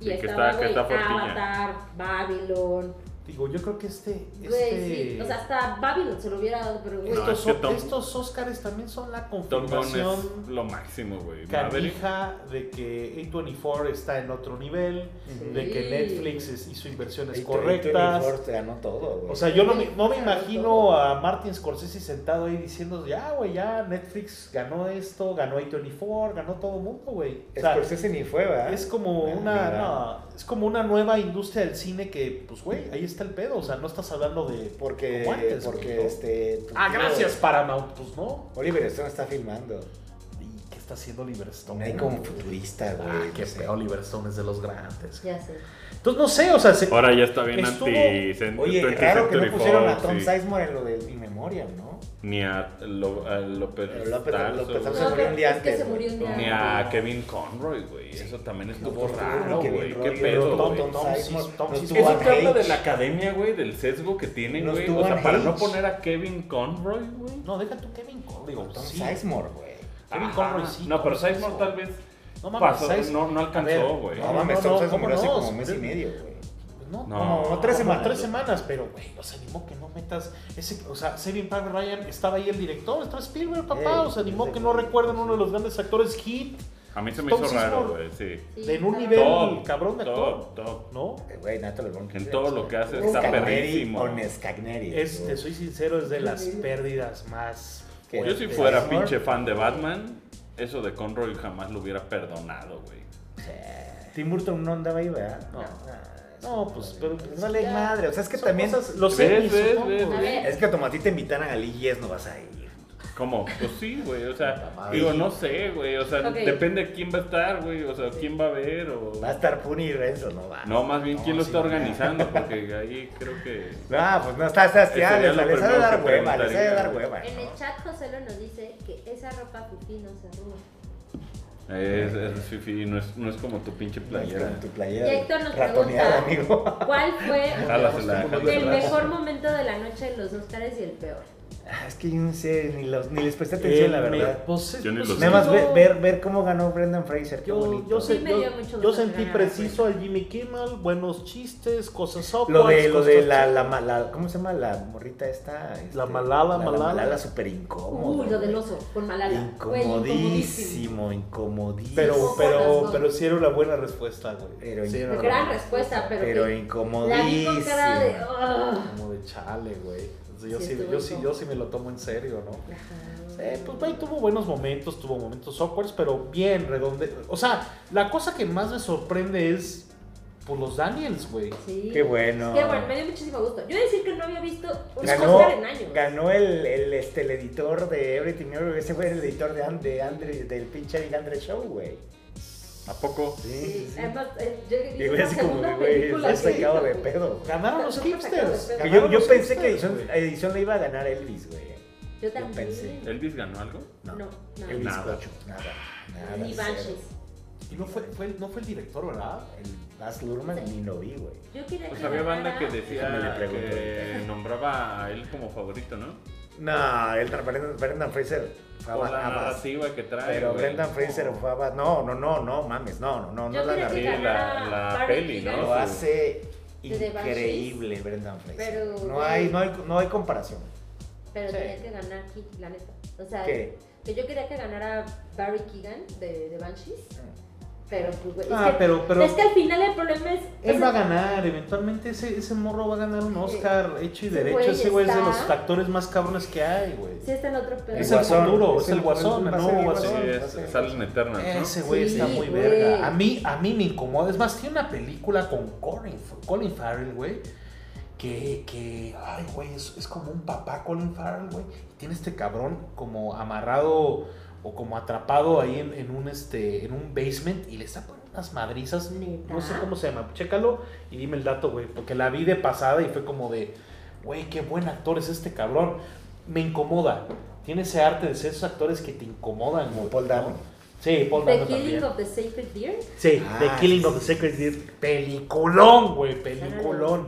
[SPEAKER 6] Y
[SPEAKER 3] Sí, que está-
[SPEAKER 6] estaba,
[SPEAKER 3] que
[SPEAKER 6] güey,
[SPEAKER 3] está fuertilla.
[SPEAKER 6] Avatar, Babylon.
[SPEAKER 1] Digo, yo creo que este,
[SPEAKER 6] Güey,
[SPEAKER 1] este
[SPEAKER 6] sí. O sea, hasta Babylon se lo hubiera dado, pero güey.
[SPEAKER 3] No, es
[SPEAKER 1] estos,
[SPEAKER 3] que
[SPEAKER 1] o-
[SPEAKER 3] Tom-
[SPEAKER 1] estos Oscars también son la
[SPEAKER 3] Tom Gunn es
[SPEAKER 1] confirmación
[SPEAKER 3] lo máximo, güey. Maverick.
[SPEAKER 1] canija de que A24 está en otro nivel,
[SPEAKER 6] Sí.
[SPEAKER 1] de que Netflix es- hizo inversiones
[SPEAKER 2] Y Tony-
[SPEAKER 1] correctas.
[SPEAKER 2] Tony Ford ganó todo, güey.
[SPEAKER 1] O sea, yo no me, no me imagino a Martin Scorsese sentado ahí diciendo, ya, güey, ya Netflix ganó esto, ganó A24, ganó todo el mundo, güey. O sea,
[SPEAKER 2] Scorsese ni fue, ¿verdad?
[SPEAKER 1] es como
[SPEAKER 2] Ah,
[SPEAKER 1] una
[SPEAKER 2] mira.
[SPEAKER 1] no, es como una nueva industria del cine que, pues, güey, ahí está el pedo. O sea, no estás hablando de...
[SPEAKER 2] Porque,
[SPEAKER 1] como antes,
[SPEAKER 2] porque
[SPEAKER 1] güey, ¿no?
[SPEAKER 2] este. tu
[SPEAKER 1] Ah,
[SPEAKER 2] tío-
[SPEAKER 1] gracias Paramount, pues no.
[SPEAKER 2] Oliver Stone está filmando.
[SPEAKER 1] ¿Y qué está haciendo Oliver Stone?
[SPEAKER 2] Hay como futurista, güey.
[SPEAKER 7] Ah,
[SPEAKER 2] no
[SPEAKER 7] qué
[SPEAKER 2] sé.
[SPEAKER 7] feo, Oliver Stone es de los grandes.
[SPEAKER 6] Ya sé.
[SPEAKER 1] Entonces, no sé, o sea, se-
[SPEAKER 3] Ahora ya está bien
[SPEAKER 1] Estuvo-
[SPEAKER 3] anti
[SPEAKER 2] Oye,
[SPEAKER 3] 20th
[SPEAKER 2] raro que no
[SPEAKER 3] Century
[SPEAKER 2] pusieron a
[SPEAKER 3] Fox,
[SPEAKER 2] Tom
[SPEAKER 3] sí.
[SPEAKER 2] Sizemore en lo de In Memoriam, ¿no?
[SPEAKER 3] Ni a, Lo- a López
[SPEAKER 2] Pero López-
[SPEAKER 3] Tarso,
[SPEAKER 2] López Tarso
[SPEAKER 3] güey.
[SPEAKER 2] se murió un día
[SPEAKER 6] es que
[SPEAKER 2] antes,
[SPEAKER 6] se murió un día
[SPEAKER 3] Ni
[SPEAKER 6] antes.
[SPEAKER 3] a Kevin Conroy, güey. Eso también estuvo
[SPEAKER 2] No, pues,
[SPEAKER 3] raro,
[SPEAKER 2] Kevin
[SPEAKER 3] güey. Qué
[SPEAKER 2] Roy, Tom-
[SPEAKER 3] pedo, güey.
[SPEAKER 2] Tom
[SPEAKER 1] Tom
[SPEAKER 2] Sizemore,
[SPEAKER 1] Sizemore, Tom
[SPEAKER 2] no
[SPEAKER 1] Sizemore.
[SPEAKER 2] tuvo
[SPEAKER 3] Eso
[SPEAKER 2] a
[SPEAKER 3] que habla de
[SPEAKER 2] Cage.
[SPEAKER 3] la academia, güey, del sesgo que tienen,
[SPEAKER 2] No
[SPEAKER 3] güey.
[SPEAKER 2] estuvo
[SPEAKER 3] O sea,
[SPEAKER 2] en
[SPEAKER 3] para
[SPEAKER 2] Hitch.
[SPEAKER 3] no poner a Kevin Conroy, güey.
[SPEAKER 1] No, deja tu Kevin Conroy. digo,
[SPEAKER 2] Tom
[SPEAKER 1] sí.
[SPEAKER 2] Sizemore, güey.
[SPEAKER 1] Kevin
[SPEAKER 3] Ajá.
[SPEAKER 1] Conroy sí.
[SPEAKER 3] No, pero
[SPEAKER 1] Tom
[SPEAKER 3] Sizemore tal vez
[SPEAKER 1] No mames,
[SPEAKER 3] pasó,
[SPEAKER 1] Size-
[SPEAKER 3] no, no
[SPEAKER 1] A ver,
[SPEAKER 3] alcanzó, güey.
[SPEAKER 2] No,
[SPEAKER 1] No,
[SPEAKER 2] mames,
[SPEAKER 1] no,
[SPEAKER 2] Tom
[SPEAKER 1] no,
[SPEAKER 2] Sizemore
[SPEAKER 1] ¿cómo
[SPEAKER 2] murió hace
[SPEAKER 1] no?
[SPEAKER 2] como un mes y
[SPEAKER 1] Sí.
[SPEAKER 2] medio, güey.
[SPEAKER 1] Pues no,
[SPEAKER 3] No.
[SPEAKER 2] Como tres semanas.
[SPEAKER 1] Tres semanas, pero güey, o sea, ni modo que no metas. Ese, o sea, Saving Private Ryan estaba ahí el director, estaba Spielberg, papá.
[SPEAKER 2] Ey,
[SPEAKER 1] o sea, ni modo
[SPEAKER 2] ese
[SPEAKER 1] que no
[SPEAKER 2] güey.
[SPEAKER 1] recuerdan uno de los grandes actores hit.
[SPEAKER 3] A mí se me
[SPEAKER 1] Tom
[SPEAKER 3] hizo
[SPEAKER 1] Sizemore.
[SPEAKER 3] raro, güey, sí.
[SPEAKER 8] Sí,
[SPEAKER 1] en un
[SPEAKER 8] claro.
[SPEAKER 1] nivel
[SPEAKER 3] Top,
[SPEAKER 1] cabrón de
[SPEAKER 3] Top,
[SPEAKER 1] actor,
[SPEAKER 3] top.
[SPEAKER 1] ¿no?
[SPEAKER 2] Eh, Güey, Nato LeBron.
[SPEAKER 3] En todo lo que hace
[SPEAKER 2] Un
[SPEAKER 3] está
[SPEAKER 2] Scagneri
[SPEAKER 3] perrísimo.
[SPEAKER 2] Con Scagneri.
[SPEAKER 1] Es,
[SPEAKER 2] ¿no?
[SPEAKER 1] te soy sincero, es de las pérdidas más.
[SPEAKER 2] Que
[SPEAKER 3] Yo si
[SPEAKER 2] Este,
[SPEAKER 3] fuera
[SPEAKER 2] Sizemore.
[SPEAKER 3] pinche fan de Batman, eso de Conroy jamás lo hubiera perdonado, güey.
[SPEAKER 2] Tim Burton no andaba ahí, ¿verdad?
[SPEAKER 1] No.
[SPEAKER 2] Ah,
[SPEAKER 1] No, pues, pero-
[SPEAKER 2] pues, no le madre. O sea, es que también.
[SPEAKER 1] Los
[SPEAKER 3] ¿Ves,
[SPEAKER 1] Emmys,
[SPEAKER 3] ves,
[SPEAKER 1] supongo.
[SPEAKER 3] ves,
[SPEAKER 8] A
[SPEAKER 3] ves?
[SPEAKER 8] ver,
[SPEAKER 2] Es que como a ti te invitan a Galillas, no vas a ir.
[SPEAKER 3] ¿Cómo? Pues sí, güey, o
[SPEAKER 9] Puta
[SPEAKER 3] sea,
[SPEAKER 9] madre.
[SPEAKER 3] digo, no sé, güey, o sea,
[SPEAKER 8] Ok.
[SPEAKER 3] depende de quién va a estar, güey, o sea, quién va a ver o...
[SPEAKER 2] Va a estar Puni y Renzo, no va.
[SPEAKER 3] No, más bien, ¿quién lo
[SPEAKER 2] sí,
[SPEAKER 3] está
[SPEAKER 2] no.
[SPEAKER 3] organizando? Porque ahí creo que...
[SPEAKER 2] No, pues no está Sebastián,
[SPEAKER 3] Ese
[SPEAKER 2] les,
[SPEAKER 3] sería
[SPEAKER 2] les
[SPEAKER 3] lo
[SPEAKER 2] ha de
[SPEAKER 3] primero
[SPEAKER 2] dar
[SPEAKER 3] que
[SPEAKER 2] hueva, les ha de dar
[SPEAKER 3] preguntaría.
[SPEAKER 2] hueva.
[SPEAKER 6] En
[SPEAKER 2] ¿no?
[SPEAKER 6] el chat José lo nos dice que esa ropa fifí no se arruga.
[SPEAKER 3] Es, es fifi, no es, no es como tu pinche playera.
[SPEAKER 2] Con tu playera.
[SPEAKER 6] Y Héctor nos
[SPEAKER 2] ratoneada,
[SPEAKER 6] pregunta-
[SPEAKER 2] amigo.
[SPEAKER 6] ¿Cuál fue
[SPEAKER 3] Jálasela,
[SPEAKER 6] el
[SPEAKER 3] jálasela.
[SPEAKER 6] mejor momento de la noche de los Oscars y el peor?
[SPEAKER 2] Ah, Es que yo no sé, ni, los, ni les presté atención, la
[SPEAKER 1] Eh, me-
[SPEAKER 2] verdad.
[SPEAKER 1] pues,
[SPEAKER 3] Yo ni
[SPEAKER 1] pues,
[SPEAKER 3] lo sé.
[SPEAKER 2] Nada más
[SPEAKER 1] yo-
[SPEAKER 2] ver, ver, ver cómo ganó Brendan Fraser, qué
[SPEAKER 1] Yo,
[SPEAKER 2] bonito.
[SPEAKER 1] yo, sé-
[SPEAKER 6] Sí me
[SPEAKER 1] yo-
[SPEAKER 6] dio mucho
[SPEAKER 1] yo
[SPEAKER 6] gusto
[SPEAKER 1] sentí
[SPEAKER 6] que ganara,
[SPEAKER 1] preciso al Jimmy Kimmel, buenos chistes, cosas
[SPEAKER 2] Lo
[SPEAKER 1] awkward,
[SPEAKER 2] de, lo de
[SPEAKER 1] cosas
[SPEAKER 2] la,
[SPEAKER 1] chidas.
[SPEAKER 2] la, ma- la- ¿cómo se llama? La morrita esta. este,
[SPEAKER 1] La Malala,
[SPEAKER 2] la,
[SPEAKER 1] Malala.
[SPEAKER 2] La Malala súper incómodo.
[SPEAKER 6] Uy, lo del oso, con Malala. Güey,
[SPEAKER 2] Incomodísimo,
[SPEAKER 6] incomodísimo.
[SPEAKER 2] incomodísimo.
[SPEAKER 1] Pero,
[SPEAKER 6] Ojo,
[SPEAKER 1] pero,
[SPEAKER 6] corazón.
[SPEAKER 1] pero sí era una buena respuesta, güey.
[SPEAKER 2] Pero
[SPEAKER 1] sí, era una
[SPEAKER 6] Gran respuesta, pero,
[SPEAKER 2] Pero
[SPEAKER 6] que la vi
[SPEAKER 2] incomodísimo.
[SPEAKER 6] con cara de... "Ugh".
[SPEAKER 1] Como de chale, güey. O sea, Yo
[SPEAKER 6] Sí,
[SPEAKER 1] sí,
[SPEAKER 6] estuvo
[SPEAKER 1] yo, sí,
[SPEAKER 6] incómodo.
[SPEAKER 1] yo sí me lo tomo en serio, ¿no?
[SPEAKER 6] Ajá.
[SPEAKER 1] Eh, pues güey, tuvo buenos momentos, tuvo momentos awkwards, pero bien redonde. O sea, la cosa que más me sorprende es por los Daniels, güey.
[SPEAKER 6] Sí.
[SPEAKER 2] Qué bueno.
[SPEAKER 6] Qué bueno, me dio muchísimo gusto. Yo decir que no había visto un
[SPEAKER 2] Ganó,
[SPEAKER 6] Oscar en Pues años.
[SPEAKER 2] ganó el, el, este, el editor de Everything Everywhere. Ese fue el editor de, And- de Andre, del pinche Eric Andre Show, güey.
[SPEAKER 3] ¿A poco?
[SPEAKER 6] Sí, además, eh, yo
[SPEAKER 2] Y
[SPEAKER 6] hice
[SPEAKER 2] güey,
[SPEAKER 6] una
[SPEAKER 2] así como,
[SPEAKER 6] segunda
[SPEAKER 2] que, güey,
[SPEAKER 6] película
[SPEAKER 2] está
[SPEAKER 6] que-
[SPEAKER 2] sacado de pedo.
[SPEAKER 1] Ganaron los
[SPEAKER 6] Sí,
[SPEAKER 1] hipsters.
[SPEAKER 6] sacado de
[SPEAKER 2] Que
[SPEAKER 1] ganaron
[SPEAKER 2] Yo, yo
[SPEAKER 1] los
[SPEAKER 2] pensé que
[SPEAKER 1] hipsters,
[SPEAKER 2] edición,
[SPEAKER 1] güey.
[SPEAKER 2] edición le iba a ganar Elvis, güey.
[SPEAKER 6] Yo también.
[SPEAKER 2] pensé.
[SPEAKER 3] ¿Elvis ganó algo?
[SPEAKER 6] No, no.
[SPEAKER 2] Elvis
[SPEAKER 3] Nada.
[SPEAKER 2] Cocho. Nada. Nada.
[SPEAKER 6] Ni
[SPEAKER 2] cero.
[SPEAKER 6] Banshees.
[SPEAKER 1] Y no fue, fue- no fue el director, ¿verdad?
[SPEAKER 2] El Baz Luhrmann ni lo vi, güey.
[SPEAKER 6] Yo quería
[SPEAKER 3] Pues había banda que
[SPEAKER 6] ganara-
[SPEAKER 2] Déjame le
[SPEAKER 3] decía
[SPEAKER 2] pregunto
[SPEAKER 3] que nombraba a él como favorito, ¿no?
[SPEAKER 2] No, el Brendan, Brendan Fraser fue
[SPEAKER 3] Por la
[SPEAKER 2] abajo.
[SPEAKER 3] narrativa que trae,
[SPEAKER 2] ah, Pero
[SPEAKER 3] güey.
[SPEAKER 2] Brendan Fraser fue abajo. No, no, no, no, mames. No, no, no, no
[SPEAKER 6] Yo
[SPEAKER 2] la
[SPEAKER 6] creo
[SPEAKER 3] Sí,
[SPEAKER 6] que
[SPEAKER 2] narré.
[SPEAKER 3] la- la
[SPEAKER 6] ganara
[SPEAKER 3] peli,
[SPEAKER 6] Barry
[SPEAKER 3] ¿no?
[SPEAKER 2] Lo
[SPEAKER 6] Keoghan.
[SPEAKER 2] hace
[SPEAKER 6] De The Banshees.
[SPEAKER 2] increíble Brendan Fraser.
[SPEAKER 6] Pero,
[SPEAKER 2] No hay,
[SPEAKER 6] güey.
[SPEAKER 2] no, hay, no hay comparación.
[SPEAKER 6] Pero
[SPEAKER 2] Sí.
[SPEAKER 6] tenía que ganar Keith, la neta. O sea,
[SPEAKER 2] ¿Qué?
[SPEAKER 6] que yo quería que ganara Barry Keegan de, de Banshees.
[SPEAKER 2] Mm.
[SPEAKER 6] Pero, pues, güey,
[SPEAKER 1] Ah,
[SPEAKER 6] es, que,
[SPEAKER 1] pero, pero
[SPEAKER 6] es que al final el problema es. es-
[SPEAKER 1] él va a ganar, eventualmente ese, ese morro va a ganar un Oscar hecho y
[SPEAKER 6] ese
[SPEAKER 1] derecho.
[SPEAKER 6] güey
[SPEAKER 1] ese güey es de
[SPEAKER 6] está-
[SPEAKER 1] los actores más cabrones que hay, güey.
[SPEAKER 6] Sí, está en otro pedo.
[SPEAKER 1] Es el
[SPEAKER 2] Guasón,
[SPEAKER 1] futuro,
[SPEAKER 2] es
[SPEAKER 1] es el
[SPEAKER 2] el-
[SPEAKER 1] guasón,
[SPEAKER 2] va a
[SPEAKER 1] el
[SPEAKER 2] ser
[SPEAKER 1] nuevo
[SPEAKER 2] el
[SPEAKER 3] Sí,
[SPEAKER 1] guasón.
[SPEAKER 3] es, salen eternas, ¿no?
[SPEAKER 1] Ese güey
[SPEAKER 6] Sí,
[SPEAKER 1] está muy
[SPEAKER 6] güey.
[SPEAKER 1] verga. A mí, a mí me incomoda. Es más, tiene una película con Colin, Colin Farrell, güey. Que, que, ay, güey, es, es como un papá Colin Farrell, güey. Y Tiene este cabrón como amarrado o como atrapado ahí en, en un, este, en un basement y le está poniendo unas madrizas.
[SPEAKER 6] Neta.
[SPEAKER 1] No sé cómo se llama. Chécalo y dime el dato, güey. Porque la vi de pasada y fue como de, güey, qué buen actor es este cabrón. Me incomoda. Tiene ese arte de ser esos actores que te incomodan,
[SPEAKER 2] Como
[SPEAKER 1] güey,
[SPEAKER 2] Paul
[SPEAKER 1] ¿no?
[SPEAKER 2] Dano.
[SPEAKER 1] Sí, Paul
[SPEAKER 6] The
[SPEAKER 1] Dano
[SPEAKER 6] Killing
[SPEAKER 1] también.
[SPEAKER 6] of the Sacred Deer.
[SPEAKER 1] Sí,
[SPEAKER 2] Ah,
[SPEAKER 1] The Killing
[SPEAKER 2] sí,
[SPEAKER 1] of the Sacred Deer. Peliculón, güey, peliculón.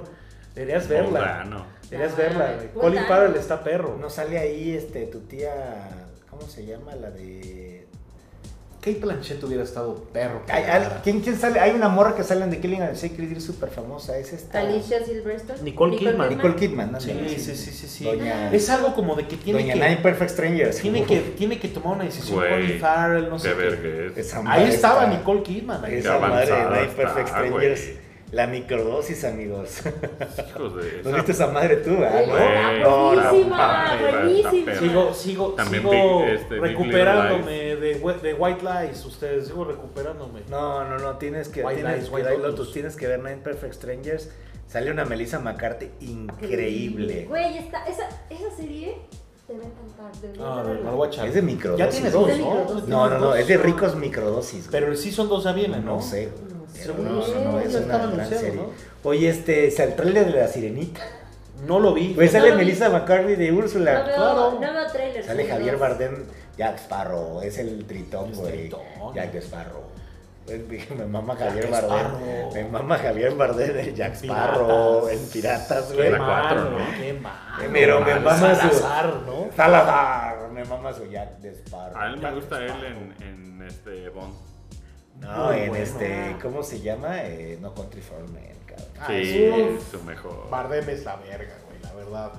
[SPEAKER 1] Deberías verla.
[SPEAKER 3] Mundano.
[SPEAKER 1] Deberías
[SPEAKER 6] Ah,
[SPEAKER 1] verla, güey.
[SPEAKER 6] Paul
[SPEAKER 1] Colin
[SPEAKER 6] Dano.
[SPEAKER 1] Farrell está perro.
[SPEAKER 2] No sale ahí este tu tía. ¿Cómo se llama? La de.
[SPEAKER 1] Kate Blanchett hubiera estado perro. que
[SPEAKER 2] Hay- hay-
[SPEAKER 1] ganara.
[SPEAKER 2] ¿quién, quién sale? Hay una morra que sale en The Killing of the Sacred Deer súper famosa. Es esta.
[SPEAKER 6] Alicia Silverstone.
[SPEAKER 1] Nicole Kidman.
[SPEAKER 2] Ah. Nicole Kidman. ¿no?
[SPEAKER 1] Sí, sí, sí, sí, sí.
[SPEAKER 2] Doña,
[SPEAKER 1] Es algo como de que tiene
[SPEAKER 2] Doña
[SPEAKER 1] que...
[SPEAKER 2] Nine Perfect Strangers.
[SPEAKER 1] Tiene que, tiene que tomar una decisión
[SPEAKER 3] Güey,
[SPEAKER 1] Colin Farrell, no
[SPEAKER 3] Qué
[SPEAKER 1] sé qué.
[SPEAKER 3] verga es.
[SPEAKER 2] Esa
[SPEAKER 1] Ahí
[SPEAKER 2] madre
[SPEAKER 1] estaba
[SPEAKER 2] está-
[SPEAKER 1] Nicole Kidman. ahí.
[SPEAKER 2] Esa
[SPEAKER 3] Qué
[SPEAKER 2] madre de
[SPEAKER 3] avanzada
[SPEAKER 2] Nine Perfect
[SPEAKER 3] está,
[SPEAKER 2] Strangers.
[SPEAKER 3] güey.
[SPEAKER 2] La microdosis, amigos.
[SPEAKER 3] Hijos de
[SPEAKER 2] ¿No
[SPEAKER 3] esa-
[SPEAKER 2] Pues viste esa madre tú, ah,
[SPEAKER 6] Güey,
[SPEAKER 2] no?
[SPEAKER 3] Güey,
[SPEAKER 6] está buenísima,
[SPEAKER 3] la madre,
[SPEAKER 6] buenísima.
[SPEAKER 3] está perra.
[SPEAKER 1] Sigo, sigo,
[SPEAKER 3] También
[SPEAKER 1] sigo
[SPEAKER 3] Big- este, Big
[SPEAKER 1] recuperándome de, we- de White Lies, ustedes. Sigo recuperándome.
[SPEAKER 2] No, no, no, tienes que,
[SPEAKER 1] White
[SPEAKER 2] tienes,
[SPEAKER 1] Lies,
[SPEAKER 2] que
[SPEAKER 1] White
[SPEAKER 2] White
[SPEAKER 1] Lotus.
[SPEAKER 2] Lotus, tienes que ver Nine Perfect Strangers. Sale una Melissa McCarthy increíble.
[SPEAKER 6] Güey, esta, esa, esa serie te va a encantar. Ah, de verdad.
[SPEAKER 1] No, no, no, lo voy a echar.
[SPEAKER 2] Es de microdosis.
[SPEAKER 1] Ya tiene dos,
[SPEAKER 6] Es de
[SPEAKER 1] ¿no?
[SPEAKER 6] microdosis.
[SPEAKER 2] No, no, no, es de ricos microdosis. güey.
[SPEAKER 1] Pero sí son dos aviones, ¿no?
[SPEAKER 2] no sé.
[SPEAKER 6] No sé.
[SPEAKER 2] pero no, no, no, es
[SPEAKER 1] Ya
[SPEAKER 2] una
[SPEAKER 1] estaba
[SPEAKER 2] gran
[SPEAKER 1] anunciado,
[SPEAKER 2] serie.
[SPEAKER 1] ¿no?
[SPEAKER 2] Oye, este, es el trailer de la sirenita.
[SPEAKER 1] No lo vi.
[SPEAKER 2] Güey,
[SPEAKER 6] No
[SPEAKER 2] Pues sale
[SPEAKER 6] lo vi.
[SPEAKER 2] Melissa McCarthy de Úrsula.
[SPEAKER 6] No veo,
[SPEAKER 1] claro.
[SPEAKER 6] no veo trailers.
[SPEAKER 2] Sale
[SPEAKER 6] no
[SPEAKER 2] Javier
[SPEAKER 6] veo.
[SPEAKER 2] Bardem, Jack Sparrow, es el tritón,
[SPEAKER 1] Es
[SPEAKER 2] güey.
[SPEAKER 1] tritón.
[SPEAKER 2] Jack Sparrow. Me mama Javier
[SPEAKER 1] Jack
[SPEAKER 2] Bardem.
[SPEAKER 1] Sparrow.
[SPEAKER 2] Me mama Javier Bardem de Jack
[SPEAKER 1] Piratas.
[SPEAKER 2] Sparrow en Piratas,
[SPEAKER 1] Qué
[SPEAKER 2] güey.
[SPEAKER 3] La cuatro,
[SPEAKER 1] malo,
[SPEAKER 3] ¿no?
[SPEAKER 1] Qué malo.
[SPEAKER 2] Pero me
[SPEAKER 1] malo,
[SPEAKER 2] mama su-
[SPEAKER 1] Salazar, ¿no?
[SPEAKER 2] Salazar, me mama su Jack de Sparrow.
[SPEAKER 3] A él me
[SPEAKER 2] Jack
[SPEAKER 3] gusta él
[SPEAKER 2] Sparrow.
[SPEAKER 3] en, en este Bond.
[SPEAKER 2] No,
[SPEAKER 1] Muy
[SPEAKER 2] en
[SPEAKER 1] bueno.
[SPEAKER 2] este, ¿cómo se llama? Eh, no Country for Men, cabrón.
[SPEAKER 1] Ah,
[SPEAKER 3] Sí,
[SPEAKER 1] es un-
[SPEAKER 3] es su mejor.
[SPEAKER 1] Bardem es la verga, güey, la verdad.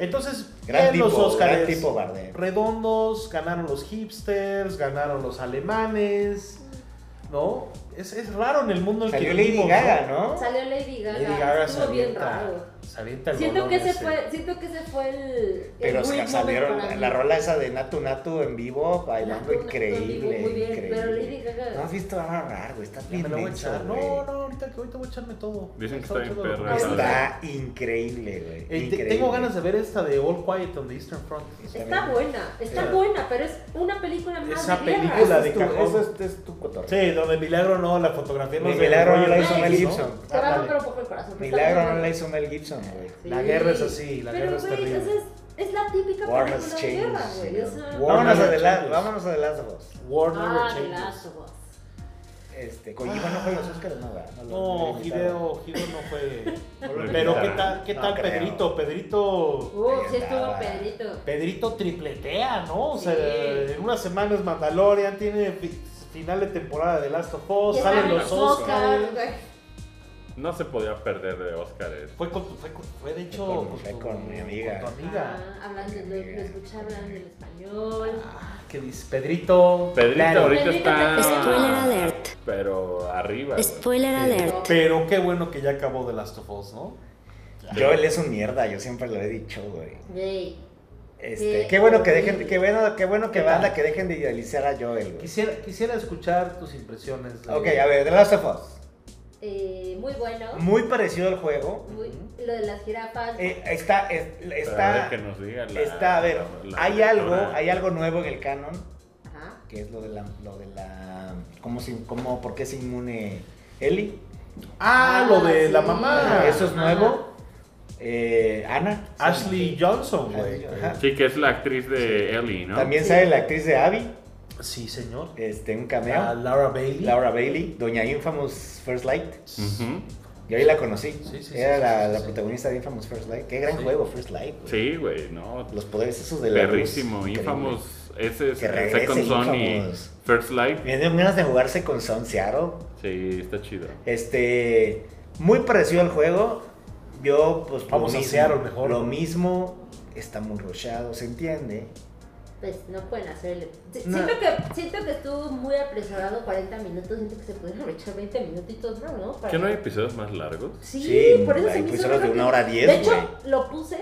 [SPEAKER 1] Entonces,
[SPEAKER 2] Gran
[SPEAKER 1] bien los
[SPEAKER 2] tipo, gran
[SPEAKER 1] Óscares.
[SPEAKER 2] tipo, Bardem.
[SPEAKER 1] redondos, ganaron los hipsters, ganaron los alemanes, ¿no? Es, es raro en el mundo en el
[SPEAKER 2] Salió
[SPEAKER 1] que
[SPEAKER 2] Lady
[SPEAKER 1] vivimos,
[SPEAKER 2] Gaga,
[SPEAKER 1] ¿no?
[SPEAKER 2] ¿no?
[SPEAKER 6] Salió Lady Gaga.
[SPEAKER 1] Lady Gaga se
[SPEAKER 6] Estuvo bien
[SPEAKER 1] avienta-
[SPEAKER 6] raro.
[SPEAKER 1] se avienta el
[SPEAKER 6] Siento
[SPEAKER 1] bolón
[SPEAKER 6] que, ese
[SPEAKER 1] ese.
[SPEAKER 6] fue, siento que ese fue el.
[SPEAKER 2] Pero
[SPEAKER 6] el
[SPEAKER 2] se
[SPEAKER 6] weak
[SPEAKER 2] salieron
[SPEAKER 6] moment para mí.
[SPEAKER 2] la rola esa de Natu Natu en vivo, bailando
[SPEAKER 6] Natu Natu en vivo,
[SPEAKER 2] increíble.
[SPEAKER 6] muy bien,
[SPEAKER 2] increíble. Ah,
[SPEAKER 6] pero Lady Gaga-
[SPEAKER 2] No has visto a Rar, güey, está
[SPEAKER 1] Ya
[SPEAKER 2] bien
[SPEAKER 1] me lo voy a
[SPEAKER 2] menso,
[SPEAKER 1] echar.
[SPEAKER 2] güey.
[SPEAKER 1] No, no, ahorita, que ahorita voy a echarme todo.
[SPEAKER 3] Dicen que
[SPEAKER 1] Me estaba
[SPEAKER 3] está bien
[SPEAKER 1] echando
[SPEAKER 3] perra
[SPEAKER 1] lo-
[SPEAKER 6] esa.
[SPEAKER 2] Está increíble, güey.
[SPEAKER 1] Eh, te-
[SPEAKER 2] increíble.
[SPEAKER 1] tengo ganas de ver esta de All Quiet on the Eastern Front.
[SPEAKER 6] Está buena, está
[SPEAKER 2] Claro.
[SPEAKER 6] buena, pero es una película más
[SPEAKER 1] Esa
[SPEAKER 6] de guerra.
[SPEAKER 1] película
[SPEAKER 2] Esa
[SPEAKER 1] de
[SPEAKER 2] es tu,
[SPEAKER 1] cajón.
[SPEAKER 2] esa es, es tu cotorreo.
[SPEAKER 1] Sí, donde Milagro no, la fotografía no
[SPEAKER 2] Mi
[SPEAKER 1] es de
[SPEAKER 2] Milagro no
[SPEAKER 1] Roger
[SPEAKER 2] la hizo
[SPEAKER 1] Ebert,
[SPEAKER 2] Mel
[SPEAKER 1] ¿no?
[SPEAKER 2] Gibson.
[SPEAKER 6] Te va a romper
[SPEAKER 1] Ándale.
[SPEAKER 6] un poco el corazón. pero está
[SPEAKER 2] Milagro
[SPEAKER 6] muy
[SPEAKER 2] no la
[SPEAKER 6] buena.
[SPEAKER 2] hizo Mel Gibson, güey.
[SPEAKER 6] Sí.
[SPEAKER 1] La guerra es así, la guerra
[SPEAKER 6] pero,
[SPEAKER 1] es
[SPEAKER 6] güey,
[SPEAKER 1] terrible.
[SPEAKER 6] esa es, es la típica
[SPEAKER 2] War
[SPEAKER 6] película
[SPEAKER 2] has
[SPEAKER 6] de guerra,
[SPEAKER 2] changed,
[SPEAKER 6] güey.
[SPEAKER 2] sí,
[SPEAKER 6] o
[SPEAKER 2] no.
[SPEAKER 6] sea,
[SPEAKER 1] War
[SPEAKER 2] Vámonos a
[SPEAKER 1] Never
[SPEAKER 2] The Last,
[SPEAKER 1] Changes.
[SPEAKER 2] vámonos a The Last of Us.
[SPEAKER 1] War Never
[SPEAKER 6] ah, The
[SPEAKER 1] Changes.
[SPEAKER 6] Last of Us.
[SPEAKER 2] Este, Kojima no fue a los Oscars, no, ¿verdad? lo-
[SPEAKER 1] No,
[SPEAKER 2] lo invitaron.
[SPEAKER 1] Hideo, Hideo no fue.
[SPEAKER 2] No lo
[SPEAKER 1] Pero qué
[SPEAKER 2] invitaron.
[SPEAKER 1] tal, qué
[SPEAKER 2] No
[SPEAKER 1] tal
[SPEAKER 2] creo.
[SPEAKER 1] Pedrito, Pedrito.
[SPEAKER 6] Uh, sí
[SPEAKER 2] estaba.
[SPEAKER 6] estuvo Pedrito.
[SPEAKER 1] Pedrito tripletea, ¿no? O sea,
[SPEAKER 6] Sí.
[SPEAKER 1] en unas semanas Mandalorian tiene fi- final de temporada de Last of Us,
[SPEAKER 6] Llegaron
[SPEAKER 1] salen los
[SPEAKER 6] los
[SPEAKER 1] Oscars.
[SPEAKER 6] Oscar, güey.
[SPEAKER 3] No se podía perder de Óscares.
[SPEAKER 1] Fue, con, fue, con- fue de hecho
[SPEAKER 2] Fue
[SPEAKER 1] con,
[SPEAKER 2] con- fue
[SPEAKER 1] tu-
[SPEAKER 2] con mi amiga.
[SPEAKER 1] con tu amiga.
[SPEAKER 6] Ah, hablan de, lo, lo escucharon, hablan del español.
[SPEAKER 1] Ah, ¿Qué dice? Pedrito.
[SPEAKER 3] Pedrito
[SPEAKER 1] claro.
[SPEAKER 3] ahorita
[SPEAKER 6] Pedrito
[SPEAKER 3] está.
[SPEAKER 6] está-
[SPEAKER 10] Spoiler alert.
[SPEAKER 3] Pero arriba. güey.
[SPEAKER 10] Spoiler alert.
[SPEAKER 1] Pero qué bueno que ya acabó de Last of Us, ¿no?
[SPEAKER 2] Yo, él es un mierda, yo siempre lo he dicho, güey.
[SPEAKER 6] Güey,
[SPEAKER 2] Este,
[SPEAKER 6] Sí.
[SPEAKER 2] qué bueno que dejen, qué bueno, qué bueno que
[SPEAKER 1] ¿Qué
[SPEAKER 2] banda
[SPEAKER 1] tal?
[SPEAKER 2] que dejen de idealizar a Joel, güey.
[SPEAKER 1] Quisiera, quisiera escuchar tus impresiones. de-
[SPEAKER 2] Ok, a ver, The Last of Us.
[SPEAKER 6] eh, muy bueno.
[SPEAKER 2] Muy parecido al juego.
[SPEAKER 6] Muy- lo de las jirafas.
[SPEAKER 2] Eh, está, es-
[SPEAKER 3] Pero
[SPEAKER 2] está,
[SPEAKER 3] a ver que nos diga la-
[SPEAKER 2] está, a ver,
[SPEAKER 3] la- la
[SPEAKER 2] hay algo,
[SPEAKER 3] directora.
[SPEAKER 2] hay algo nuevo en el canon,
[SPEAKER 6] Ajá.
[SPEAKER 2] que es lo de la, lo de la, cómo, se- cómo, por qué se inmune Ellie.
[SPEAKER 1] Ah, lo de la
[SPEAKER 6] sí.
[SPEAKER 1] mamá.
[SPEAKER 2] Ah, Eso es nuevo. Eh, Ana.
[SPEAKER 1] Ashley Johnson, güey.
[SPEAKER 2] Ashley, ajá.
[SPEAKER 3] Sí, que es la actriz de Ellie, ¿no?
[SPEAKER 2] También sale la actriz de Abby,
[SPEAKER 1] Sí, señor.
[SPEAKER 2] este, un
[SPEAKER 1] A
[SPEAKER 2] cameo.
[SPEAKER 1] Laura Bailey.
[SPEAKER 2] Laura Bailey, Doña Infamous First Light.
[SPEAKER 3] Ujú.
[SPEAKER 2] Yo ahí la conocí.
[SPEAKER 1] Sí, sí,
[SPEAKER 2] Era
[SPEAKER 1] sí,
[SPEAKER 2] la,
[SPEAKER 1] sí, sí,
[SPEAKER 2] la
[SPEAKER 1] sí.
[SPEAKER 2] protagonista de Infamous First Light. Qué gran
[SPEAKER 1] Sí.
[SPEAKER 2] juego First Light. güey.
[SPEAKER 3] Sí, güey, no.
[SPEAKER 2] Los poderes esos de la luz,
[SPEAKER 3] Perrísimo.
[SPEAKER 2] increíble.
[SPEAKER 3] Infamous. Ese es
[SPEAKER 1] eh,
[SPEAKER 2] Que
[SPEAKER 3] el
[SPEAKER 2] regrese
[SPEAKER 3] Second Son y
[SPEAKER 2] Infamous.
[SPEAKER 3] First Light.
[SPEAKER 2] Me dieron ganas de jugarse con Son Seattle.
[SPEAKER 3] Sí, está chido.
[SPEAKER 2] Este, muy parecido al juego. Yo, pues,
[SPEAKER 1] Vamos a Seattle mejor.
[SPEAKER 2] Lo mismo, está muy rochado, se entiende.
[SPEAKER 6] Pues no pueden hacerle. Si-
[SPEAKER 2] No.
[SPEAKER 6] Siento, que, siento que estuvo muy apresurado 40 minutos. Siento que se pudieron echar 20 minutitos más, ¿no? Para-
[SPEAKER 3] ¿Que no hay episodios más largos?
[SPEAKER 6] Sí,
[SPEAKER 2] Sí,
[SPEAKER 6] por eso
[SPEAKER 2] hay
[SPEAKER 6] se me hizo
[SPEAKER 2] episodios de
[SPEAKER 6] rápido.
[SPEAKER 2] una hora diez,
[SPEAKER 6] De hecho,
[SPEAKER 2] güey.
[SPEAKER 6] lo puse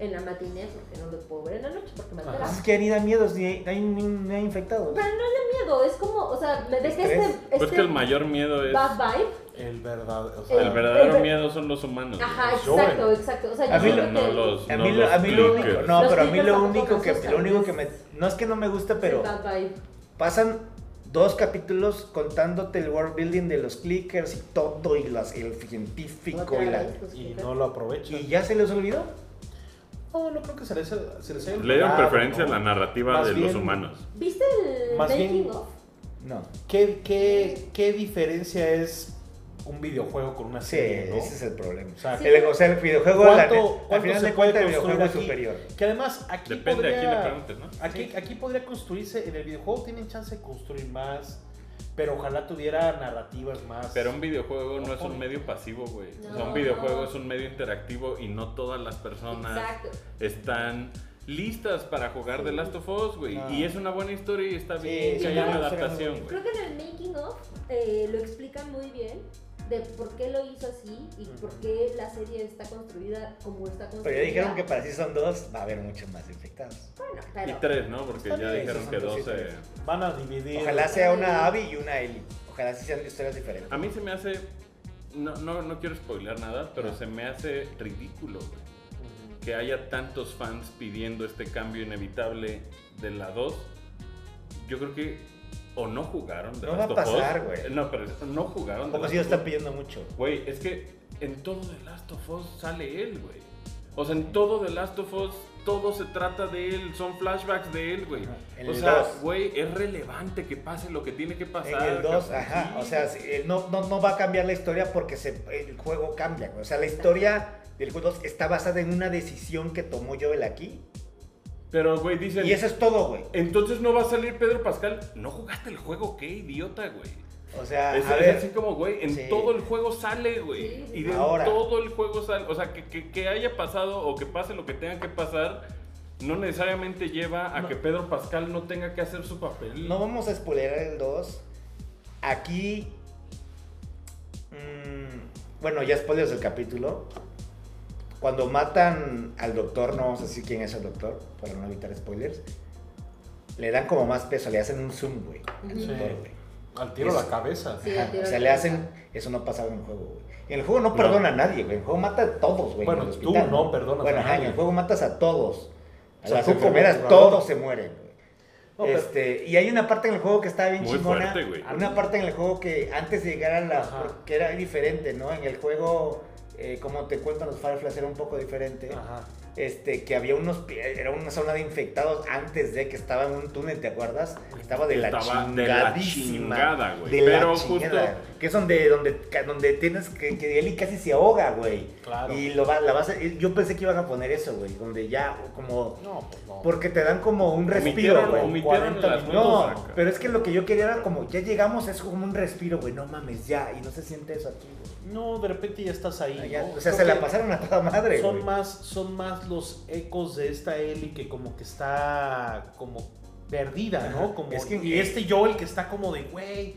[SPEAKER 6] en la matiné porque no lo puedo ver en la noche porque me
[SPEAKER 1] Ajá.
[SPEAKER 6] altera.
[SPEAKER 2] Pues Es que ni da miedos, ni hay, ni, ni hay infectados.
[SPEAKER 6] Pero no es de miedo, es como, o sea, me deja este,
[SPEAKER 2] ¿Estrés?
[SPEAKER 6] este
[SPEAKER 3] Pues que el mayor miedo es.
[SPEAKER 6] bad vibe.
[SPEAKER 1] El verdadero. O sea,
[SPEAKER 3] El verdadero
[SPEAKER 6] el-
[SPEAKER 3] miedo son los humanos.
[SPEAKER 6] Ajá,
[SPEAKER 1] es Joel.
[SPEAKER 6] exacto, exacto. O sea,
[SPEAKER 2] A
[SPEAKER 6] yo
[SPEAKER 2] mí
[SPEAKER 6] siento
[SPEAKER 3] no
[SPEAKER 6] que
[SPEAKER 3] los-
[SPEAKER 2] A
[SPEAKER 3] No,
[SPEAKER 2] mí, lo, a mí lo
[SPEAKER 3] clickers.
[SPEAKER 2] único, no,
[SPEAKER 6] Los
[SPEAKER 2] pero a mí
[SPEAKER 6] clickers
[SPEAKER 2] lo
[SPEAKER 6] tampoco
[SPEAKER 2] único
[SPEAKER 6] nos
[SPEAKER 2] que,
[SPEAKER 6] gustan.
[SPEAKER 2] lo único que me, no es que no me gusta, pero
[SPEAKER 6] el bad vibe.
[SPEAKER 2] pasan dos capítulos contándote el world building de los clickers y todo, y las, el científico
[SPEAKER 6] Otra
[SPEAKER 2] y la...
[SPEAKER 6] vez, pues,
[SPEAKER 1] Y
[SPEAKER 6] súper.
[SPEAKER 1] no lo aprovechan.
[SPEAKER 2] ¿Y ya se les olvidó?
[SPEAKER 1] No, no creo que se les, se les haya
[SPEAKER 3] Le dieron
[SPEAKER 1] olvidado,
[SPEAKER 3] preferencia
[SPEAKER 1] ¿no?
[SPEAKER 3] a la narrativa
[SPEAKER 1] Más
[SPEAKER 3] de los
[SPEAKER 1] bien-
[SPEAKER 3] humanos.
[SPEAKER 6] ¿Viste el
[SPEAKER 1] Más
[SPEAKER 6] making
[SPEAKER 1] bien-
[SPEAKER 6] of?
[SPEAKER 2] No.
[SPEAKER 1] ¿Qué, qué, qué diferencia es un videojuego con una
[SPEAKER 2] Sí,
[SPEAKER 1] serie? no?
[SPEAKER 2] ese es el problema.
[SPEAKER 1] O sea,
[SPEAKER 6] Sí.
[SPEAKER 2] El, o sea, el videojuego,
[SPEAKER 1] ¿Cuánto-
[SPEAKER 2] la,
[SPEAKER 1] cuánto
[SPEAKER 2] al final
[SPEAKER 1] se
[SPEAKER 2] de
[SPEAKER 1] puede
[SPEAKER 2] cuentas, el videojuego es
[SPEAKER 1] construir
[SPEAKER 2] superior.
[SPEAKER 1] Que además aquí
[SPEAKER 3] Depende
[SPEAKER 1] podría,
[SPEAKER 3] a quién le preguntes, ¿no?
[SPEAKER 1] Aquí, aquí podría construirse, en el videojuego tienen chance de construir más, pero ojalá tuviera narrativas más.
[SPEAKER 3] Pero un videojuego no es un medio pasivo, güey. O sea,
[SPEAKER 6] No.
[SPEAKER 3] un videojuego es un medio interactivo y no todas las personas
[SPEAKER 6] Exacto.
[SPEAKER 3] están listas para jugar The Last of Us, güey.
[SPEAKER 2] No.
[SPEAKER 3] Y es una buena historia y está
[SPEAKER 2] Ah. Sí,
[SPEAKER 3] bien
[SPEAKER 2] sí,
[SPEAKER 3] que haya
[SPEAKER 2] no, será
[SPEAKER 3] una
[SPEAKER 2] muy
[SPEAKER 3] adaptación,
[SPEAKER 2] bien.
[SPEAKER 3] güey.
[SPEAKER 6] Creo que en el making of eh, lo explican muy bien de por qué lo hizo así y por qué la serie está construida como está construida.
[SPEAKER 2] Pero ya dijeron que para sí son dos, va a haber muchos más infectados.
[SPEAKER 6] Bueno,
[SPEAKER 3] Y
[SPEAKER 6] pero...
[SPEAKER 3] tres, ¿no? Porque
[SPEAKER 2] Está
[SPEAKER 3] ya
[SPEAKER 2] bien,
[SPEAKER 3] dijeron
[SPEAKER 2] esos
[SPEAKER 3] que
[SPEAKER 2] son
[SPEAKER 3] dos.
[SPEAKER 2] los
[SPEAKER 3] eh,
[SPEAKER 2] siete.
[SPEAKER 1] Van a dividir.
[SPEAKER 2] Ojalá sea una Abby y una Ellie. Ojalá sí sean historias diferentes.
[SPEAKER 3] A mí se me hace. No, no, no quiero spoilear nada,
[SPEAKER 2] Ah.
[SPEAKER 3] pero se me hace ridículo, güey. que haya tantos fans pidiendo este cambio inevitable de la 2, yo creo que o no jugaron de
[SPEAKER 2] No
[SPEAKER 3] Last
[SPEAKER 2] va a
[SPEAKER 3] of Us.
[SPEAKER 2] pasar, güey.
[SPEAKER 3] No, pero no jugaron de
[SPEAKER 2] Como
[SPEAKER 3] Last
[SPEAKER 2] si lo
[SPEAKER 3] of
[SPEAKER 2] están
[SPEAKER 3] Us.
[SPEAKER 2] pidiendo mucho.
[SPEAKER 3] Güey, es que en todo The Last of Us sale él, güey. O sea, en todo The Last of Us todo se trata de él, son flashbacks de él, güey.
[SPEAKER 2] Ajá. En
[SPEAKER 3] O
[SPEAKER 2] el
[SPEAKER 3] sea,
[SPEAKER 2] dos.
[SPEAKER 3] güey, es relevante que pase lo que tiene que
[SPEAKER 2] En
[SPEAKER 3] pasar.
[SPEAKER 2] el 2,
[SPEAKER 3] cabrón.
[SPEAKER 2] ajá.
[SPEAKER 3] Sí.
[SPEAKER 2] O sea, si- eh, no, no, no va a cambiar la historia porque se, el juego cambia. güey. O sea, la historia del juego 2 está basada en una decisión que tomó Joel aquí.
[SPEAKER 3] Pero, güey, dicen,
[SPEAKER 2] Y eso es todo, güey.
[SPEAKER 3] entonces no va a salir Pedro Pascal. No jugaste el juego, qué idiota, güey.
[SPEAKER 2] O sea,
[SPEAKER 3] Es,
[SPEAKER 2] a
[SPEAKER 3] es
[SPEAKER 2] ver,
[SPEAKER 3] así como, güey, en
[SPEAKER 2] Sí.
[SPEAKER 3] todo el juego sale, güey.
[SPEAKER 6] Sí, sí,
[SPEAKER 3] Y de en
[SPEAKER 2] Ahora.
[SPEAKER 3] todo el juego sale. O sea, que, que- que haya pasado o que pase lo que tenga que pasar, no necesariamente lleva a que Pedro Pascal no tenga que hacer su papel.
[SPEAKER 2] no vamos a spoilear el 2. Aquí. mm, bueno, ya spoilers del capítulo. Cuando matan al doctor, no vamos a decir quién es el doctor, para no evitar spoilers. Le dan como más peso, le hacen un zoom, güey. Al
[SPEAKER 1] Sí.
[SPEAKER 2] doctor, güey.
[SPEAKER 1] Al tiro a la cabeza.
[SPEAKER 6] Sí, a
[SPEAKER 2] Ajá,
[SPEAKER 6] tiro
[SPEAKER 2] o
[SPEAKER 6] de
[SPEAKER 2] sea, le
[SPEAKER 6] cabeza.
[SPEAKER 2] hacen. Eso no pasaba en el juego, güey. En el juego no perdona a nadie, güey. En el juego mata a todos, güey. en
[SPEAKER 1] Bueno,
[SPEAKER 2] el
[SPEAKER 1] tú
[SPEAKER 2] hospital,
[SPEAKER 1] no perdonas
[SPEAKER 2] Bueno,
[SPEAKER 1] a
[SPEAKER 2] ajá, en
[SPEAKER 1] nadie.
[SPEAKER 2] el juego matas a todos. A
[SPEAKER 1] O sea,
[SPEAKER 2] las
[SPEAKER 1] tú como
[SPEAKER 2] enfermeras,
[SPEAKER 1] jugador.
[SPEAKER 2] todos se mueren, güey.
[SPEAKER 1] No, pero-
[SPEAKER 2] Este, y hay una parte en el juego que estaba bien
[SPEAKER 3] Muy
[SPEAKER 2] chingona.
[SPEAKER 3] fuerte, güey.
[SPEAKER 2] Una parte en el juego que antes de llegar a las.
[SPEAKER 1] Ajá.
[SPEAKER 2] Porque era diferente, ¿no? En el juego, eh, como te cuentan los Fireflies, era un poco diferente.
[SPEAKER 1] Ajá.
[SPEAKER 2] Este, que había unos. pi- Era una zona de infectados antes de que estaba en un túnel, ¿te acuerdas? Estaba de la
[SPEAKER 3] Estaba de la
[SPEAKER 2] chingadísima.
[SPEAKER 3] chingada, güey.
[SPEAKER 2] De la
[SPEAKER 3] Pero
[SPEAKER 2] chingada.
[SPEAKER 3] justo-
[SPEAKER 2] Que es donde, donde, ca- donde tienes que, que Eli casi se ahoga, güey.
[SPEAKER 1] Claro.
[SPEAKER 2] Y lo va, la vas a- yo pensé que iban a poner eso, güey. Donde ya, como.
[SPEAKER 1] No, pues no.
[SPEAKER 2] Porque te dan como un respiro,
[SPEAKER 3] Omitieron-
[SPEAKER 2] güey.
[SPEAKER 3] omitieron
[SPEAKER 1] 40
[SPEAKER 3] las
[SPEAKER 2] No,
[SPEAKER 3] fotos acá.
[SPEAKER 2] pero es que lo que yo quería era como, ya llegamos, es como un respiro, güey, no mames, ya, y no se siente eso aquí, güey.
[SPEAKER 1] No, de repente ya estás ahí.
[SPEAKER 2] Ya,
[SPEAKER 1] ¿no?
[SPEAKER 2] o sea,
[SPEAKER 1] Creo
[SPEAKER 2] se la
[SPEAKER 1] que
[SPEAKER 2] pasaron a toda madre,
[SPEAKER 1] Son
[SPEAKER 2] güey.
[SPEAKER 1] más, son más los ecos de esta Ellie que como que está como perdida, ¿no?
[SPEAKER 2] Ajá.
[SPEAKER 1] Como,
[SPEAKER 2] Es que- eh,
[SPEAKER 1] y este Joel que está como de, güey.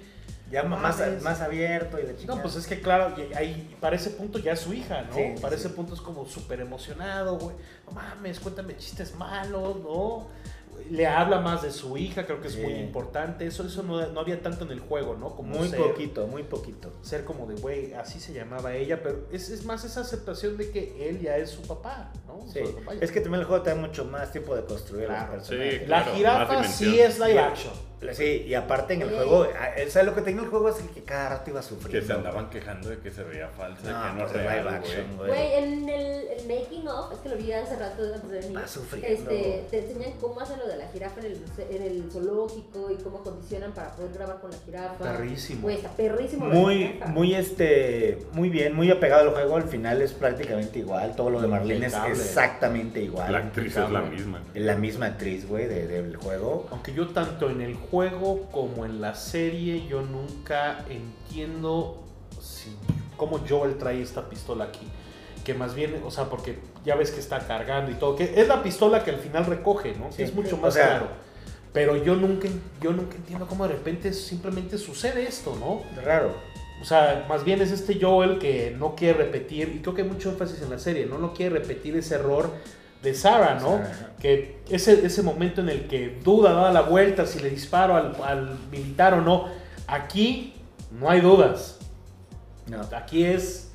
[SPEAKER 2] Ya ma- más,
[SPEAKER 1] mames.
[SPEAKER 2] más abierto y la chingada.
[SPEAKER 1] No, pues es que claro, y ahí, para ese punto ya es su hija, ¿no?
[SPEAKER 2] Sí, sí,
[SPEAKER 1] para
[SPEAKER 2] sí.
[SPEAKER 1] ese punto es como súper emocionado, güey. No mames, cuéntame chistes malos, ¿no? Le habla más de su hija, creo que es muy
[SPEAKER 2] Sí.
[SPEAKER 1] importante. Eso, eso no, no había tanto en el juego, ¿no? Como
[SPEAKER 2] muy
[SPEAKER 1] ser-
[SPEAKER 2] poquito, muy poquito.
[SPEAKER 1] ser como de, güey, así se llamaba ella, pero es, es más esa aceptación de que él ya es su papá, ¿no?
[SPEAKER 2] Sí.
[SPEAKER 1] Su papá ya.
[SPEAKER 2] Es que también el juego te da mucho más tiempo de construir a los
[SPEAKER 1] Claro.
[SPEAKER 2] personajes.
[SPEAKER 3] Sí,
[SPEAKER 1] la
[SPEAKER 3] claro,
[SPEAKER 1] jirafa
[SPEAKER 3] más
[SPEAKER 1] sí
[SPEAKER 3] dimensión.
[SPEAKER 1] es live action.
[SPEAKER 2] Sí, y aparte en el
[SPEAKER 6] Sí.
[SPEAKER 2] juego, a- o sea, lo que tenía el juego es que cada rato iba sufriendo.
[SPEAKER 3] Que se andaban quejando de que se veía falsa,
[SPEAKER 2] No,
[SPEAKER 3] que no es
[SPEAKER 2] pues, live
[SPEAKER 3] real, güey.
[SPEAKER 2] action,
[SPEAKER 6] Güey, en el, el making of, es que lo vi hace rato antes de venir.
[SPEAKER 2] Va sufriendo.
[SPEAKER 6] Este, te enseñan cómo hacen lo de la jirafa en el, muse- en el zoológico y cómo condicionan para poder grabar con la jirafa.
[SPEAKER 1] Perrísimo.
[SPEAKER 3] Pues,
[SPEAKER 6] Güey, está perrísimo. la
[SPEAKER 2] Muy,
[SPEAKER 6] jirafa.
[SPEAKER 2] muy este, muy bien, muy apegado al juego. Al final es prácticamente igual. Todo lo de Marlene es
[SPEAKER 1] Impecable.
[SPEAKER 2] exactamente igual.
[SPEAKER 3] La actriz es la misma.
[SPEAKER 2] Es la misma actriz, güey, de- del juego.
[SPEAKER 1] Aunque yo tanto en el juego como en la serie, yo nunca entiendo si, cómo Joel trae esta pistola aquí. Que más bien, o sea, porque ya ves que está cargando y todo, que es la pistola que al final recoge, ¿no?
[SPEAKER 2] Sí.
[SPEAKER 1] Es mucho
[SPEAKER 2] O
[SPEAKER 1] más
[SPEAKER 2] sea-
[SPEAKER 1] claro. Pero yo nunca, yo nunca entiendo cómo de repente simplemente sucede esto, ¿no?
[SPEAKER 2] Raro.
[SPEAKER 1] O sea, más bien es este Joel que no quiere repetir, y creo que hay mucho énfasis en la serie, ¿no? No quiere repetir ese error de Sarah, ¿no?
[SPEAKER 2] Ajá.
[SPEAKER 1] Que ese, ese momento en el que duda, da la vuelta si le disparo al, al militar o no. Aquí no hay dudas.
[SPEAKER 2] No.
[SPEAKER 1] Aquí es.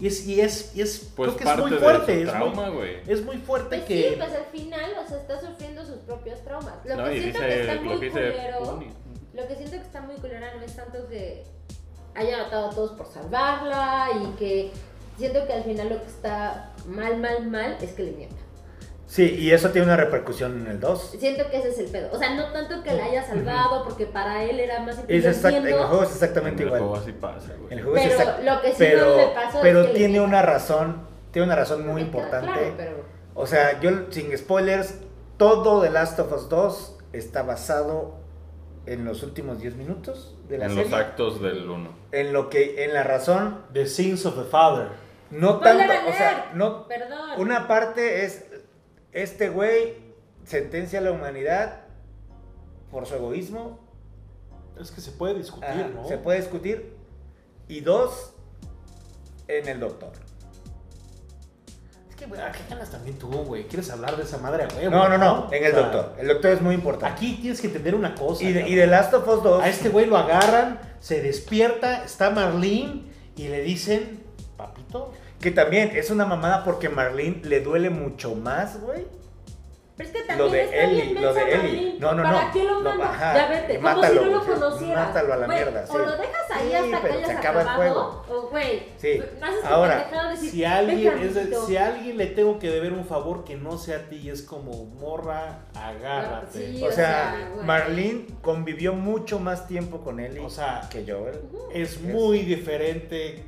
[SPEAKER 1] Y es, y es, y es
[SPEAKER 3] Pues
[SPEAKER 1] creo que es
[SPEAKER 3] parte
[SPEAKER 1] muy
[SPEAKER 3] de
[SPEAKER 1] fuerte.
[SPEAKER 3] su
[SPEAKER 1] Es
[SPEAKER 3] trauma,
[SPEAKER 1] muy,
[SPEAKER 3] güey.
[SPEAKER 1] es muy fuerte
[SPEAKER 6] Pues
[SPEAKER 1] que.
[SPEAKER 6] sí, pues al final, o sea, está sufriendo sus propios traumas. Lo
[SPEAKER 3] No,
[SPEAKER 6] que
[SPEAKER 3] y
[SPEAKER 6] siento
[SPEAKER 3] dice
[SPEAKER 6] que está
[SPEAKER 3] lo que
[SPEAKER 6] muy
[SPEAKER 3] dice
[SPEAKER 6] culero.
[SPEAKER 3] Puni.
[SPEAKER 6] Lo que siento que está muy culera no es tanto que haya matado a todos por salvarla y que siento que al final lo que está mal, mal, mal es que le mienta.
[SPEAKER 2] Sí, y eso tiene una repercusión en el 2.
[SPEAKER 6] Siento que ese es el pedo. O sea, no tanto que la haya salvado porque para él era más
[SPEAKER 2] Es
[SPEAKER 6] importante.
[SPEAKER 2] exact- en el juego es
[SPEAKER 3] En
[SPEAKER 2] exactamente
[SPEAKER 3] el juego
[SPEAKER 2] igual.
[SPEAKER 3] así pasa, güey.
[SPEAKER 2] En el juego es
[SPEAKER 6] Pero
[SPEAKER 2] exact-
[SPEAKER 6] lo que sí no
[SPEAKER 2] pero,
[SPEAKER 6] le pasó
[SPEAKER 2] pero
[SPEAKER 6] es que le
[SPEAKER 2] tiene
[SPEAKER 6] mienta.
[SPEAKER 2] una razón, tiene una razón muy
[SPEAKER 6] Porque,
[SPEAKER 2] importante.
[SPEAKER 6] Claro, pero
[SPEAKER 2] O sea, yo sin spoilers, todo The Last of Us 2 está basado en los últimos 10 minutos de la
[SPEAKER 3] En los
[SPEAKER 2] serie.
[SPEAKER 3] actos del uno.
[SPEAKER 2] En lo que, en la razón,
[SPEAKER 1] The Sins of the Father.
[SPEAKER 2] no
[SPEAKER 6] Spoiler
[SPEAKER 2] tanto, o
[SPEAKER 6] alert.
[SPEAKER 2] sea, no,
[SPEAKER 6] Perdón.
[SPEAKER 2] una parte es, este güey sentencia a la humanidad por su egoísmo,
[SPEAKER 1] Es que se puede discutir,
[SPEAKER 2] Ajá,
[SPEAKER 1] ¿no?
[SPEAKER 2] Ah, se puede discutir, y dos, en el doctor.
[SPEAKER 1] Es que, güey, ¿a qué ganas también tú, güey? ¿Quieres hablar de esa madre, güey?
[SPEAKER 2] No, no, no, en el
[SPEAKER 1] O sea,
[SPEAKER 2] doctor, el doctor es muy importante.
[SPEAKER 1] Aquí tienes que entender una cosa.
[SPEAKER 2] Y de,
[SPEAKER 1] cabrón.
[SPEAKER 2] y The Last of Us 2,
[SPEAKER 1] A este güey lo agarran, se despierta, está Marlene y le dicen, papito,
[SPEAKER 2] que también es una mamada porque Marlene le duele mucho más, güey,
[SPEAKER 6] Pero es que también
[SPEAKER 2] lo de
[SPEAKER 6] está
[SPEAKER 2] Eli,
[SPEAKER 6] bien
[SPEAKER 2] lo de
[SPEAKER 6] mensa,
[SPEAKER 2] Eli.
[SPEAKER 6] Marín.
[SPEAKER 2] No, no,
[SPEAKER 6] ¿Para
[SPEAKER 2] no.
[SPEAKER 6] qué lo
[SPEAKER 2] No,
[SPEAKER 6] mandas?
[SPEAKER 2] ajá.
[SPEAKER 6] ya vete,
[SPEAKER 2] Mátalo,
[SPEAKER 6] como si no lo
[SPEAKER 2] güey.
[SPEAKER 6] conocieras.
[SPEAKER 2] Mátalo a la
[SPEAKER 6] Güey,
[SPEAKER 2] mierda, sí.
[SPEAKER 6] O lo dejas ahí
[SPEAKER 2] Sí,
[SPEAKER 6] hasta que
[SPEAKER 2] pero
[SPEAKER 6] hayas
[SPEAKER 2] se acaba el
[SPEAKER 6] acabado, O güey,
[SPEAKER 2] Sí.
[SPEAKER 6] no haces
[SPEAKER 2] Ahora,
[SPEAKER 6] pendejada de decir,
[SPEAKER 1] si a alguien,
[SPEAKER 6] "Venga,
[SPEAKER 1] es de-
[SPEAKER 6] amiguito".
[SPEAKER 1] si a alguien le tengo que deber un favor que no sea a ti, y es como morra, agárrate.
[SPEAKER 6] Sí,
[SPEAKER 2] O
[SPEAKER 6] o
[SPEAKER 2] sea,
[SPEAKER 6] sea, güey.
[SPEAKER 2] Marlene convivió mucho más tiempo con Ellie
[SPEAKER 1] O sea,
[SPEAKER 2] que Joel.
[SPEAKER 1] es muy diferente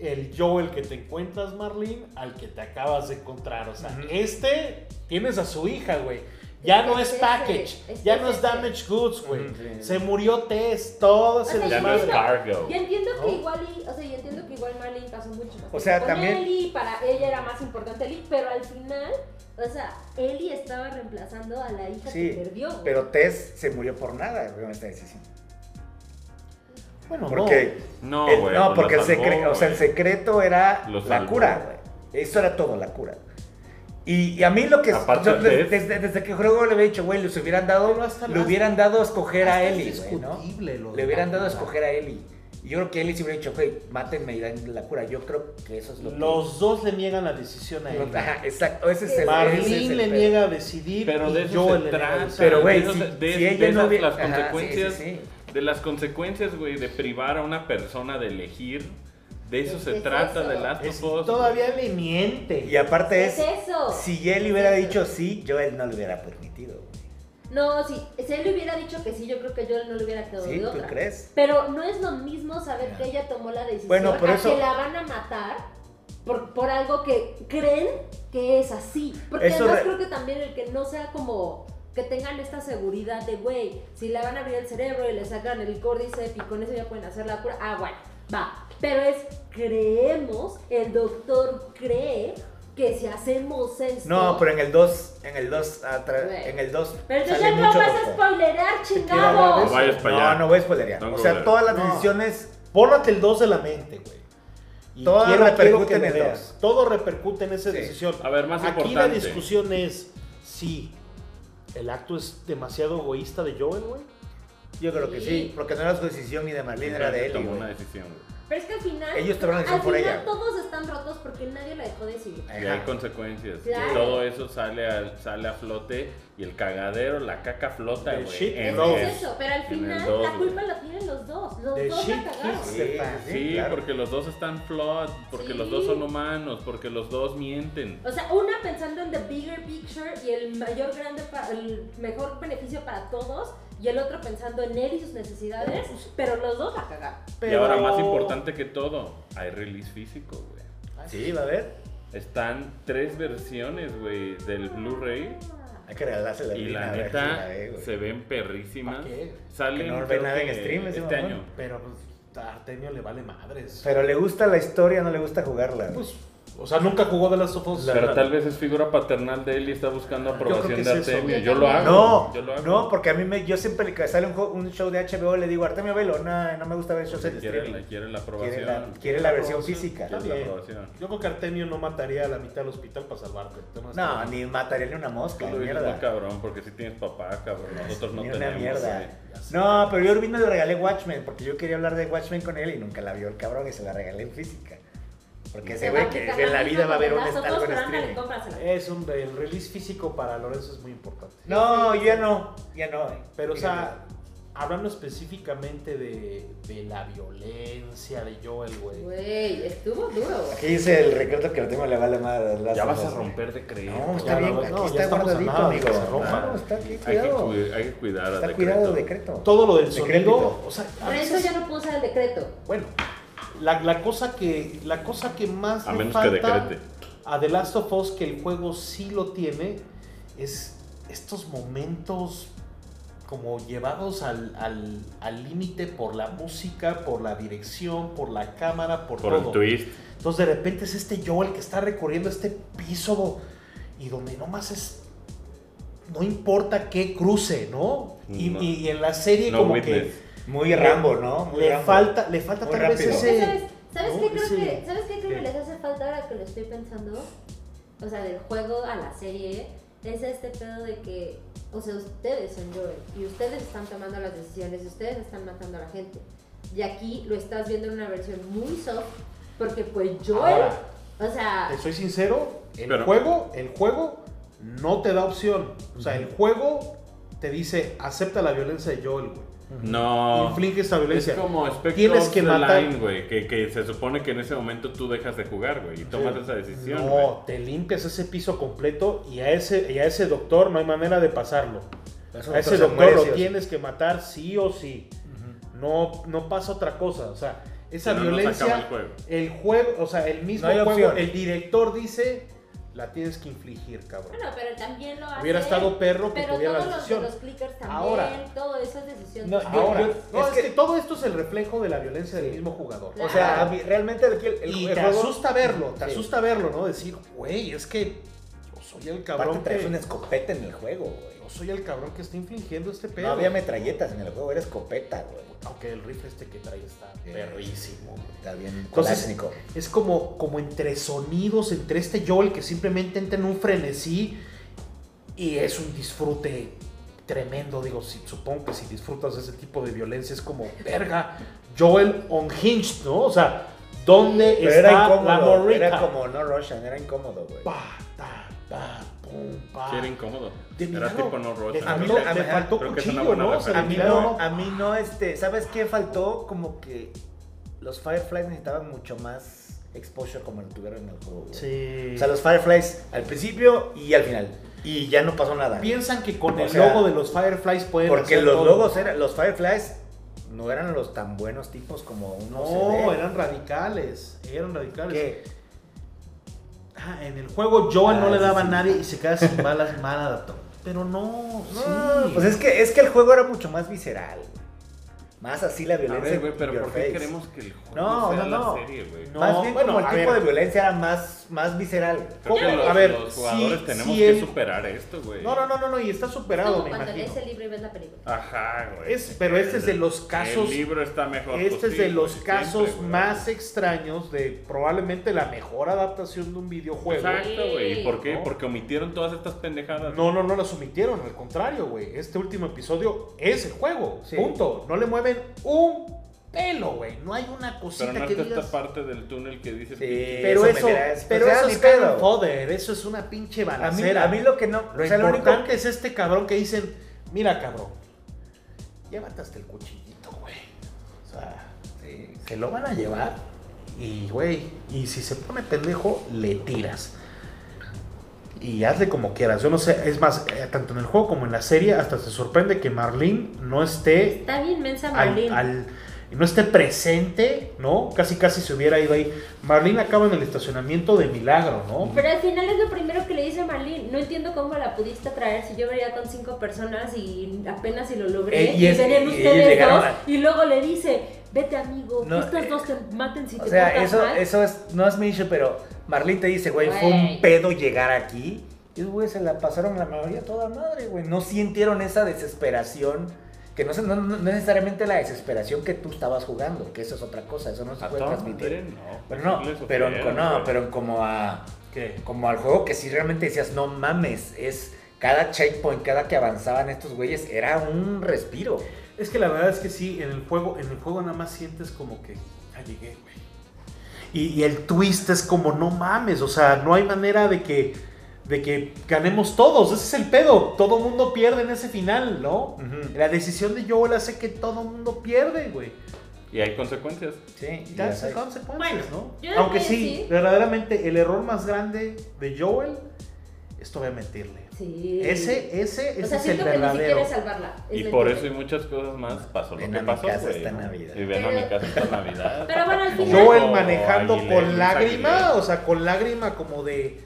[SPEAKER 1] el Joel que te encuentras, Marlene, al que te acabas de encontrar. O sea,
[SPEAKER 2] Ujú.
[SPEAKER 1] este tienes a su hija, güey. Ya no es
[SPEAKER 6] Este,
[SPEAKER 1] package,
[SPEAKER 6] este,
[SPEAKER 1] ya no es
[SPEAKER 6] este.
[SPEAKER 1] damage goods, güey.
[SPEAKER 2] Ujú, sí.
[SPEAKER 1] Se murió Tess, todo se
[SPEAKER 6] O sea,
[SPEAKER 3] Ya no
[SPEAKER 1] desmadre.
[SPEAKER 3] es cargo.
[SPEAKER 6] Yo entiendo
[SPEAKER 1] ¿No?
[SPEAKER 6] que igual, y- o sea, yo entiendo que igual Marlene pasó mucho más.
[SPEAKER 2] O sea,
[SPEAKER 6] tiempo con
[SPEAKER 2] también-
[SPEAKER 6] Ellie, y para ella era más importante Ellie, pero al final, o sea, Ellie estaba reemplazando a la hija
[SPEAKER 2] Sí,
[SPEAKER 6] que perdió. güey.
[SPEAKER 2] Pero Tess se murió por nada güey, con esta decisión.
[SPEAKER 1] Bueno, no.
[SPEAKER 2] Porque,
[SPEAKER 3] No,
[SPEAKER 2] el-
[SPEAKER 3] güey.
[SPEAKER 2] Eh, no,
[SPEAKER 3] pues
[SPEAKER 2] porque
[SPEAKER 3] la
[SPEAKER 2] el, secre-
[SPEAKER 3] salvó,
[SPEAKER 2] o sea, el
[SPEAKER 3] güey.
[SPEAKER 2] secreto era
[SPEAKER 3] Lo
[SPEAKER 2] la
[SPEAKER 3] salvó.
[SPEAKER 2] cura, güey. Eso era todo, la cura. Y, y a mí lo que...
[SPEAKER 3] Aparte
[SPEAKER 2] yo
[SPEAKER 3] de
[SPEAKER 2] desde,
[SPEAKER 3] Tess.
[SPEAKER 2] desde- desde que el juego le había dicho, güey, les hubieran dado...
[SPEAKER 1] Pero hasta
[SPEAKER 2] Le
[SPEAKER 1] la-
[SPEAKER 2] hubieran dado a escoger a
[SPEAKER 1] Hasta
[SPEAKER 2] Ellie,
[SPEAKER 1] es
[SPEAKER 2] güey, ¿no?
[SPEAKER 1] discutible lo de
[SPEAKER 2] Le hubieran
[SPEAKER 1] la
[SPEAKER 2] dado a
[SPEAKER 1] cura.
[SPEAKER 2] escoger a Ellie. Y yo creo que Ellie se hubiera dicho, güey, mátenme y dan la cura. Yo creo que eso es lo que...
[SPEAKER 1] Los dos le niegan la decisión a él.
[SPEAKER 2] Ajá, exacto. Ese es el... ese es
[SPEAKER 1] Marlene
[SPEAKER 2] el
[SPEAKER 1] le
[SPEAKER 2] pedo.
[SPEAKER 1] niega a decidir
[SPEAKER 3] Pero
[SPEAKER 1] y
[SPEAKER 3] de eso
[SPEAKER 1] yo
[SPEAKER 3] se
[SPEAKER 1] le niego a
[SPEAKER 3] trata.
[SPEAKER 1] decidir.
[SPEAKER 2] Pero, güey,
[SPEAKER 3] De
[SPEAKER 2] si,
[SPEAKER 3] eso se- de-
[SPEAKER 2] si
[SPEAKER 3] de
[SPEAKER 2] ella no
[SPEAKER 3] esas-
[SPEAKER 2] hubiera...
[SPEAKER 3] las
[SPEAKER 2] ajá, sí, sí,
[SPEAKER 3] consecuencias
[SPEAKER 2] sí.
[SPEAKER 3] De las consecuencias, güey, de privar a una persona de elegir. De eso
[SPEAKER 6] Es-
[SPEAKER 3] se
[SPEAKER 6] es
[SPEAKER 3] trata,
[SPEAKER 6] eso.
[SPEAKER 3] de Last
[SPEAKER 1] Es-
[SPEAKER 3] of Us.
[SPEAKER 1] "Ah, pues, todavía le miente.
[SPEAKER 2] Y aparte
[SPEAKER 6] ¿Qué es
[SPEAKER 2] es...
[SPEAKER 6] eso?
[SPEAKER 2] Si él hubiera dicho sí, yo a él no le hubiera permitido. güey.
[SPEAKER 6] No, si, si él le hubiera dicho que sí, yo creo que yo no le hubiera quedado
[SPEAKER 2] ¿Sí?
[SPEAKER 6] de
[SPEAKER 2] ¿Tú
[SPEAKER 6] otra.
[SPEAKER 2] crees?
[SPEAKER 6] Pero no es lo mismo saber que ella tomó la decisión
[SPEAKER 2] Bueno, por
[SPEAKER 6] a
[SPEAKER 2] eso-
[SPEAKER 6] que la van a matar por, por algo que creen que es así. Porque
[SPEAKER 2] Eso
[SPEAKER 6] además
[SPEAKER 2] re-
[SPEAKER 6] creo que también el que no sea como que tengan esta seguridad de, güey, si la van a abrir el cerebro y le sacan el córdice y con eso ya pueden hacer la cura. Ah, bueno, va. Pero es, creemos, el doctor cree que si hacemos esto...
[SPEAKER 2] No, pero en el 2, en el 2,
[SPEAKER 6] Güey.
[SPEAKER 2] en el 2
[SPEAKER 6] Pero entonces
[SPEAKER 2] sale
[SPEAKER 6] ya no
[SPEAKER 2] mucho
[SPEAKER 6] vas a
[SPEAKER 2] doctor.
[SPEAKER 6] spoilerar,
[SPEAKER 2] Quiero hablar de
[SPEAKER 6] chingado.
[SPEAKER 2] eso.
[SPEAKER 3] No vayas para
[SPEAKER 2] No,
[SPEAKER 3] allá.
[SPEAKER 2] no voy a spoilerear.
[SPEAKER 3] No,
[SPEAKER 2] o sea,
[SPEAKER 3] brother.
[SPEAKER 2] todas las
[SPEAKER 1] No.
[SPEAKER 2] decisiones,
[SPEAKER 1] Bórrate el 2 de la mente, güey. Y
[SPEAKER 2] Todo repercute
[SPEAKER 1] que
[SPEAKER 2] en
[SPEAKER 1] lo
[SPEAKER 2] el
[SPEAKER 1] veas.
[SPEAKER 2] dos.
[SPEAKER 1] Todo repercute en esa
[SPEAKER 2] Sí.
[SPEAKER 1] decisión.
[SPEAKER 3] A ver, más
[SPEAKER 1] Aquí la
[SPEAKER 3] importante.
[SPEAKER 1] discusión es si el acto es demasiado egoísta de Joel, güey.
[SPEAKER 2] yo creo que sí,
[SPEAKER 6] Sí.
[SPEAKER 2] porque no era su decisión ni de Marlene, era de él.
[SPEAKER 3] tomó
[SPEAKER 2] güey.
[SPEAKER 3] una decisión, güey.
[SPEAKER 6] Pero es que al final.
[SPEAKER 2] Ellos tomaron la decisión
[SPEAKER 6] al
[SPEAKER 2] por
[SPEAKER 6] final
[SPEAKER 2] ella.
[SPEAKER 6] todos están rotos porque nadie la dejó decidir.
[SPEAKER 2] Ajá.
[SPEAKER 3] Y hay consecuencias. y
[SPEAKER 6] Claro.
[SPEAKER 3] todo eso sale a, sale a flote y el cagadero, la caca flota,
[SPEAKER 1] El
[SPEAKER 3] güey.
[SPEAKER 1] shit
[SPEAKER 3] en
[SPEAKER 1] No.
[SPEAKER 6] Es eso, pero al
[SPEAKER 3] en
[SPEAKER 6] final
[SPEAKER 3] el dos,
[SPEAKER 6] la culpa
[SPEAKER 3] güey.
[SPEAKER 6] la tienen los dos. Los
[SPEAKER 1] The
[SPEAKER 6] dos
[SPEAKER 1] shit
[SPEAKER 6] la cagaron.
[SPEAKER 1] hits
[SPEAKER 2] Sí,
[SPEAKER 1] the fan.
[SPEAKER 2] sí,
[SPEAKER 3] Sí,
[SPEAKER 2] claro.
[SPEAKER 3] porque los dos están flawed, porque
[SPEAKER 6] Sí.
[SPEAKER 3] los dos son humanos, porque los dos mienten.
[SPEAKER 6] O sea, una pensando en the bigger picture y el mayor grande, pa- el mejor beneficio para todos, y el otro pensando en él y sus necesidades,
[SPEAKER 2] Pues,
[SPEAKER 6] pero los dos la cagaron.
[SPEAKER 3] Y ahora más importante que todo, hay release físico, güey.
[SPEAKER 2] Sí, va a ver.
[SPEAKER 3] Están tres versiones, güey, del Blu-ray.
[SPEAKER 2] Hay que regalarse la
[SPEAKER 3] Y la eh, neta, se ven perrísimas.
[SPEAKER 1] ¿Para qué?
[SPEAKER 3] Salen
[SPEAKER 2] Que no
[SPEAKER 3] creo
[SPEAKER 2] ve nada en
[SPEAKER 3] que
[SPEAKER 2] stream ese
[SPEAKER 3] este
[SPEAKER 2] mamón.
[SPEAKER 3] año.
[SPEAKER 1] Pero pues, a Artemio le vale madres.
[SPEAKER 2] Pero le gusta la historia, no le gusta jugarla.
[SPEAKER 1] Pues, o sea, nunca jugó de las Us.
[SPEAKER 3] Pero tal vez es figura paternal de él y está buscando
[SPEAKER 1] creo
[SPEAKER 3] aprobación
[SPEAKER 1] que
[SPEAKER 3] de
[SPEAKER 1] es eso.
[SPEAKER 3] Artemio.
[SPEAKER 6] Yo
[SPEAKER 3] Yo lo
[SPEAKER 6] también.
[SPEAKER 3] hago.
[SPEAKER 2] No,
[SPEAKER 3] yo lo hago.
[SPEAKER 2] no, porque a mí me, yo siempre que sale un, jo- un show de HBO le digo, Artemio Velo, no, no me gusta ver shows en
[SPEAKER 3] quiere,
[SPEAKER 2] streaming.
[SPEAKER 3] la, quiere la aprobación.
[SPEAKER 2] Quiere la, quiere la versión física.
[SPEAKER 3] Quiere la aprobación.
[SPEAKER 1] Yo creo que Artemio no mataría a la mitad del hospital para salvarte. Tú no
[SPEAKER 2] No,
[SPEAKER 1] estás-
[SPEAKER 2] ni mataría ni una mosca,
[SPEAKER 3] Tú lo dices muy
[SPEAKER 2] mierda.
[SPEAKER 3] cabrón, porque si tienes papá, cabrón. Nosotros no
[SPEAKER 2] Ni una
[SPEAKER 3] tenemos. eh,
[SPEAKER 2] mierda.
[SPEAKER 3] güey.
[SPEAKER 2] No, pero yo a Urbino le regalé Watchmen, porque yo quería hablar de Watchmen con él y nunca la vio el cabrón y se la regalé en física. Porque ese güey que en la vida va a haber un algo en streaming.
[SPEAKER 1] Es un, el release físico para Lorenzo es muy importante.
[SPEAKER 2] No, yo ya no, ya no. eh.
[SPEAKER 1] Pero, o sea,
[SPEAKER 2] Fíjate.
[SPEAKER 1] hablando específicamente de, de la violencia de Joel, güey.
[SPEAKER 6] Güey, estuvo duro. güey.
[SPEAKER 2] Aquí dice el recuerdo que lo tengo le vale madre. las
[SPEAKER 3] Ya vas a
[SPEAKER 2] cosas.
[SPEAKER 3] romper de creer.
[SPEAKER 2] No,
[SPEAKER 3] güey.
[SPEAKER 2] está
[SPEAKER 1] Ya
[SPEAKER 2] bien,
[SPEAKER 1] la-
[SPEAKER 2] aquí
[SPEAKER 1] no, ya
[SPEAKER 2] está
[SPEAKER 1] estamos a
[SPEAKER 2] guardadito,
[SPEAKER 1] nada de
[SPEAKER 2] amigo.
[SPEAKER 1] que se rompa.
[SPEAKER 2] No, está aquí,
[SPEAKER 3] Hay que,
[SPEAKER 2] cuidado.
[SPEAKER 3] cuid- hay que cuidar a
[SPEAKER 2] Está
[SPEAKER 3] Decreto.
[SPEAKER 2] cuidado el decreto.
[SPEAKER 1] Todo lo del
[SPEAKER 2] Decrépito.
[SPEAKER 1] sonido, o sea, a
[SPEAKER 6] Por eso
[SPEAKER 1] veces-
[SPEAKER 6] ya no puedo usar el decreto.
[SPEAKER 1] bueno, la, la cosa que la cosa que más
[SPEAKER 3] A
[SPEAKER 1] le
[SPEAKER 3] menos que
[SPEAKER 1] falta
[SPEAKER 3] decrete.
[SPEAKER 1] a The Last of Us que el juego sí lo tiene es estos momentos como llevados al al- al límite por la música, por la dirección, por la cámara, por,
[SPEAKER 3] Por
[SPEAKER 1] todo.
[SPEAKER 3] el twist.
[SPEAKER 1] Entonces de repente es este Joel que está recorriendo este piso y donde nomás es... No importa qué cruce, ¿no? Y,
[SPEAKER 3] No.
[SPEAKER 1] y- y en la serie
[SPEAKER 3] No
[SPEAKER 1] como
[SPEAKER 3] witness.
[SPEAKER 2] Muy Rambo, ¿no?
[SPEAKER 1] que
[SPEAKER 2] Muy
[SPEAKER 1] le
[SPEAKER 2] Rambo.
[SPEAKER 1] falta, le falta
[SPEAKER 2] Muy
[SPEAKER 1] tal
[SPEAKER 2] rápido.
[SPEAKER 1] vez
[SPEAKER 6] ¿Qué
[SPEAKER 1] ese...
[SPEAKER 6] ¿Sabes, ¿sabes
[SPEAKER 1] ¿no?
[SPEAKER 6] qué creo
[SPEAKER 1] Ese-
[SPEAKER 6] que, ¿sabes qué creo
[SPEAKER 1] ¿qué?
[SPEAKER 6] que les hace falta ahora que lo estoy pensando? O sea, del juego a la serie, es este pedo de que, o sea, ustedes son Joel y ustedes están tomando las decisiones, y ustedes están matando a la gente. Y aquí lo estás viendo en una versión muy soft, porque pues Joel,
[SPEAKER 1] Ahora.
[SPEAKER 6] o sea,
[SPEAKER 1] Te soy sincero, el
[SPEAKER 3] Pero-
[SPEAKER 1] juego, el juego no te da opción. O sea, el juego te dice, acepta la violencia de Joel, güey.
[SPEAKER 3] No.
[SPEAKER 1] Inflige esta violencia.
[SPEAKER 3] Es como Spectre
[SPEAKER 1] Tienes
[SPEAKER 3] of
[SPEAKER 1] que
[SPEAKER 3] the
[SPEAKER 1] matar-
[SPEAKER 3] Line, güey, que, que se supone que en ese momento tú dejas de jugar, güey, y tomas esa decisión,
[SPEAKER 1] no,
[SPEAKER 3] güey.
[SPEAKER 1] te limpias ese piso completo y a ese, y a ese doctor no hay manera de pasarlo.
[SPEAKER 2] Eso
[SPEAKER 1] A ese
[SPEAKER 2] se
[SPEAKER 1] doctor
[SPEAKER 2] muere, sí,
[SPEAKER 1] lo
[SPEAKER 2] o sea.
[SPEAKER 1] tienes que matar sí o sí. No, no pasa otra cosa. O sea, esa
[SPEAKER 3] Si no, no se acaba
[SPEAKER 1] violencia,
[SPEAKER 3] el juego.
[SPEAKER 1] el juego, o sea, el mismo
[SPEAKER 2] No hay
[SPEAKER 1] juego,
[SPEAKER 2] opción.
[SPEAKER 1] el director dice, la tienes que infligir, cabrón.
[SPEAKER 6] Bueno, pero también lo hace.
[SPEAKER 1] Hubiera estado perro que
[SPEAKER 6] Pero
[SPEAKER 1] tuviera la
[SPEAKER 6] todos los de
[SPEAKER 1] decisión.
[SPEAKER 6] los clickers también,
[SPEAKER 1] Ahora.
[SPEAKER 6] todo eso es decisión.
[SPEAKER 2] No,
[SPEAKER 6] de-
[SPEAKER 2] yo-
[SPEAKER 1] Ahora,
[SPEAKER 2] yo-
[SPEAKER 1] no, es,
[SPEAKER 2] es
[SPEAKER 1] que,
[SPEAKER 2] que-
[SPEAKER 1] todo esto es el reflejo de la violencia del mismo jugador.
[SPEAKER 2] O sea, a mí, realmente aquí el, el-
[SPEAKER 1] y
[SPEAKER 2] el
[SPEAKER 1] te
[SPEAKER 2] juego.
[SPEAKER 1] asusta verlo, te
[SPEAKER 2] Sí.
[SPEAKER 1] asusta verlo, ¿no? Decir, güey, es que yo soy el
[SPEAKER 2] Aparte
[SPEAKER 1] cabrón
[SPEAKER 2] traes una
[SPEAKER 1] que,
[SPEAKER 2] escopeta en el juego, güey.
[SPEAKER 1] yo soy el cabrón que está infligiendo este pedo.
[SPEAKER 2] No había metralletas en el juego, era escopeta, güey.
[SPEAKER 1] Aunque el rifle este que trae está
[SPEAKER 2] Sí.
[SPEAKER 1] perrísimo. güey.
[SPEAKER 2] Está bien.
[SPEAKER 1] Entonces-
[SPEAKER 2] Kalashnikov.
[SPEAKER 1] Es como, como entre sonidos, entre este Joel que simplemente entra en un frenesí y es un disfrute tremendo. Digo, si, supongo que si disfrutas ese tipo de violencia es como, verga, Joel unhinged, ¿no? O sea, ¿dónde
[SPEAKER 2] Pero
[SPEAKER 1] está
[SPEAKER 2] era
[SPEAKER 1] la
[SPEAKER 2] incómodo.
[SPEAKER 1] morrita?
[SPEAKER 2] Era como no Russian, era incómodo, güey.
[SPEAKER 1] Pa, ta, pa, pum, pa.
[SPEAKER 3] Sí, era incómodo.
[SPEAKER 1] De
[SPEAKER 3] Era
[SPEAKER 1] milagro,
[SPEAKER 3] tipo no
[SPEAKER 1] le
[SPEAKER 3] rocha.
[SPEAKER 2] a mí
[SPEAKER 1] faltó-
[SPEAKER 2] la-
[SPEAKER 1] le
[SPEAKER 2] ajá,
[SPEAKER 1] faltó
[SPEAKER 3] creo que es una
[SPEAKER 1] cuchillo,
[SPEAKER 3] buena
[SPEAKER 1] ¿no? O sea, de
[SPEAKER 2] A mí
[SPEAKER 1] milagro.
[SPEAKER 2] no, a mí no, este, ¿sabes qué faltó? Como que los Fireflies necesitaban mucho más exposure como lo tuvieron en el juego. güey.
[SPEAKER 1] Sí.
[SPEAKER 2] O sea, los Fireflies al principio y al final. Y ya no pasó nada.
[SPEAKER 1] Piensan que con
[SPEAKER 2] O
[SPEAKER 1] el
[SPEAKER 2] sea,
[SPEAKER 1] logo de los Fireflies pueden
[SPEAKER 2] Porque
[SPEAKER 1] hacer
[SPEAKER 2] los
[SPEAKER 1] todo.
[SPEAKER 2] logos eran, los Fireflies no eran los tan buenos tipos como uno se
[SPEAKER 1] No,
[SPEAKER 2] ve.
[SPEAKER 1] eran radicales. Eran radicales.
[SPEAKER 2] ¿Qué?
[SPEAKER 1] Ah, en el juego Joel no
[SPEAKER 2] Ah,
[SPEAKER 1] le
[SPEAKER 2] sí,
[SPEAKER 1] daba a
[SPEAKER 2] sí.
[SPEAKER 1] nadie y se queda sin balas mal adaptado. Pero no, sí.
[SPEAKER 2] Pues es que, es que el juego era mucho más visceral. Más así la
[SPEAKER 3] A
[SPEAKER 2] violencia.
[SPEAKER 3] ver, güey,
[SPEAKER 2] in
[SPEAKER 3] pero
[SPEAKER 2] your
[SPEAKER 3] ¿por qué
[SPEAKER 2] face.
[SPEAKER 3] queremos que el juego
[SPEAKER 2] No,
[SPEAKER 3] sea
[SPEAKER 2] no, no.
[SPEAKER 3] la serie, güey?
[SPEAKER 1] No,
[SPEAKER 2] más bien
[SPEAKER 1] bueno,
[SPEAKER 2] como el
[SPEAKER 1] a
[SPEAKER 2] tipo
[SPEAKER 1] ver.
[SPEAKER 2] de violencia era más, más visceral.
[SPEAKER 3] Creo que
[SPEAKER 1] ¿Cómo?
[SPEAKER 3] los,
[SPEAKER 1] A ver,
[SPEAKER 3] los jugadores
[SPEAKER 1] sí,
[SPEAKER 3] tenemos
[SPEAKER 1] sí,
[SPEAKER 3] que
[SPEAKER 1] el-
[SPEAKER 3] superar esto, güey.
[SPEAKER 1] No, no, no, no, no, y está
[SPEAKER 6] Es
[SPEAKER 1] superado,
[SPEAKER 6] como
[SPEAKER 1] me
[SPEAKER 6] cuando
[SPEAKER 1] imagino.
[SPEAKER 6] lees el libro y ves la película.
[SPEAKER 3] Ajá, güey.
[SPEAKER 1] Es- pero este es de los casos-
[SPEAKER 3] El libro está mejor.
[SPEAKER 1] Este
[SPEAKER 3] pues
[SPEAKER 1] es
[SPEAKER 3] sí,
[SPEAKER 1] de los
[SPEAKER 3] güey,
[SPEAKER 1] casos
[SPEAKER 3] siempre, güey.
[SPEAKER 1] más extraños de probablemente la mejor adaptación de un videojuego.
[SPEAKER 3] Exacto, güey. ¿Y por qué?
[SPEAKER 1] No.
[SPEAKER 3] Porque omitieron todas estas pendejadas.
[SPEAKER 1] No, no, no las omitieron, al contrario, güey. Este último episodio es el juego,
[SPEAKER 2] Sí.
[SPEAKER 1] punto. No le mueven un pelo, güey. No hay una cosita
[SPEAKER 3] Pero no
[SPEAKER 1] que
[SPEAKER 3] está
[SPEAKER 1] digas...
[SPEAKER 3] esta parte del túnel que dice.
[SPEAKER 2] Sí.
[SPEAKER 3] Pinky.
[SPEAKER 1] Pero
[SPEAKER 2] Eso
[SPEAKER 1] eso,
[SPEAKER 2] me dirás,
[SPEAKER 1] pero
[SPEAKER 2] pues, ya
[SPEAKER 1] eso
[SPEAKER 2] ni
[SPEAKER 1] es cannon
[SPEAKER 2] pedo.
[SPEAKER 1] fodder, eso es una pinche
[SPEAKER 2] A mí,
[SPEAKER 1] balacera.
[SPEAKER 2] a mí lo que no.
[SPEAKER 1] Lo
[SPEAKER 2] o sea, lo único-
[SPEAKER 1] importante es este cabrón que dicen, mira cabrón, llévate hasta el cuchillito, güey. O sea, se lo van a llevar y, güey, y si se pone pendejo, le tiras. Y hazle como quieras. Yo no sé, es más, eh, tanto en el juego como en la serie, hasta se sorprende que Marlene no esté
[SPEAKER 6] Está bien inmensa,
[SPEAKER 1] al,
[SPEAKER 6] Marlene.
[SPEAKER 1] al- no esté presente, ¿no? Casi casi se hubiera ido ahí. Marlene acaba en el estacionamiento de milagro, ¿no?
[SPEAKER 6] Pero al final es lo primero que le dice Marlene. No entiendo cómo la pudiste traer si yo venía con cinco personas y apenas si lo logré.
[SPEAKER 2] Eh, y
[SPEAKER 6] y,
[SPEAKER 2] es- y
[SPEAKER 6] venían
[SPEAKER 2] ellos
[SPEAKER 6] ustedes
[SPEAKER 2] llegaron
[SPEAKER 6] dos.
[SPEAKER 2] a-
[SPEAKER 6] Y luego le dice, vete amigo,
[SPEAKER 2] No,
[SPEAKER 6] que estos
[SPEAKER 2] eh,
[SPEAKER 6] dos te maten si
[SPEAKER 2] O
[SPEAKER 6] te
[SPEAKER 2] sea,
[SPEAKER 6] portas
[SPEAKER 2] eso,
[SPEAKER 6] mal.
[SPEAKER 2] eso es, no es mi issue, pero Marlene te dice, güey, fue
[SPEAKER 6] Güey.
[SPEAKER 2] un pedo llegar aquí. Y esos güeyes se la pasaron la mayoría toda madre, güey. No sintieron esa desesperación, que no, se- no, no- no necesariamente la desesperación que tú estabas jugando, que eso es otra cosa, eso Ah, no se
[SPEAKER 3] A
[SPEAKER 2] Pues, puede
[SPEAKER 3] toda
[SPEAKER 2] transmitir.
[SPEAKER 3] madre, no. pues,
[SPEAKER 2] Pero no,
[SPEAKER 3] Les
[SPEAKER 2] pero,
[SPEAKER 3] ofendieron,
[SPEAKER 2] no,
[SPEAKER 3] güey.
[SPEAKER 2] pero como a
[SPEAKER 1] ¿Qué?
[SPEAKER 2] como al juego que sí realmente decías, no mames, es cada checkpoint, cada que avanzaban estos güeyes, era un respiro.
[SPEAKER 1] Es que la verdad es que sí, en el juego, en el juego nada más sientes como que ya llegué, güey. Y, y el twist es como no mames, o sea, no hay manera de que de que ganemos todos, ese es el pedo, todo mundo pierde en ese final, ¿no? La decisión de Joel hace que todo mundo pierde, güey.
[SPEAKER 3] Y hay consecuencias.
[SPEAKER 2] Sí,
[SPEAKER 1] Y
[SPEAKER 2] y
[SPEAKER 1] ya
[SPEAKER 2] las
[SPEAKER 1] se
[SPEAKER 2] hay.
[SPEAKER 1] acaban consecuencias,
[SPEAKER 6] yo
[SPEAKER 1] ¿no?
[SPEAKER 6] les
[SPEAKER 1] Aunque
[SPEAKER 6] voy a
[SPEAKER 1] sí,
[SPEAKER 6] decir-
[SPEAKER 1] verdaderamente el error más grande de Joel es todavía mentirle.
[SPEAKER 6] Sí.
[SPEAKER 1] Ese, ese, ese
[SPEAKER 6] o sea,
[SPEAKER 1] es el
[SPEAKER 6] siento que ni
[SPEAKER 1] verdadero.
[SPEAKER 6] siquiera salvarla. es
[SPEAKER 3] Y
[SPEAKER 6] la
[SPEAKER 3] por
[SPEAKER 6] diferencia.
[SPEAKER 3] eso y muchas cosas más pasó lo
[SPEAKER 2] Ven
[SPEAKER 3] que
[SPEAKER 2] a mi
[SPEAKER 3] pasó,
[SPEAKER 2] casa
[SPEAKER 3] güey.
[SPEAKER 2] esta Navidad.
[SPEAKER 3] Y ven a mi casa esta Navidad.
[SPEAKER 6] Pero bueno, al final-
[SPEAKER 1] Joel manejando
[SPEAKER 3] Aguilera, Luis
[SPEAKER 1] con lágrima,
[SPEAKER 3] Aguilera.
[SPEAKER 1] o sea, con lágrima como de.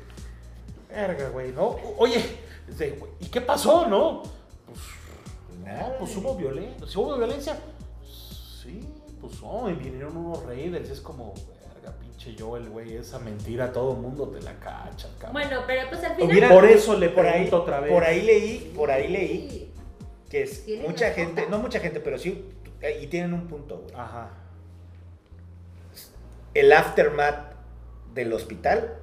[SPEAKER 1] Verga, güey, ¿no? Oye, de, güey, ¿y qué pasó, no?
[SPEAKER 2] Nada,
[SPEAKER 1] Pues hubo violencia. ¿Sí hubo violencia? Sí, pues no, y vinieron unos Raiders. Es como, verga, pinche Joel, güey, esa mentira, todo mundo te la cacha, cabrón.
[SPEAKER 6] Bueno, pero pues al final. pues
[SPEAKER 2] Hubiera-
[SPEAKER 1] por eso le
[SPEAKER 2] por ahí,
[SPEAKER 1] pregunto otra vez.
[SPEAKER 2] por ahí leí, por ahí leí que es
[SPEAKER 6] Tienen
[SPEAKER 2] mucha
[SPEAKER 6] razón.
[SPEAKER 2] gente, no mucha gente, pero sí, eh, y tienen un punto, güey.
[SPEAKER 1] Ajá.
[SPEAKER 2] El aftermath del hospital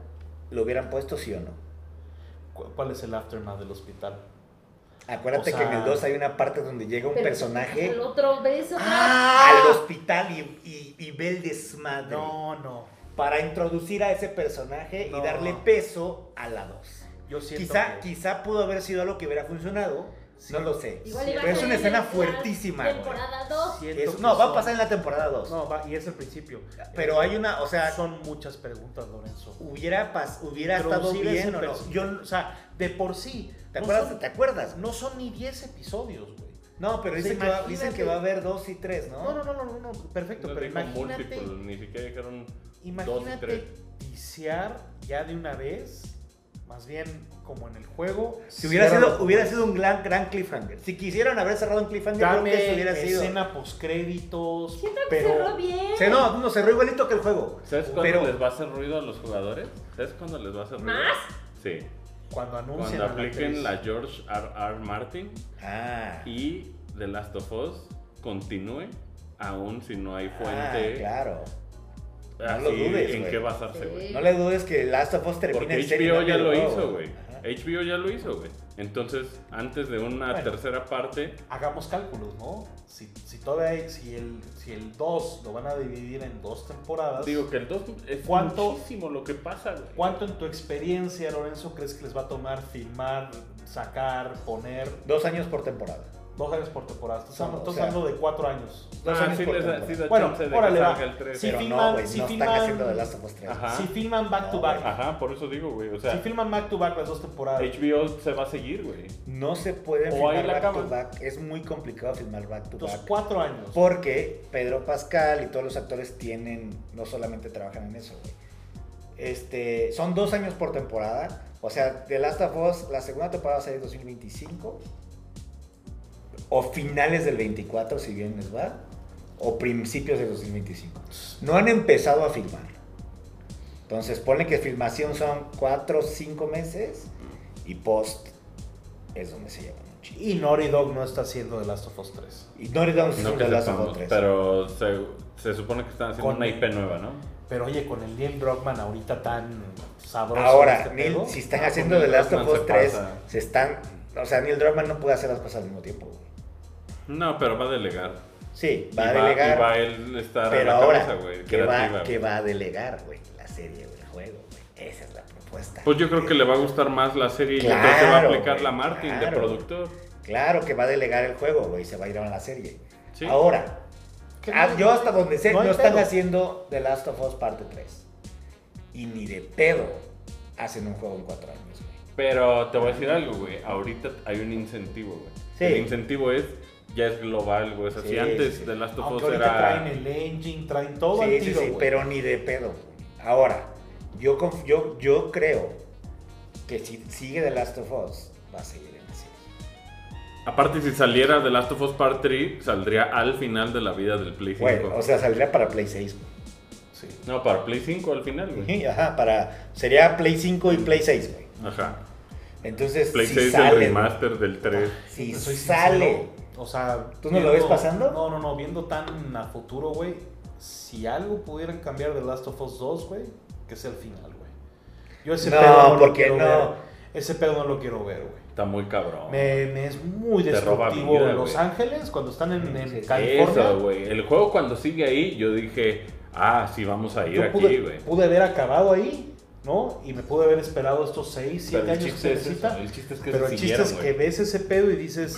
[SPEAKER 2] lo hubieran puesto sí o no.
[SPEAKER 1] ¿Cu- ¿Cuál es el aftermath del hospital?
[SPEAKER 2] Acuérdate
[SPEAKER 1] O
[SPEAKER 2] que
[SPEAKER 1] sea-
[SPEAKER 2] en el 2 hay una parte donde llega un
[SPEAKER 6] Pero-
[SPEAKER 2] personaje Ah,
[SPEAKER 6] El otro beso.
[SPEAKER 2] al hospital y, y- y ve el desmadre.
[SPEAKER 1] No, no.
[SPEAKER 2] para introducir a ese personaje
[SPEAKER 1] No.
[SPEAKER 2] y darle peso a la 2.
[SPEAKER 1] Yo siento
[SPEAKER 2] Quizá,
[SPEAKER 1] que-
[SPEAKER 2] quizá pudo haber sido algo que hubiera funcionado,
[SPEAKER 1] Sí.
[SPEAKER 2] no lo sé.
[SPEAKER 6] Igual iba a
[SPEAKER 2] Pero es
[SPEAKER 6] ser
[SPEAKER 2] una
[SPEAKER 6] en
[SPEAKER 2] escena
[SPEAKER 6] la
[SPEAKER 2] fuertísima. güey.
[SPEAKER 6] Temporada 2.
[SPEAKER 1] siento
[SPEAKER 2] Eso-
[SPEAKER 1] que
[SPEAKER 2] no, va a
[SPEAKER 1] son-
[SPEAKER 2] pasar en la temporada 2.
[SPEAKER 1] No, va, y es el principio. Eh,
[SPEAKER 2] Pero hay una, o sea,
[SPEAKER 1] son muchas preguntas, Lorenzo.
[SPEAKER 2] hubiera, pas- hubiera estado
[SPEAKER 1] Introducir ese
[SPEAKER 2] bien o no.
[SPEAKER 1] pers-
[SPEAKER 2] Yo-
[SPEAKER 1] o sea, de por sí.
[SPEAKER 2] ¿Te
[SPEAKER 1] no
[SPEAKER 2] acuerdas?
[SPEAKER 1] son-
[SPEAKER 2] ¿Te acuerdas?
[SPEAKER 1] No son ni 10 episodios, güey.
[SPEAKER 2] No, pero
[SPEAKER 1] O sea,
[SPEAKER 2] dicen, que va,
[SPEAKER 1] imagínate.
[SPEAKER 2] dicen que va a haber 2 y 3, ¿no?
[SPEAKER 1] No, no, no, no, no, no, perfecto,
[SPEAKER 3] No
[SPEAKER 1] pero
[SPEAKER 3] dijo pues,
[SPEAKER 1] imagínate,
[SPEAKER 3] múltiples, ni siquiera dijeron. dos y
[SPEAKER 1] imagínate
[SPEAKER 3] tres.
[SPEAKER 1] viciar ya de una vez Más bien, como en el juego.
[SPEAKER 2] Si hubiera
[SPEAKER 1] cierran-
[SPEAKER 2] sido, hubiera sido un gran, gran cliffhanger. Si quisieran haber cerrado un cliffhanger,
[SPEAKER 1] Dame
[SPEAKER 2] creo que eso hubiera sido.
[SPEAKER 1] escena postcréditos.
[SPEAKER 6] Siento que cerró
[SPEAKER 1] Pero.
[SPEAKER 6] bien.
[SPEAKER 2] Se, no, no, cerró igualito que el juego.
[SPEAKER 3] ¿Sabes cuándo
[SPEAKER 2] Pero-
[SPEAKER 3] les va a hacer ruido a los jugadores? ¿Sabes cuándo les va a hacer ruido?
[SPEAKER 6] ¿Más?
[SPEAKER 3] Sí.
[SPEAKER 1] Cuando anuncian.
[SPEAKER 3] Cuando
[SPEAKER 1] a la actriz.
[SPEAKER 3] apliquen la George R. R. Martin
[SPEAKER 2] Ah.
[SPEAKER 3] y The Last of Us continúe, aún si no hay
[SPEAKER 2] ah,
[SPEAKER 3] fuente
[SPEAKER 2] claro.
[SPEAKER 3] así
[SPEAKER 2] lo dudes,
[SPEAKER 3] en
[SPEAKER 2] güey.
[SPEAKER 3] qué basarse, güey.
[SPEAKER 6] Sí.
[SPEAKER 2] No le dudes que Last of Us termina
[SPEAKER 3] Porque
[SPEAKER 2] en serie,
[SPEAKER 3] HBO
[SPEAKER 2] no
[SPEAKER 3] ya
[SPEAKER 2] en
[SPEAKER 3] lo
[SPEAKER 2] juego.
[SPEAKER 3] hizo, güey.
[SPEAKER 2] Ajá.
[SPEAKER 3] HBO ya lo hizo, güey. Entonces, antes de una
[SPEAKER 1] Bueno.
[SPEAKER 3] tercera parte,
[SPEAKER 1] Hagamos cálculos, ¿no? Si, si todavía hay- si el, si el 2 lo van a dividir en dos temporadas.
[SPEAKER 3] digo que el 2 es
[SPEAKER 1] ¿Cuánto-
[SPEAKER 3] muchísimo lo que pasa, güey.
[SPEAKER 1] ¿Cuánto en tu experiencia, Lorenzo, crees que les va a tomar filmar, sacar, poner
[SPEAKER 2] Dos años por temporada.
[SPEAKER 1] dos años por temporada? Estás hablando,
[SPEAKER 2] O
[SPEAKER 1] estás
[SPEAKER 2] sea-
[SPEAKER 1] hablando de cuatro años.
[SPEAKER 2] Dos
[SPEAKER 3] ah,
[SPEAKER 2] años
[SPEAKER 3] sí
[SPEAKER 2] por
[SPEAKER 3] les da,
[SPEAKER 2] temporada.
[SPEAKER 3] sí da
[SPEAKER 1] Bueno,
[SPEAKER 3] chance de
[SPEAKER 1] órale,
[SPEAKER 3] que
[SPEAKER 1] va.
[SPEAKER 3] salga el 3.
[SPEAKER 1] Sí.
[SPEAKER 2] Pero
[SPEAKER 1] filman-
[SPEAKER 2] no, güey,
[SPEAKER 1] si
[SPEAKER 2] no
[SPEAKER 1] filman-
[SPEAKER 2] están haciendo The Last of Us 3.
[SPEAKER 3] Ajá.
[SPEAKER 1] Si filman back to
[SPEAKER 2] No,
[SPEAKER 1] back,
[SPEAKER 3] Ajá, por eso digo, güey. O sea,
[SPEAKER 1] si filman back to back las dos temporadas,
[SPEAKER 3] HBO se va a seguir, güey.
[SPEAKER 2] No se pueden
[SPEAKER 3] O ahí
[SPEAKER 2] filmar
[SPEAKER 3] la
[SPEAKER 2] back to
[SPEAKER 3] acaban.
[SPEAKER 2] back. Es muy complicado filmar back to
[SPEAKER 1] los
[SPEAKER 2] back.
[SPEAKER 1] cuatro años.
[SPEAKER 2] Porque Pedro Pascal y todos los actores tienen, no solamente trabajan en eso, güey. Este, son dos años por temporada. O sea, The Last of Us, la segunda temporada va a salir en 2025. O finales del 24, si bien les va. O principios de 2025. No han empezado a filmar. Entonces, ponle que filmación son 4 o 5 meses. Y post es donde se llevan un chingo.
[SPEAKER 1] Y Naughty Dog no está haciendo The Last of Us 3.
[SPEAKER 2] Y no le damos
[SPEAKER 3] No
[SPEAKER 2] un
[SPEAKER 3] que
[SPEAKER 2] The Last of Us
[SPEAKER 3] sepamos,
[SPEAKER 2] 3.
[SPEAKER 3] pero se, se supone que están haciendo
[SPEAKER 1] Con-
[SPEAKER 3] una IP nueva, ¿no?
[SPEAKER 1] Pero oye, con el Neil Brockman ahorita tan sabroso.
[SPEAKER 2] Ahora,
[SPEAKER 1] este
[SPEAKER 2] Neil,
[SPEAKER 1] pedo,
[SPEAKER 2] si están
[SPEAKER 3] Ah,
[SPEAKER 2] haciendo
[SPEAKER 3] con
[SPEAKER 2] The
[SPEAKER 3] Neil
[SPEAKER 2] Last of
[SPEAKER 3] Druckmann
[SPEAKER 2] Us
[SPEAKER 3] se
[SPEAKER 2] 3,
[SPEAKER 3] pasa.
[SPEAKER 2] se están. O sea, Neil Druckmann no puede hacer las cosas al mismo tiempo. güey.
[SPEAKER 3] No, pero va a delegar.
[SPEAKER 2] Sí,
[SPEAKER 3] Y
[SPEAKER 2] va a
[SPEAKER 3] Y va
[SPEAKER 2] delegar.
[SPEAKER 3] él estar
[SPEAKER 2] Pero
[SPEAKER 3] a la
[SPEAKER 2] ahora,
[SPEAKER 3] cabeza, güey.
[SPEAKER 2] ¿qué,
[SPEAKER 3] creativa,
[SPEAKER 2] va, qué
[SPEAKER 3] güey.
[SPEAKER 2] va a delegar, güey? La serie o el juego, güey. Esa es la propuesta.
[SPEAKER 3] Pues yo creo que le va a gustar más la serie y
[SPEAKER 2] Claro,
[SPEAKER 3] entonces va a aplicar
[SPEAKER 2] güey,
[SPEAKER 3] la Martin de
[SPEAKER 2] claro.
[SPEAKER 3] productor.
[SPEAKER 2] Claro que va a delegar el juego, güey. Se va a ir a la serie.
[SPEAKER 3] Sí.
[SPEAKER 2] Ahora,
[SPEAKER 1] que
[SPEAKER 2] ah,
[SPEAKER 1] no-
[SPEAKER 2] yo hasta donde sé,
[SPEAKER 1] no
[SPEAKER 2] no,
[SPEAKER 1] hay
[SPEAKER 2] están
[SPEAKER 1] pedo.
[SPEAKER 2] haciendo The Last of Us parte 3. Y ni de pedo hacen un juego en cuatro años, güey.
[SPEAKER 3] Pero te voy a decir algo, güey. Ahorita hay un incentivo, güey.
[SPEAKER 2] Sí.
[SPEAKER 3] El incentivo es, ya es global, güey. O sea,
[SPEAKER 2] Sí,
[SPEAKER 3] si antes
[SPEAKER 2] sí.
[SPEAKER 3] de Last of Us
[SPEAKER 1] Aunque ahorita
[SPEAKER 3] era...
[SPEAKER 1] traen el engine, traen todo
[SPEAKER 2] sí,
[SPEAKER 1] al
[SPEAKER 2] sí,
[SPEAKER 1] tiro,
[SPEAKER 2] sí,
[SPEAKER 1] güey.
[SPEAKER 2] pero ni de pedo. güey. Ahora, yo, conf- yo, yo creo que si sigue The Last of Us, va a seguir en la serie.
[SPEAKER 3] Aparte, si saliera de Last of Us Part 3, saldría al final de la vida del Play 5.
[SPEAKER 2] Bueno, o sea, saldría para Play 6.
[SPEAKER 1] Sí.
[SPEAKER 3] No, para Play 5 al final, güey.
[SPEAKER 2] güey. Ajá, para, sería Play 5 y Play 6, güey.
[SPEAKER 3] Ajá.
[SPEAKER 2] Entonces,
[SPEAKER 3] Play
[SPEAKER 2] si
[SPEAKER 3] 6
[SPEAKER 2] sale,
[SPEAKER 3] el remaster del 3.
[SPEAKER 1] Ah.
[SPEAKER 2] si
[SPEAKER 1] Te soy
[SPEAKER 2] sale,
[SPEAKER 1] sincero, o sea,
[SPEAKER 2] ¿Tú no lo ves pasando?
[SPEAKER 1] No, no, no. Viendo tan a futuro, güey. Si algo pudieran cambiar de Last of Us 2, güey, que sea el final, güey. Yo ese
[SPEAKER 2] No,
[SPEAKER 1] pedo no lo
[SPEAKER 2] porque
[SPEAKER 1] quiero
[SPEAKER 2] no.
[SPEAKER 1] ver. Ese pedo no lo quiero ver, güey.
[SPEAKER 3] Está muy cabrón.
[SPEAKER 1] Me, me es muy
[SPEAKER 3] Te roba
[SPEAKER 1] destructivo
[SPEAKER 3] vida,
[SPEAKER 1] Los
[SPEAKER 3] güey.
[SPEAKER 1] Ángeles cuando están en, en
[SPEAKER 2] Sí, sí.
[SPEAKER 1] California.
[SPEAKER 3] Eso, güey. El juego cuando sigue ahí, yo dije, ah, sí, vamos a ir
[SPEAKER 1] Yo
[SPEAKER 3] aquí,
[SPEAKER 1] pude,
[SPEAKER 3] güey.
[SPEAKER 1] pude haber acabado ahí, ¿no? Y me pude haber esperado estos 6, 7
[SPEAKER 3] Pero el
[SPEAKER 1] años que se
[SPEAKER 3] chiste, es eso,
[SPEAKER 1] necesita.
[SPEAKER 3] el chiste es que
[SPEAKER 1] Pero
[SPEAKER 3] se
[SPEAKER 1] el chiste es
[SPEAKER 3] siguieron,
[SPEAKER 1] que
[SPEAKER 3] güey.
[SPEAKER 1] ves ese pedo y dices,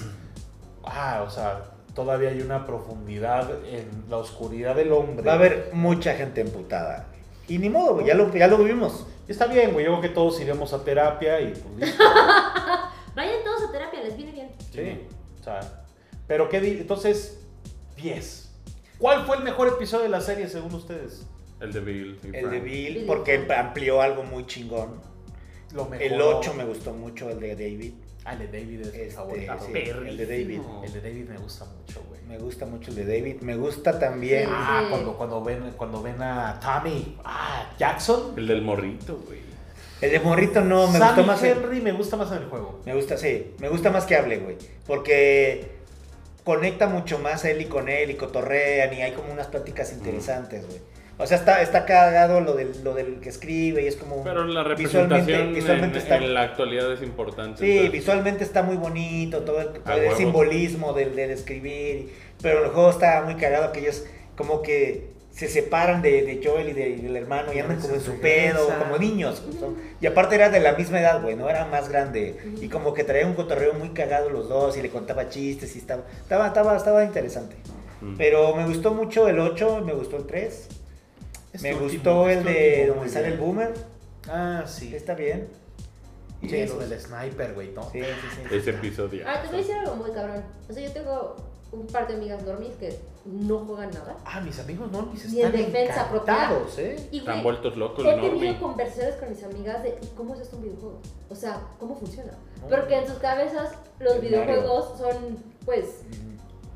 [SPEAKER 1] ah, o sea, todavía hay una profundidad en la oscuridad del hombre.
[SPEAKER 2] va a haber mucha gente emputada. Y ni modo, güey, ya lo, ya lo vivimos.
[SPEAKER 1] Está bien, güey, yo creo que todos iremos a terapia y pues listo.
[SPEAKER 6] Vayan todos a terapia, les viene bien.
[SPEAKER 1] sí. O sea, pero qué, di- entonces, 10. ¿Cuál fue el mejor episodio de la serie según ustedes?
[SPEAKER 3] El de Bill. y
[SPEAKER 2] El de
[SPEAKER 3] Frank.
[SPEAKER 2] Bill, porque amplió algo muy chingón.
[SPEAKER 1] Lo mejor.
[SPEAKER 2] El 8 me gustó mucho, el de David.
[SPEAKER 1] Ah, el de David es mi
[SPEAKER 2] Este,
[SPEAKER 1] favorito.
[SPEAKER 2] sí, el de David.
[SPEAKER 1] El de David me gusta mucho, güey.
[SPEAKER 2] Me gusta mucho el de David. Me gusta también.
[SPEAKER 6] Sí.
[SPEAKER 1] Ah, cuando, cuando, ven, cuando ven a Tommy, ah, Jackson.
[SPEAKER 3] El del morrito, güey.
[SPEAKER 2] El de Morrito no, me
[SPEAKER 1] Sammy
[SPEAKER 2] gustó más. el-
[SPEAKER 1] Henry me gusta más en el juego.
[SPEAKER 2] me gusta, sí. Me gusta más que hable, güey. Porque conecta mucho más él y con él y cotorrean y hay como unas pláticas interesantes, güey. O sea, está, está cagado lo del, lo del que escribe y es como.
[SPEAKER 3] Pero la
[SPEAKER 2] visualmente-
[SPEAKER 3] representación
[SPEAKER 2] visualmente
[SPEAKER 3] en,
[SPEAKER 2] está,
[SPEAKER 3] en la actualidad es importante.
[SPEAKER 2] Sí,
[SPEAKER 3] entonces,
[SPEAKER 2] visualmente está muy bonito, todo el, todo
[SPEAKER 3] A
[SPEAKER 2] el
[SPEAKER 3] huevo.
[SPEAKER 2] simbolismo del, del escribir, pero el juego está muy cagado que ellos como que se separan de, de Joel y, de- y del hermano y andan como en su pedo, como niños. güey, son- Y aparte era de la misma edad, güey, no era más grande. Y como que traía un cotorreo muy cagado los dos y le contaba chistes y estaba, estaba, estaba, estaba interesante.
[SPEAKER 3] mm.
[SPEAKER 2] Pero me gustó mucho el 8, me gustó el 3,
[SPEAKER 1] Este
[SPEAKER 2] me
[SPEAKER 1] último,
[SPEAKER 2] gustó el
[SPEAKER 1] este
[SPEAKER 2] de
[SPEAKER 1] último,
[SPEAKER 2] donde
[SPEAKER 1] muy
[SPEAKER 2] sale el
[SPEAKER 1] bien.
[SPEAKER 2] boomer,
[SPEAKER 1] Ah, sí.
[SPEAKER 2] está bien. Y
[SPEAKER 1] Sí,
[SPEAKER 2] esos.
[SPEAKER 1] lo del sniper, güey, ¿no?
[SPEAKER 2] Sí, sí, sí.
[SPEAKER 3] Ese episodio.
[SPEAKER 6] Ah, Ahora, te voy a decir algo muy cabrón. O sea, yo tengo un par de amigas normies que no juegan nada.
[SPEAKER 2] Ah, mis amigos normis
[SPEAKER 6] Y en
[SPEAKER 2] están
[SPEAKER 6] defensa propia.
[SPEAKER 2] encantados, ¿eh?
[SPEAKER 6] Y
[SPEAKER 3] Están
[SPEAKER 6] güey,
[SPEAKER 3] vueltos locos,
[SPEAKER 6] He
[SPEAKER 3] ¿no?
[SPEAKER 6] tenido
[SPEAKER 3] güey?
[SPEAKER 6] conversaciones con mis amigas de "¿Y cómo es esto un videojuego. O sea, ¿cómo funciona? Porque en sus cabezas los
[SPEAKER 2] El
[SPEAKER 6] videojuegos son, pues,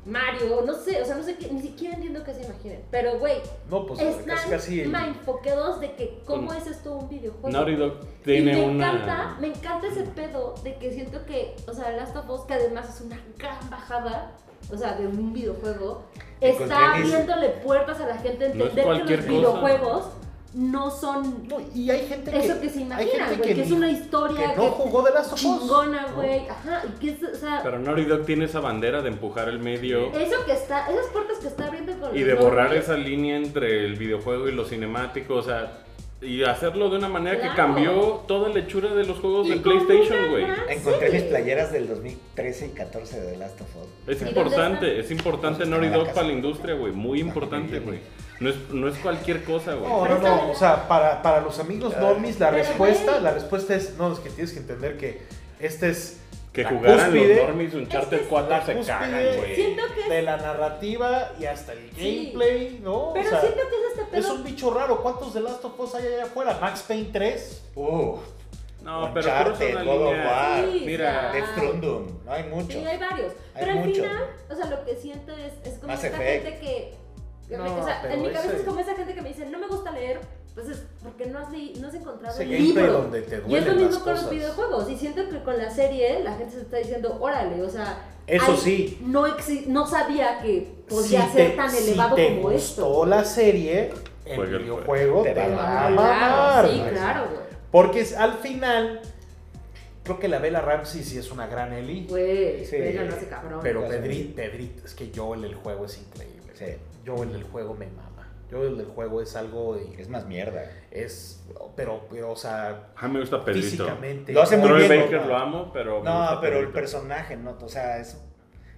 [SPEAKER 6] Mario, no sé, o sea, no sé, qué- ni siquiera entiendo qué se imaginen. Pero, güey,
[SPEAKER 1] No, pues
[SPEAKER 6] están
[SPEAKER 1] casi, casi el-
[SPEAKER 6] mindfuckeados de que cómo
[SPEAKER 3] Con-
[SPEAKER 6] es esto un videojuego.
[SPEAKER 3] Naughty Dog
[SPEAKER 6] Y
[SPEAKER 3] tiene
[SPEAKER 6] me
[SPEAKER 3] una.
[SPEAKER 6] encanta, me encanta ese pedo de que siento que, o sea, Last of Us, que además es una gran bajada, o sea, de un videojuego,
[SPEAKER 2] Y
[SPEAKER 6] está
[SPEAKER 2] contra Ennis.
[SPEAKER 6] abriéndole puertas a la gente a
[SPEAKER 3] No es
[SPEAKER 6] entender que
[SPEAKER 3] cualquier
[SPEAKER 6] los
[SPEAKER 3] cosa.
[SPEAKER 6] videojuegos no son
[SPEAKER 2] No, y hay gente que.
[SPEAKER 6] eso que se
[SPEAKER 2] hay
[SPEAKER 6] imagina,
[SPEAKER 2] gente
[SPEAKER 6] güey, que, es
[SPEAKER 2] ni-
[SPEAKER 6] una historia
[SPEAKER 2] que
[SPEAKER 6] que
[SPEAKER 2] no jugó de las
[SPEAKER 6] chingona, güey, ajá, y que es, o sea,
[SPEAKER 3] Pero Naughty Dog tiene esa bandera de empujar el medio
[SPEAKER 6] eso que está, esas puertas que está abriendo con
[SPEAKER 3] y
[SPEAKER 6] los
[SPEAKER 3] de borrar
[SPEAKER 6] nombres,
[SPEAKER 3] esa línea entre el videojuego y lo cinemático, o sea, y hacerlo de una manera
[SPEAKER 6] Claro.
[SPEAKER 3] que cambió toda la hechura de los juegos
[SPEAKER 6] Y
[SPEAKER 3] de
[SPEAKER 6] con
[SPEAKER 3] PlayStation,
[SPEAKER 6] una
[SPEAKER 3] güey.
[SPEAKER 6] gran
[SPEAKER 2] Encontré
[SPEAKER 6] serie.
[SPEAKER 2] mis playeras del 2013 y 14 de Last of Us.
[SPEAKER 3] Es
[SPEAKER 6] ¿Y
[SPEAKER 3] importante,
[SPEAKER 6] dónde
[SPEAKER 3] es importante
[SPEAKER 2] Pues,
[SPEAKER 3] Naughty
[SPEAKER 2] en la
[SPEAKER 3] Dog
[SPEAKER 2] casa.
[SPEAKER 3] para la industria, güey, muy importante, güey. No es, no es cualquier cosa, güey.
[SPEAKER 1] No, no, no. O sea, para, para los amigos normis, la
[SPEAKER 6] Pero,
[SPEAKER 1] respuesta,
[SPEAKER 6] güey.
[SPEAKER 1] la respuesta es, no, es que tienes que entender que este es
[SPEAKER 3] que
[SPEAKER 1] la
[SPEAKER 3] jugaran
[SPEAKER 1] cúspide-
[SPEAKER 3] los normies Uncharted
[SPEAKER 6] Es que-
[SPEAKER 3] 4
[SPEAKER 1] la
[SPEAKER 3] se
[SPEAKER 1] cúspide-
[SPEAKER 3] cagan, güey.
[SPEAKER 6] Siento que,
[SPEAKER 1] de la narrativa y hasta el
[SPEAKER 6] Sí.
[SPEAKER 1] gameplay, ¿no? O
[SPEAKER 6] pero
[SPEAKER 1] sea,
[SPEAKER 6] siento que es este pedo
[SPEAKER 1] es un bicho raro. ¿Cuántos de Last of Us hay allá afuera? Max Payne 3.
[SPEAKER 2] Uf,
[SPEAKER 3] No, pero
[SPEAKER 2] Uncharted,
[SPEAKER 3] cruzan la
[SPEAKER 2] God of
[SPEAKER 3] línea.
[SPEAKER 2] War,
[SPEAKER 6] Sí,
[SPEAKER 3] Mira,
[SPEAKER 6] ay.
[SPEAKER 2] Destrundum, no hay mucho.
[SPEAKER 6] Sí, hay varios. pero al
[SPEAKER 2] muchos.
[SPEAKER 6] final, o sea, lo que siento es, es como
[SPEAKER 2] Mass
[SPEAKER 6] esta
[SPEAKER 2] Effect.
[SPEAKER 6] gente que. que me-
[SPEAKER 1] No,
[SPEAKER 6] o sea,
[SPEAKER 1] pero
[SPEAKER 6] en mi cabeza
[SPEAKER 1] ese-
[SPEAKER 6] es como esa gente que me dice, no me gusta leer, pues es porque no has, leí- no has encontrado
[SPEAKER 1] Ese
[SPEAKER 6] el
[SPEAKER 1] gameplay
[SPEAKER 6] libro.
[SPEAKER 1] donde te
[SPEAKER 6] Y es lo
[SPEAKER 1] duelen las
[SPEAKER 6] mismo con
[SPEAKER 1] cosas.
[SPEAKER 6] los videojuegos. Y siento que con la serie la gente se está diciendo, órale, o sea.
[SPEAKER 1] Eso
[SPEAKER 6] ay,
[SPEAKER 1] sí.
[SPEAKER 6] No, exi- no sabía que podía
[SPEAKER 1] si
[SPEAKER 6] ser
[SPEAKER 1] te-
[SPEAKER 6] tan
[SPEAKER 1] si
[SPEAKER 6] elevado
[SPEAKER 1] te
[SPEAKER 6] como
[SPEAKER 1] gustó
[SPEAKER 6] esto.
[SPEAKER 1] la serie, el
[SPEAKER 3] Juega el
[SPEAKER 1] videojuego te, va a mamar.
[SPEAKER 6] Ah, Claro, sí,
[SPEAKER 1] güey.
[SPEAKER 6] claro, güey.
[SPEAKER 1] Porque es- al final, creo que la Bella Ramsey sí es una gran Ellie.
[SPEAKER 6] Güey,
[SPEAKER 2] Sí.
[SPEAKER 6] venga, no hace cabrón.
[SPEAKER 1] Pero
[SPEAKER 2] Sí.
[SPEAKER 1] Pedrito, es que Joel el juego es increíble.
[SPEAKER 2] Sí.
[SPEAKER 1] güey. Joel el juego me mama. Joel el juego es algo. y-
[SPEAKER 2] Es más mierda.
[SPEAKER 1] es. Pero, pero, o sea.
[SPEAKER 3] A mí me gusta Pedrito.
[SPEAKER 1] Físicamente.
[SPEAKER 2] Lo hace muy
[SPEAKER 3] Troy
[SPEAKER 2] bien,
[SPEAKER 3] Baker
[SPEAKER 2] ¿no?
[SPEAKER 3] lo amo, pero. me
[SPEAKER 2] No,
[SPEAKER 3] gusta
[SPEAKER 2] pero el
[SPEAKER 3] Pedrito.
[SPEAKER 2] personaje, no, o sea, es,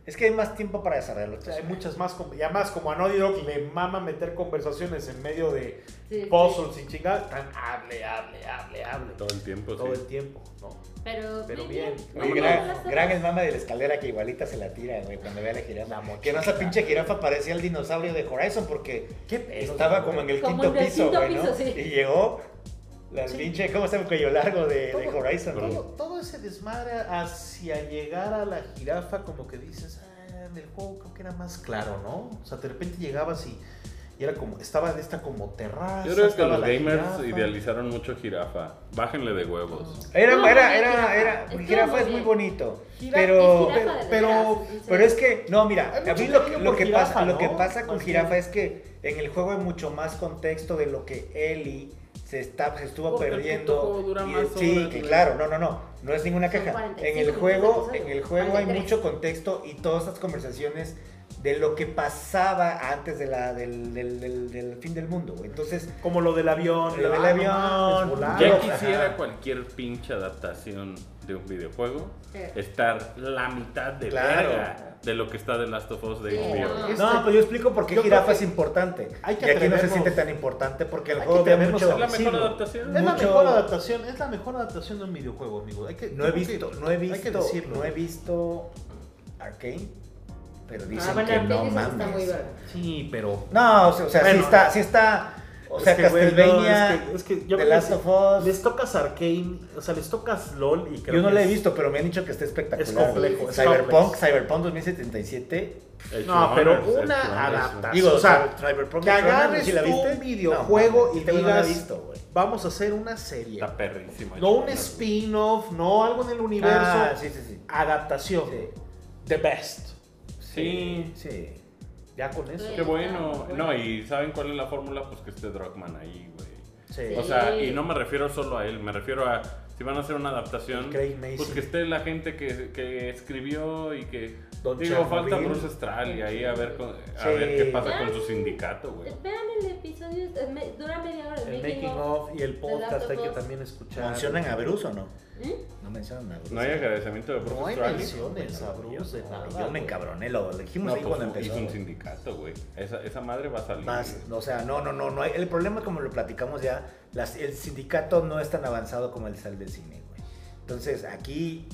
[SPEAKER 2] es que hay más tiempo para desarrollarlo.
[SPEAKER 1] O sea, hay muchas más. com- Y además, como a Naughty Dog le mama meter conversaciones en medio de
[SPEAKER 6] Sí.
[SPEAKER 1] puzzles y chingada, están hable, hable, hable, hable.
[SPEAKER 3] Todo el tiempo,
[SPEAKER 1] Todo
[SPEAKER 3] sí.
[SPEAKER 1] el tiempo, ¿no?
[SPEAKER 6] Pero,
[SPEAKER 1] Pero bien.
[SPEAKER 2] Oye, gran, gran el mame de la escalera que igualita se la tira, güey, cuando ve a la jirafa.
[SPEAKER 1] La
[SPEAKER 2] que no esa pinche jirafa parecía el dinosaurio de Horizon porque
[SPEAKER 1] ¿Qué pedo,
[SPEAKER 2] estaba
[SPEAKER 1] güey?
[SPEAKER 2] como en el
[SPEAKER 6] Como
[SPEAKER 2] quinto
[SPEAKER 6] en el
[SPEAKER 2] piso,
[SPEAKER 6] quinto
[SPEAKER 2] güey, ¿no?
[SPEAKER 6] piso, sí.
[SPEAKER 2] Y llegó la pinche, ¿cómo se llama? Cuello largo de, de
[SPEAKER 1] Todo-
[SPEAKER 2] Horizon. ¿no?
[SPEAKER 1] Todo, todo ese desmadre hacia llegar a la jirafa, como que dices, ah, en el juego creo que era más claro, ¿no? O sea, de repente llegabas y, y era como, estaba de esta como terraza.
[SPEAKER 3] Yo creo que
[SPEAKER 1] estaba
[SPEAKER 3] los
[SPEAKER 1] la
[SPEAKER 3] gamers
[SPEAKER 1] jirafa.
[SPEAKER 3] idealizaron mucho jirafa. Bájenle de huevos.
[SPEAKER 6] Estuvo
[SPEAKER 2] Era,
[SPEAKER 6] muy
[SPEAKER 2] era,
[SPEAKER 6] bien
[SPEAKER 2] era,
[SPEAKER 6] jirafa.
[SPEAKER 2] era,
[SPEAKER 6] Estuvo
[SPEAKER 2] jirafa
[SPEAKER 6] muy
[SPEAKER 2] es muy
[SPEAKER 6] bien.
[SPEAKER 2] bonito,
[SPEAKER 6] Jirafa-
[SPEAKER 2] pero,
[SPEAKER 6] es
[SPEAKER 2] pero,
[SPEAKER 6] jirafa de
[SPEAKER 2] pero,
[SPEAKER 6] veras, en
[SPEAKER 2] pero es
[SPEAKER 6] serio.
[SPEAKER 2] que, no, mira,
[SPEAKER 1] Hay
[SPEAKER 2] a mí
[SPEAKER 1] mucho
[SPEAKER 2] lo,
[SPEAKER 1] cariño
[SPEAKER 2] lo
[SPEAKER 1] por
[SPEAKER 2] que
[SPEAKER 1] jirafa,
[SPEAKER 2] pasa, lo que
[SPEAKER 1] ¿no?
[SPEAKER 2] pasa con
[SPEAKER 1] Más
[SPEAKER 2] jirafa
[SPEAKER 1] bien.
[SPEAKER 2] es que en el juego hay mucho más contexto de lo que Eli se, está, se estuvo
[SPEAKER 3] Porque el puto juego
[SPEAKER 2] perdiendo.
[SPEAKER 3] dura
[SPEAKER 2] Y-
[SPEAKER 3] más
[SPEAKER 2] sí,
[SPEAKER 3] horas,
[SPEAKER 2] que
[SPEAKER 3] güey.
[SPEAKER 2] claro, no, no, no, no es ninguna
[SPEAKER 6] Son
[SPEAKER 2] caja.
[SPEAKER 6] 45
[SPEAKER 2] En el
[SPEAKER 6] minutos
[SPEAKER 2] juego,
[SPEAKER 6] de
[SPEAKER 2] en el
[SPEAKER 6] episodio,
[SPEAKER 2] juego hay
[SPEAKER 6] 43.
[SPEAKER 2] mucho contexto y todas estas conversaciones de lo que pasaba antes de la, del, del, del- del fin del mundo. güey. Entonces,
[SPEAKER 1] Como lo del avión.
[SPEAKER 2] Lo del
[SPEAKER 1] ah,
[SPEAKER 2] avión.
[SPEAKER 1] no mames, volaron.
[SPEAKER 3] Ya
[SPEAKER 2] Claro,
[SPEAKER 3] quisiera
[SPEAKER 2] ajá.
[SPEAKER 3] cualquier pinche adaptación de un videojuego
[SPEAKER 6] Sí.
[SPEAKER 3] estar la mitad de
[SPEAKER 2] Claro.
[SPEAKER 3] verga de lo que está de Last of Us de
[SPEAKER 6] Sí,
[SPEAKER 3] HBO.
[SPEAKER 6] no.
[SPEAKER 2] No, pero yo explico por qué
[SPEAKER 1] pues Yo
[SPEAKER 2] jirafa
[SPEAKER 1] creo
[SPEAKER 2] es importante.
[SPEAKER 1] hay que
[SPEAKER 2] y aquí no se
[SPEAKER 1] atrevernos.
[SPEAKER 2] siente tan importante porque el
[SPEAKER 1] Hay
[SPEAKER 2] juego
[SPEAKER 1] que
[SPEAKER 2] de
[SPEAKER 1] atrevernos
[SPEAKER 2] mucho.
[SPEAKER 3] Es la mejor
[SPEAKER 1] decirlo.
[SPEAKER 3] adaptación.
[SPEAKER 1] Es la
[SPEAKER 2] Mucho-
[SPEAKER 1] mejor adaptación, es la mejor adaptación de un videojuego, amigo. Hay que,
[SPEAKER 2] No
[SPEAKER 1] creo
[SPEAKER 2] he
[SPEAKER 1] que-
[SPEAKER 2] visto, no he
[SPEAKER 1] hay que
[SPEAKER 2] visto,
[SPEAKER 1] decirlo.
[SPEAKER 2] no he visto Arcane, pero dicen
[SPEAKER 6] Ah, bueno,
[SPEAKER 2] que no
[SPEAKER 6] Arcane dicen que está
[SPEAKER 2] mames.
[SPEAKER 6] muy verga.
[SPEAKER 1] Sí, pero.
[SPEAKER 2] No, o sea, o sea, sí
[SPEAKER 1] Bueno.
[SPEAKER 2] está, sí está, o
[SPEAKER 1] Es
[SPEAKER 2] sea,
[SPEAKER 1] que, güey, no,
[SPEAKER 2] Castlevania,
[SPEAKER 1] es que- es que yo
[SPEAKER 2] The
[SPEAKER 1] creo que
[SPEAKER 2] Last
[SPEAKER 1] sí.
[SPEAKER 2] of Us,
[SPEAKER 1] Les tocas Arcane, o sea, les tocas LOL y creo
[SPEAKER 2] yo no
[SPEAKER 1] que
[SPEAKER 2] la he
[SPEAKER 1] es-
[SPEAKER 2] visto, pero me han dicho que está espectacular.
[SPEAKER 1] es complejo, es
[SPEAKER 2] Cyberpunk,
[SPEAKER 1] complejo.
[SPEAKER 2] Cyberpunk 2077,
[SPEAKER 3] Edge
[SPEAKER 1] No, pero
[SPEAKER 3] Runners,
[SPEAKER 1] una
[SPEAKER 3] Edge Runners.
[SPEAKER 1] adaptación.
[SPEAKER 2] digo,
[SPEAKER 1] o sea,
[SPEAKER 2] Cyberpunk,
[SPEAKER 1] que
[SPEAKER 2] Edgerunners,
[SPEAKER 1] agarres
[SPEAKER 2] ¿sí la
[SPEAKER 1] tú
[SPEAKER 2] viste?
[SPEAKER 1] un videojuego
[SPEAKER 2] No,
[SPEAKER 1] y
[SPEAKER 2] este güey no la he
[SPEAKER 1] digas-
[SPEAKER 2] visto, güey.
[SPEAKER 1] Vamos a hacer una serie.
[SPEAKER 3] Está perrísima.
[SPEAKER 1] No un
[SPEAKER 3] Runners.
[SPEAKER 1] spin-off, no algo en el universo.
[SPEAKER 2] Ah, sí, sí, sí.
[SPEAKER 1] Adaptación.
[SPEAKER 2] Sí.
[SPEAKER 1] The best.
[SPEAKER 3] Sí.
[SPEAKER 2] Sí.
[SPEAKER 1] Ya con eso.
[SPEAKER 3] Qué bueno. No, y ¿saben cuál es la fórmula? Pues que esté Druckmann ahí, güey.
[SPEAKER 1] Sí.
[SPEAKER 3] O sea, y no me refiero solo a él, me refiero a si van a hacer una adaptación,
[SPEAKER 1] El Craig Mason.
[SPEAKER 3] pues que esté la gente que, que escribió y que
[SPEAKER 1] Don
[SPEAKER 3] digo,
[SPEAKER 1] Chernobyl.
[SPEAKER 3] falta Bruce Straley ahí a ver con- a
[SPEAKER 2] Sí.
[SPEAKER 3] ver qué pasa con su sindicato, güey.
[SPEAKER 6] Vean el episodio, eh, me- dura media hora
[SPEAKER 1] El making of y el podcast
[SPEAKER 6] Last
[SPEAKER 1] hay
[SPEAKER 6] of
[SPEAKER 1] que
[SPEAKER 6] Us.
[SPEAKER 1] también escuchar.
[SPEAKER 2] ¿Mencionan a Bruce o no?
[SPEAKER 6] ¿Mm?
[SPEAKER 2] No mencionan a Bruce.
[SPEAKER 3] No hay agradecimiento de Bruce
[SPEAKER 1] No hay
[SPEAKER 3] Straley.
[SPEAKER 1] menciones a Bruce de nada.
[SPEAKER 2] Yo me
[SPEAKER 1] güey.
[SPEAKER 2] encabroné, lo lo dijimos
[SPEAKER 3] No,
[SPEAKER 2] ahí cuando
[SPEAKER 3] pues,
[SPEAKER 2] empezó.
[SPEAKER 3] hizo un
[SPEAKER 2] güey.
[SPEAKER 3] sindicato, güey. Esa, esa madre va a salir.
[SPEAKER 2] Más,
[SPEAKER 3] güey.
[SPEAKER 2] o sea, no, no, no, no hay- El problema, como lo platicamos ya, las- el sindicato no es tan avanzado como el sal del cine, güey. Entonces, aquí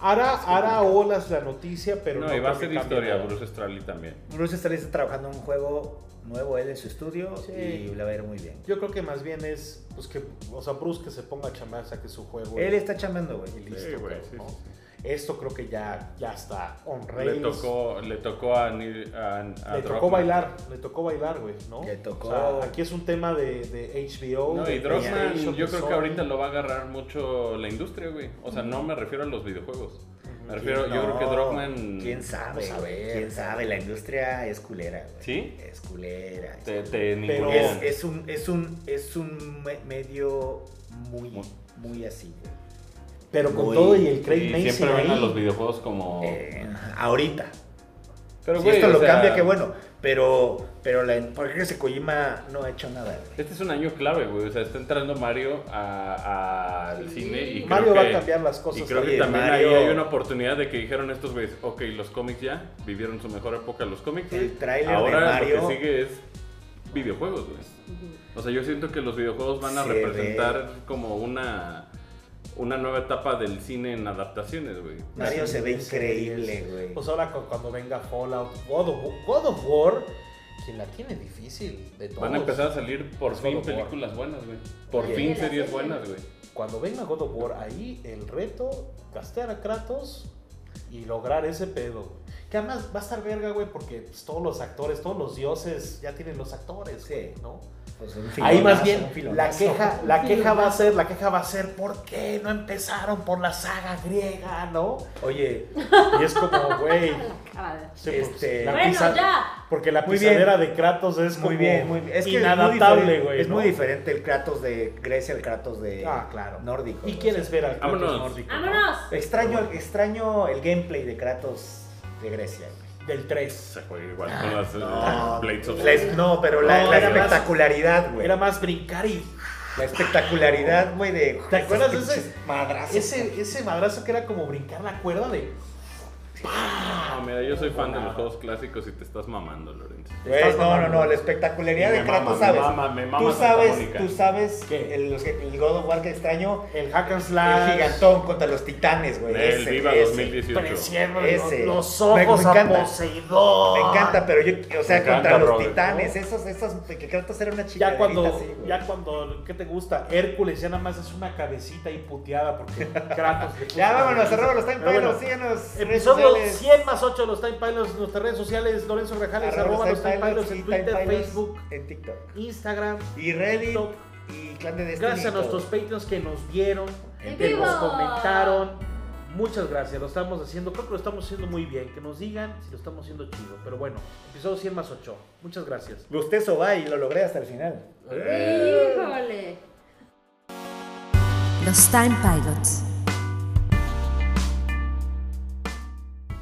[SPEAKER 11] hará, hará olas la noticia, pero no,
[SPEAKER 3] No, y va a
[SPEAKER 11] creo
[SPEAKER 3] ser
[SPEAKER 11] que cambie
[SPEAKER 3] historia,
[SPEAKER 11] nada.
[SPEAKER 3] Bruce Straley también.
[SPEAKER 2] Bruce Stanley está trabajando en un juego nuevo él en su estudio
[SPEAKER 11] Sí.
[SPEAKER 2] y le va a ir muy bien.
[SPEAKER 1] Yo creo que más bien es, pues que, o sea, Bruce que se ponga a chambear, saque su juego.
[SPEAKER 2] Él está chamando, güey.
[SPEAKER 1] y
[SPEAKER 3] Sí,
[SPEAKER 1] listo,
[SPEAKER 3] güey,
[SPEAKER 1] creo,
[SPEAKER 3] sí,
[SPEAKER 1] ¿no?
[SPEAKER 3] sí,
[SPEAKER 1] Esto creo que ya, ya está on rails.
[SPEAKER 3] Le tocó, le tocó a Neil- a- a
[SPEAKER 1] Le tocó
[SPEAKER 3] Druckmann.
[SPEAKER 1] bailar, le tocó bailar, güey, ¿no?
[SPEAKER 2] Le tocó-
[SPEAKER 1] O sea, aquí es un tema de, de HBO.
[SPEAKER 3] No, y
[SPEAKER 1] de
[SPEAKER 3] Druckmann,
[SPEAKER 1] PlayStation,
[SPEAKER 3] yo
[SPEAKER 1] de
[SPEAKER 3] creo que
[SPEAKER 1] Sony.
[SPEAKER 3] ahorita lo va a agarrar mucho la industria, güey. O sea, no me refiero a los videojuegos. Me refiero, yo creo que
[SPEAKER 2] No,
[SPEAKER 3] Druckmann.
[SPEAKER 2] ¿Quién sabe?
[SPEAKER 12] Vamos a ver.
[SPEAKER 2] ¿Quién sabe? La industria es culera, güey.
[SPEAKER 3] ¿Sí?
[SPEAKER 2] Es culera.
[SPEAKER 3] Te, te
[SPEAKER 1] Pero-
[SPEAKER 3] ningunean.
[SPEAKER 2] Es, es un, es un, es un me- medio muy,
[SPEAKER 3] Muy.
[SPEAKER 2] muy así, güey.
[SPEAKER 1] Pero con
[SPEAKER 2] Güey,
[SPEAKER 1] todo y el Craig
[SPEAKER 3] Y
[SPEAKER 1] Mason
[SPEAKER 3] siempre ven a
[SPEAKER 1] ahí.
[SPEAKER 3] los videojuegos como.
[SPEAKER 2] Eh, ahorita.
[SPEAKER 3] Pero,
[SPEAKER 2] si
[SPEAKER 3] güey,
[SPEAKER 2] esto
[SPEAKER 3] o
[SPEAKER 2] lo
[SPEAKER 3] sea,
[SPEAKER 2] cambia, qué bueno. Pero, pero la, ¿por qué ese Kojima no ha hecho nada, güey?
[SPEAKER 3] Este es un año clave, güey. O sea, está entrando Mario a- al
[SPEAKER 6] Sí.
[SPEAKER 3] cine y creo
[SPEAKER 1] Mario va a
[SPEAKER 3] que-
[SPEAKER 1] cambiar las
[SPEAKER 3] Y
[SPEAKER 1] cosas.
[SPEAKER 3] creo que
[SPEAKER 2] Oye,
[SPEAKER 3] también
[SPEAKER 2] Mario-
[SPEAKER 3] ahí hay una oportunidad de que dijeron estos güeyes, ok, los cómics ya vivieron su mejor época los cómics.
[SPEAKER 2] El
[SPEAKER 3] güey.
[SPEAKER 2] tráiler de
[SPEAKER 3] Ahora lo
[SPEAKER 2] Mario-
[SPEAKER 3] que sigue es videojuegos, güey. O sea, yo siento que los videojuegos van a
[SPEAKER 2] Se
[SPEAKER 3] representar como una una nueva etapa del cine en adaptaciones, güey.
[SPEAKER 2] Mario
[SPEAKER 1] Sí,
[SPEAKER 2] se ve
[SPEAKER 1] sí,
[SPEAKER 2] increíble, güey.
[SPEAKER 1] Pues ahora cu- cuando venga Fallout, God of, God of War.
[SPEAKER 12] Quien la tiene difícil de todos.
[SPEAKER 3] Van a empezar a salir por
[SPEAKER 12] Solo
[SPEAKER 3] fin
[SPEAKER 12] por-
[SPEAKER 3] películas buenas, güey. Por
[SPEAKER 6] Oye,
[SPEAKER 3] fin
[SPEAKER 6] la
[SPEAKER 3] series
[SPEAKER 6] serie.
[SPEAKER 3] buenas, güey.
[SPEAKER 1] Cuando venga God of War, ahí el reto, castear a Kratos y lograr ese pedo. güey. Que además va a estar verga, güey, porque pues, todos los actores, todos los dioses ya tienen los actores,
[SPEAKER 2] Sí.
[SPEAKER 1] güey, ¿no?
[SPEAKER 2] Pues
[SPEAKER 1] Ahí más
[SPEAKER 2] un
[SPEAKER 1] bien, la
[SPEAKER 2] filonazo.
[SPEAKER 1] queja, la queja va a ser, la queja va a ser, ¿por qué no empezaron por la saga griega, no?
[SPEAKER 2] Oye,
[SPEAKER 1] Y es como, güey, sí, pues,
[SPEAKER 2] Este,
[SPEAKER 1] la
[SPEAKER 6] Ah, Bueno,
[SPEAKER 1] pizza-
[SPEAKER 6] ya.
[SPEAKER 1] porque la
[SPEAKER 2] Muy
[SPEAKER 1] pisadera de Kratos es
[SPEAKER 2] muy
[SPEAKER 1] como
[SPEAKER 2] bien, muy bien. Es que es muy
[SPEAKER 1] inadaptable,
[SPEAKER 2] diferente-
[SPEAKER 1] güey.
[SPEAKER 2] Es
[SPEAKER 1] ¿no?
[SPEAKER 2] muy diferente el Kratos de Grecia al Kratos de
[SPEAKER 1] Ah, claro.
[SPEAKER 2] nórdico.
[SPEAKER 1] ¿Y
[SPEAKER 2] ¿no?
[SPEAKER 1] quieres ver al Kratos
[SPEAKER 3] Vámonos.
[SPEAKER 1] nórdico? no?
[SPEAKER 6] ¡Vámonos!
[SPEAKER 2] Extraño, extraño el gameplay de Kratos de Grecia. güey.
[SPEAKER 1] Del 3.
[SPEAKER 3] Se juega igual con las
[SPEAKER 2] No,
[SPEAKER 3] eh, Ah, Blades of
[SPEAKER 2] la es- no, pero la,
[SPEAKER 1] No,
[SPEAKER 2] la
[SPEAKER 1] era más-
[SPEAKER 2] espectacularidad, güey.
[SPEAKER 1] Era más brincar y
[SPEAKER 2] La espectacularidad, güey, de.
[SPEAKER 1] ¿Te acuerdas de ese?
[SPEAKER 2] madrazo?
[SPEAKER 1] ese, ese madrazo que era como brincar la cuerda de...
[SPEAKER 6] Ah,
[SPEAKER 3] No, mira, yo soy fan de los juegos clásicos y te estás mamando, Lorenzo.
[SPEAKER 2] Güey,
[SPEAKER 1] estás
[SPEAKER 2] no, no,
[SPEAKER 1] mamando.
[SPEAKER 2] no, la espectacularidad
[SPEAKER 3] Me
[SPEAKER 2] de Kratos,
[SPEAKER 3] mama, me
[SPEAKER 2] ¿sabes?
[SPEAKER 3] mama, me mama
[SPEAKER 2] tú
[SPEAKER 3] Santa
[SPEAKER 2] sabes,
[SPEAKER 3] Mónica.
[SPEAKER 2] tú sabes
[SPEAKER 1] ¿Qué?
[SPEAKER 2] el, los que- el God of War que extraño,
[SPEAKER 1] El hack and
[SPEAKER 2] el
[SPEAKER 1] slash.
[SPEAKER 2] gigantón contra los titanes, güey.
[SPEAKER 3] El
[SPEAKER 2] ese,
[SPEAKER 3] Viva
[SPEAKER 2] ese.
[SPEAKER 3] 2018.
[SPEAKER 1] Precierro
[SPEAKER 2] Ese.
[SPEAKER 1] los
[SPEAKER 2] Me-
[SPEAKER 1] ojos
[SPEAKER 2] me
[SPEAKER 1] a
[SPEAKER 2] encanta.
[SPEAKER 1] Poseidón.
[SPEAKER 2] Me encanta, pero yo, o sea,
[SPEAKER 3] Me
[SPEAKER 2] contra
[SPEAKER 3] encanta,
[SPEAKER 2] los
[SPEAKER 3] Robert,
[SPEAKER 2] titanes, esos, esos, que Kratos era una chica.
[SPEAKER 1] Ya cuando, ya cuando, ¿qué te gusta? Hércules ya nada más es una cabecita ahí puteada porque Kratos le puso
[SPEAKER 2] ya
[SPEAKER 1] la
[SPEAKER 2] vámonos,
[SPEAKER 1] cabeza.
[SPEAKER 2] cerramos los time
[SPEAKER 1] Pero
[SPEAKER 2] pilots,
[SPEAKER 1] bueno,
[SPEAKER 2] síganos.
[SPEAKER 1] Episodio
[SPEAKER 2] redes sociales.
[SPEAKER 1] 100 más 8 de los Time Pilots en nuestras redes sociales, Lorenzo Rejales,
[SPEAKER 2] Arroba
[SPEAKER 1] arroba los Time Pilots
[SPEAKER 2] y
[SPEAKER 1] en
[SPEAKER 2] Time
[SPEAKER 1] Twitter,
[SPEAKER 2] Pilots
[SPEAKER 1] Facebook,
[SPEAKER 2] en TikTok.
[SPEAKER 1] Instagram.
[SPEAKER 2] Y Reddit
[SPEAKER 1] TikTok.
[SPEAKER 2] y Clan de Destiny.
[SPEAKER 11] Gracias a
[SPEAKER 2] y todo.
[SPEAKER 11] nuestros Patreons que nos vieron,
[SPEAKER 6] ¡En
[SPEAKER 11] que
[SPEAKER 6] vivo!
[SPEAKER 11] nos comentaron. Muchas gracias, lo estamos haciendo, creo que lo estamos haciendo muy bien. Que nos digan si lo estamos haciendo chido. Pero bueno, episodio 100 más 8. Muchas gracias.
[SPEAKER 2] Gustezo va y lo logré hasta el final.
[SPEAKER 6] ¡Híjole!
[SPEAKER 10] Los Time Pilots.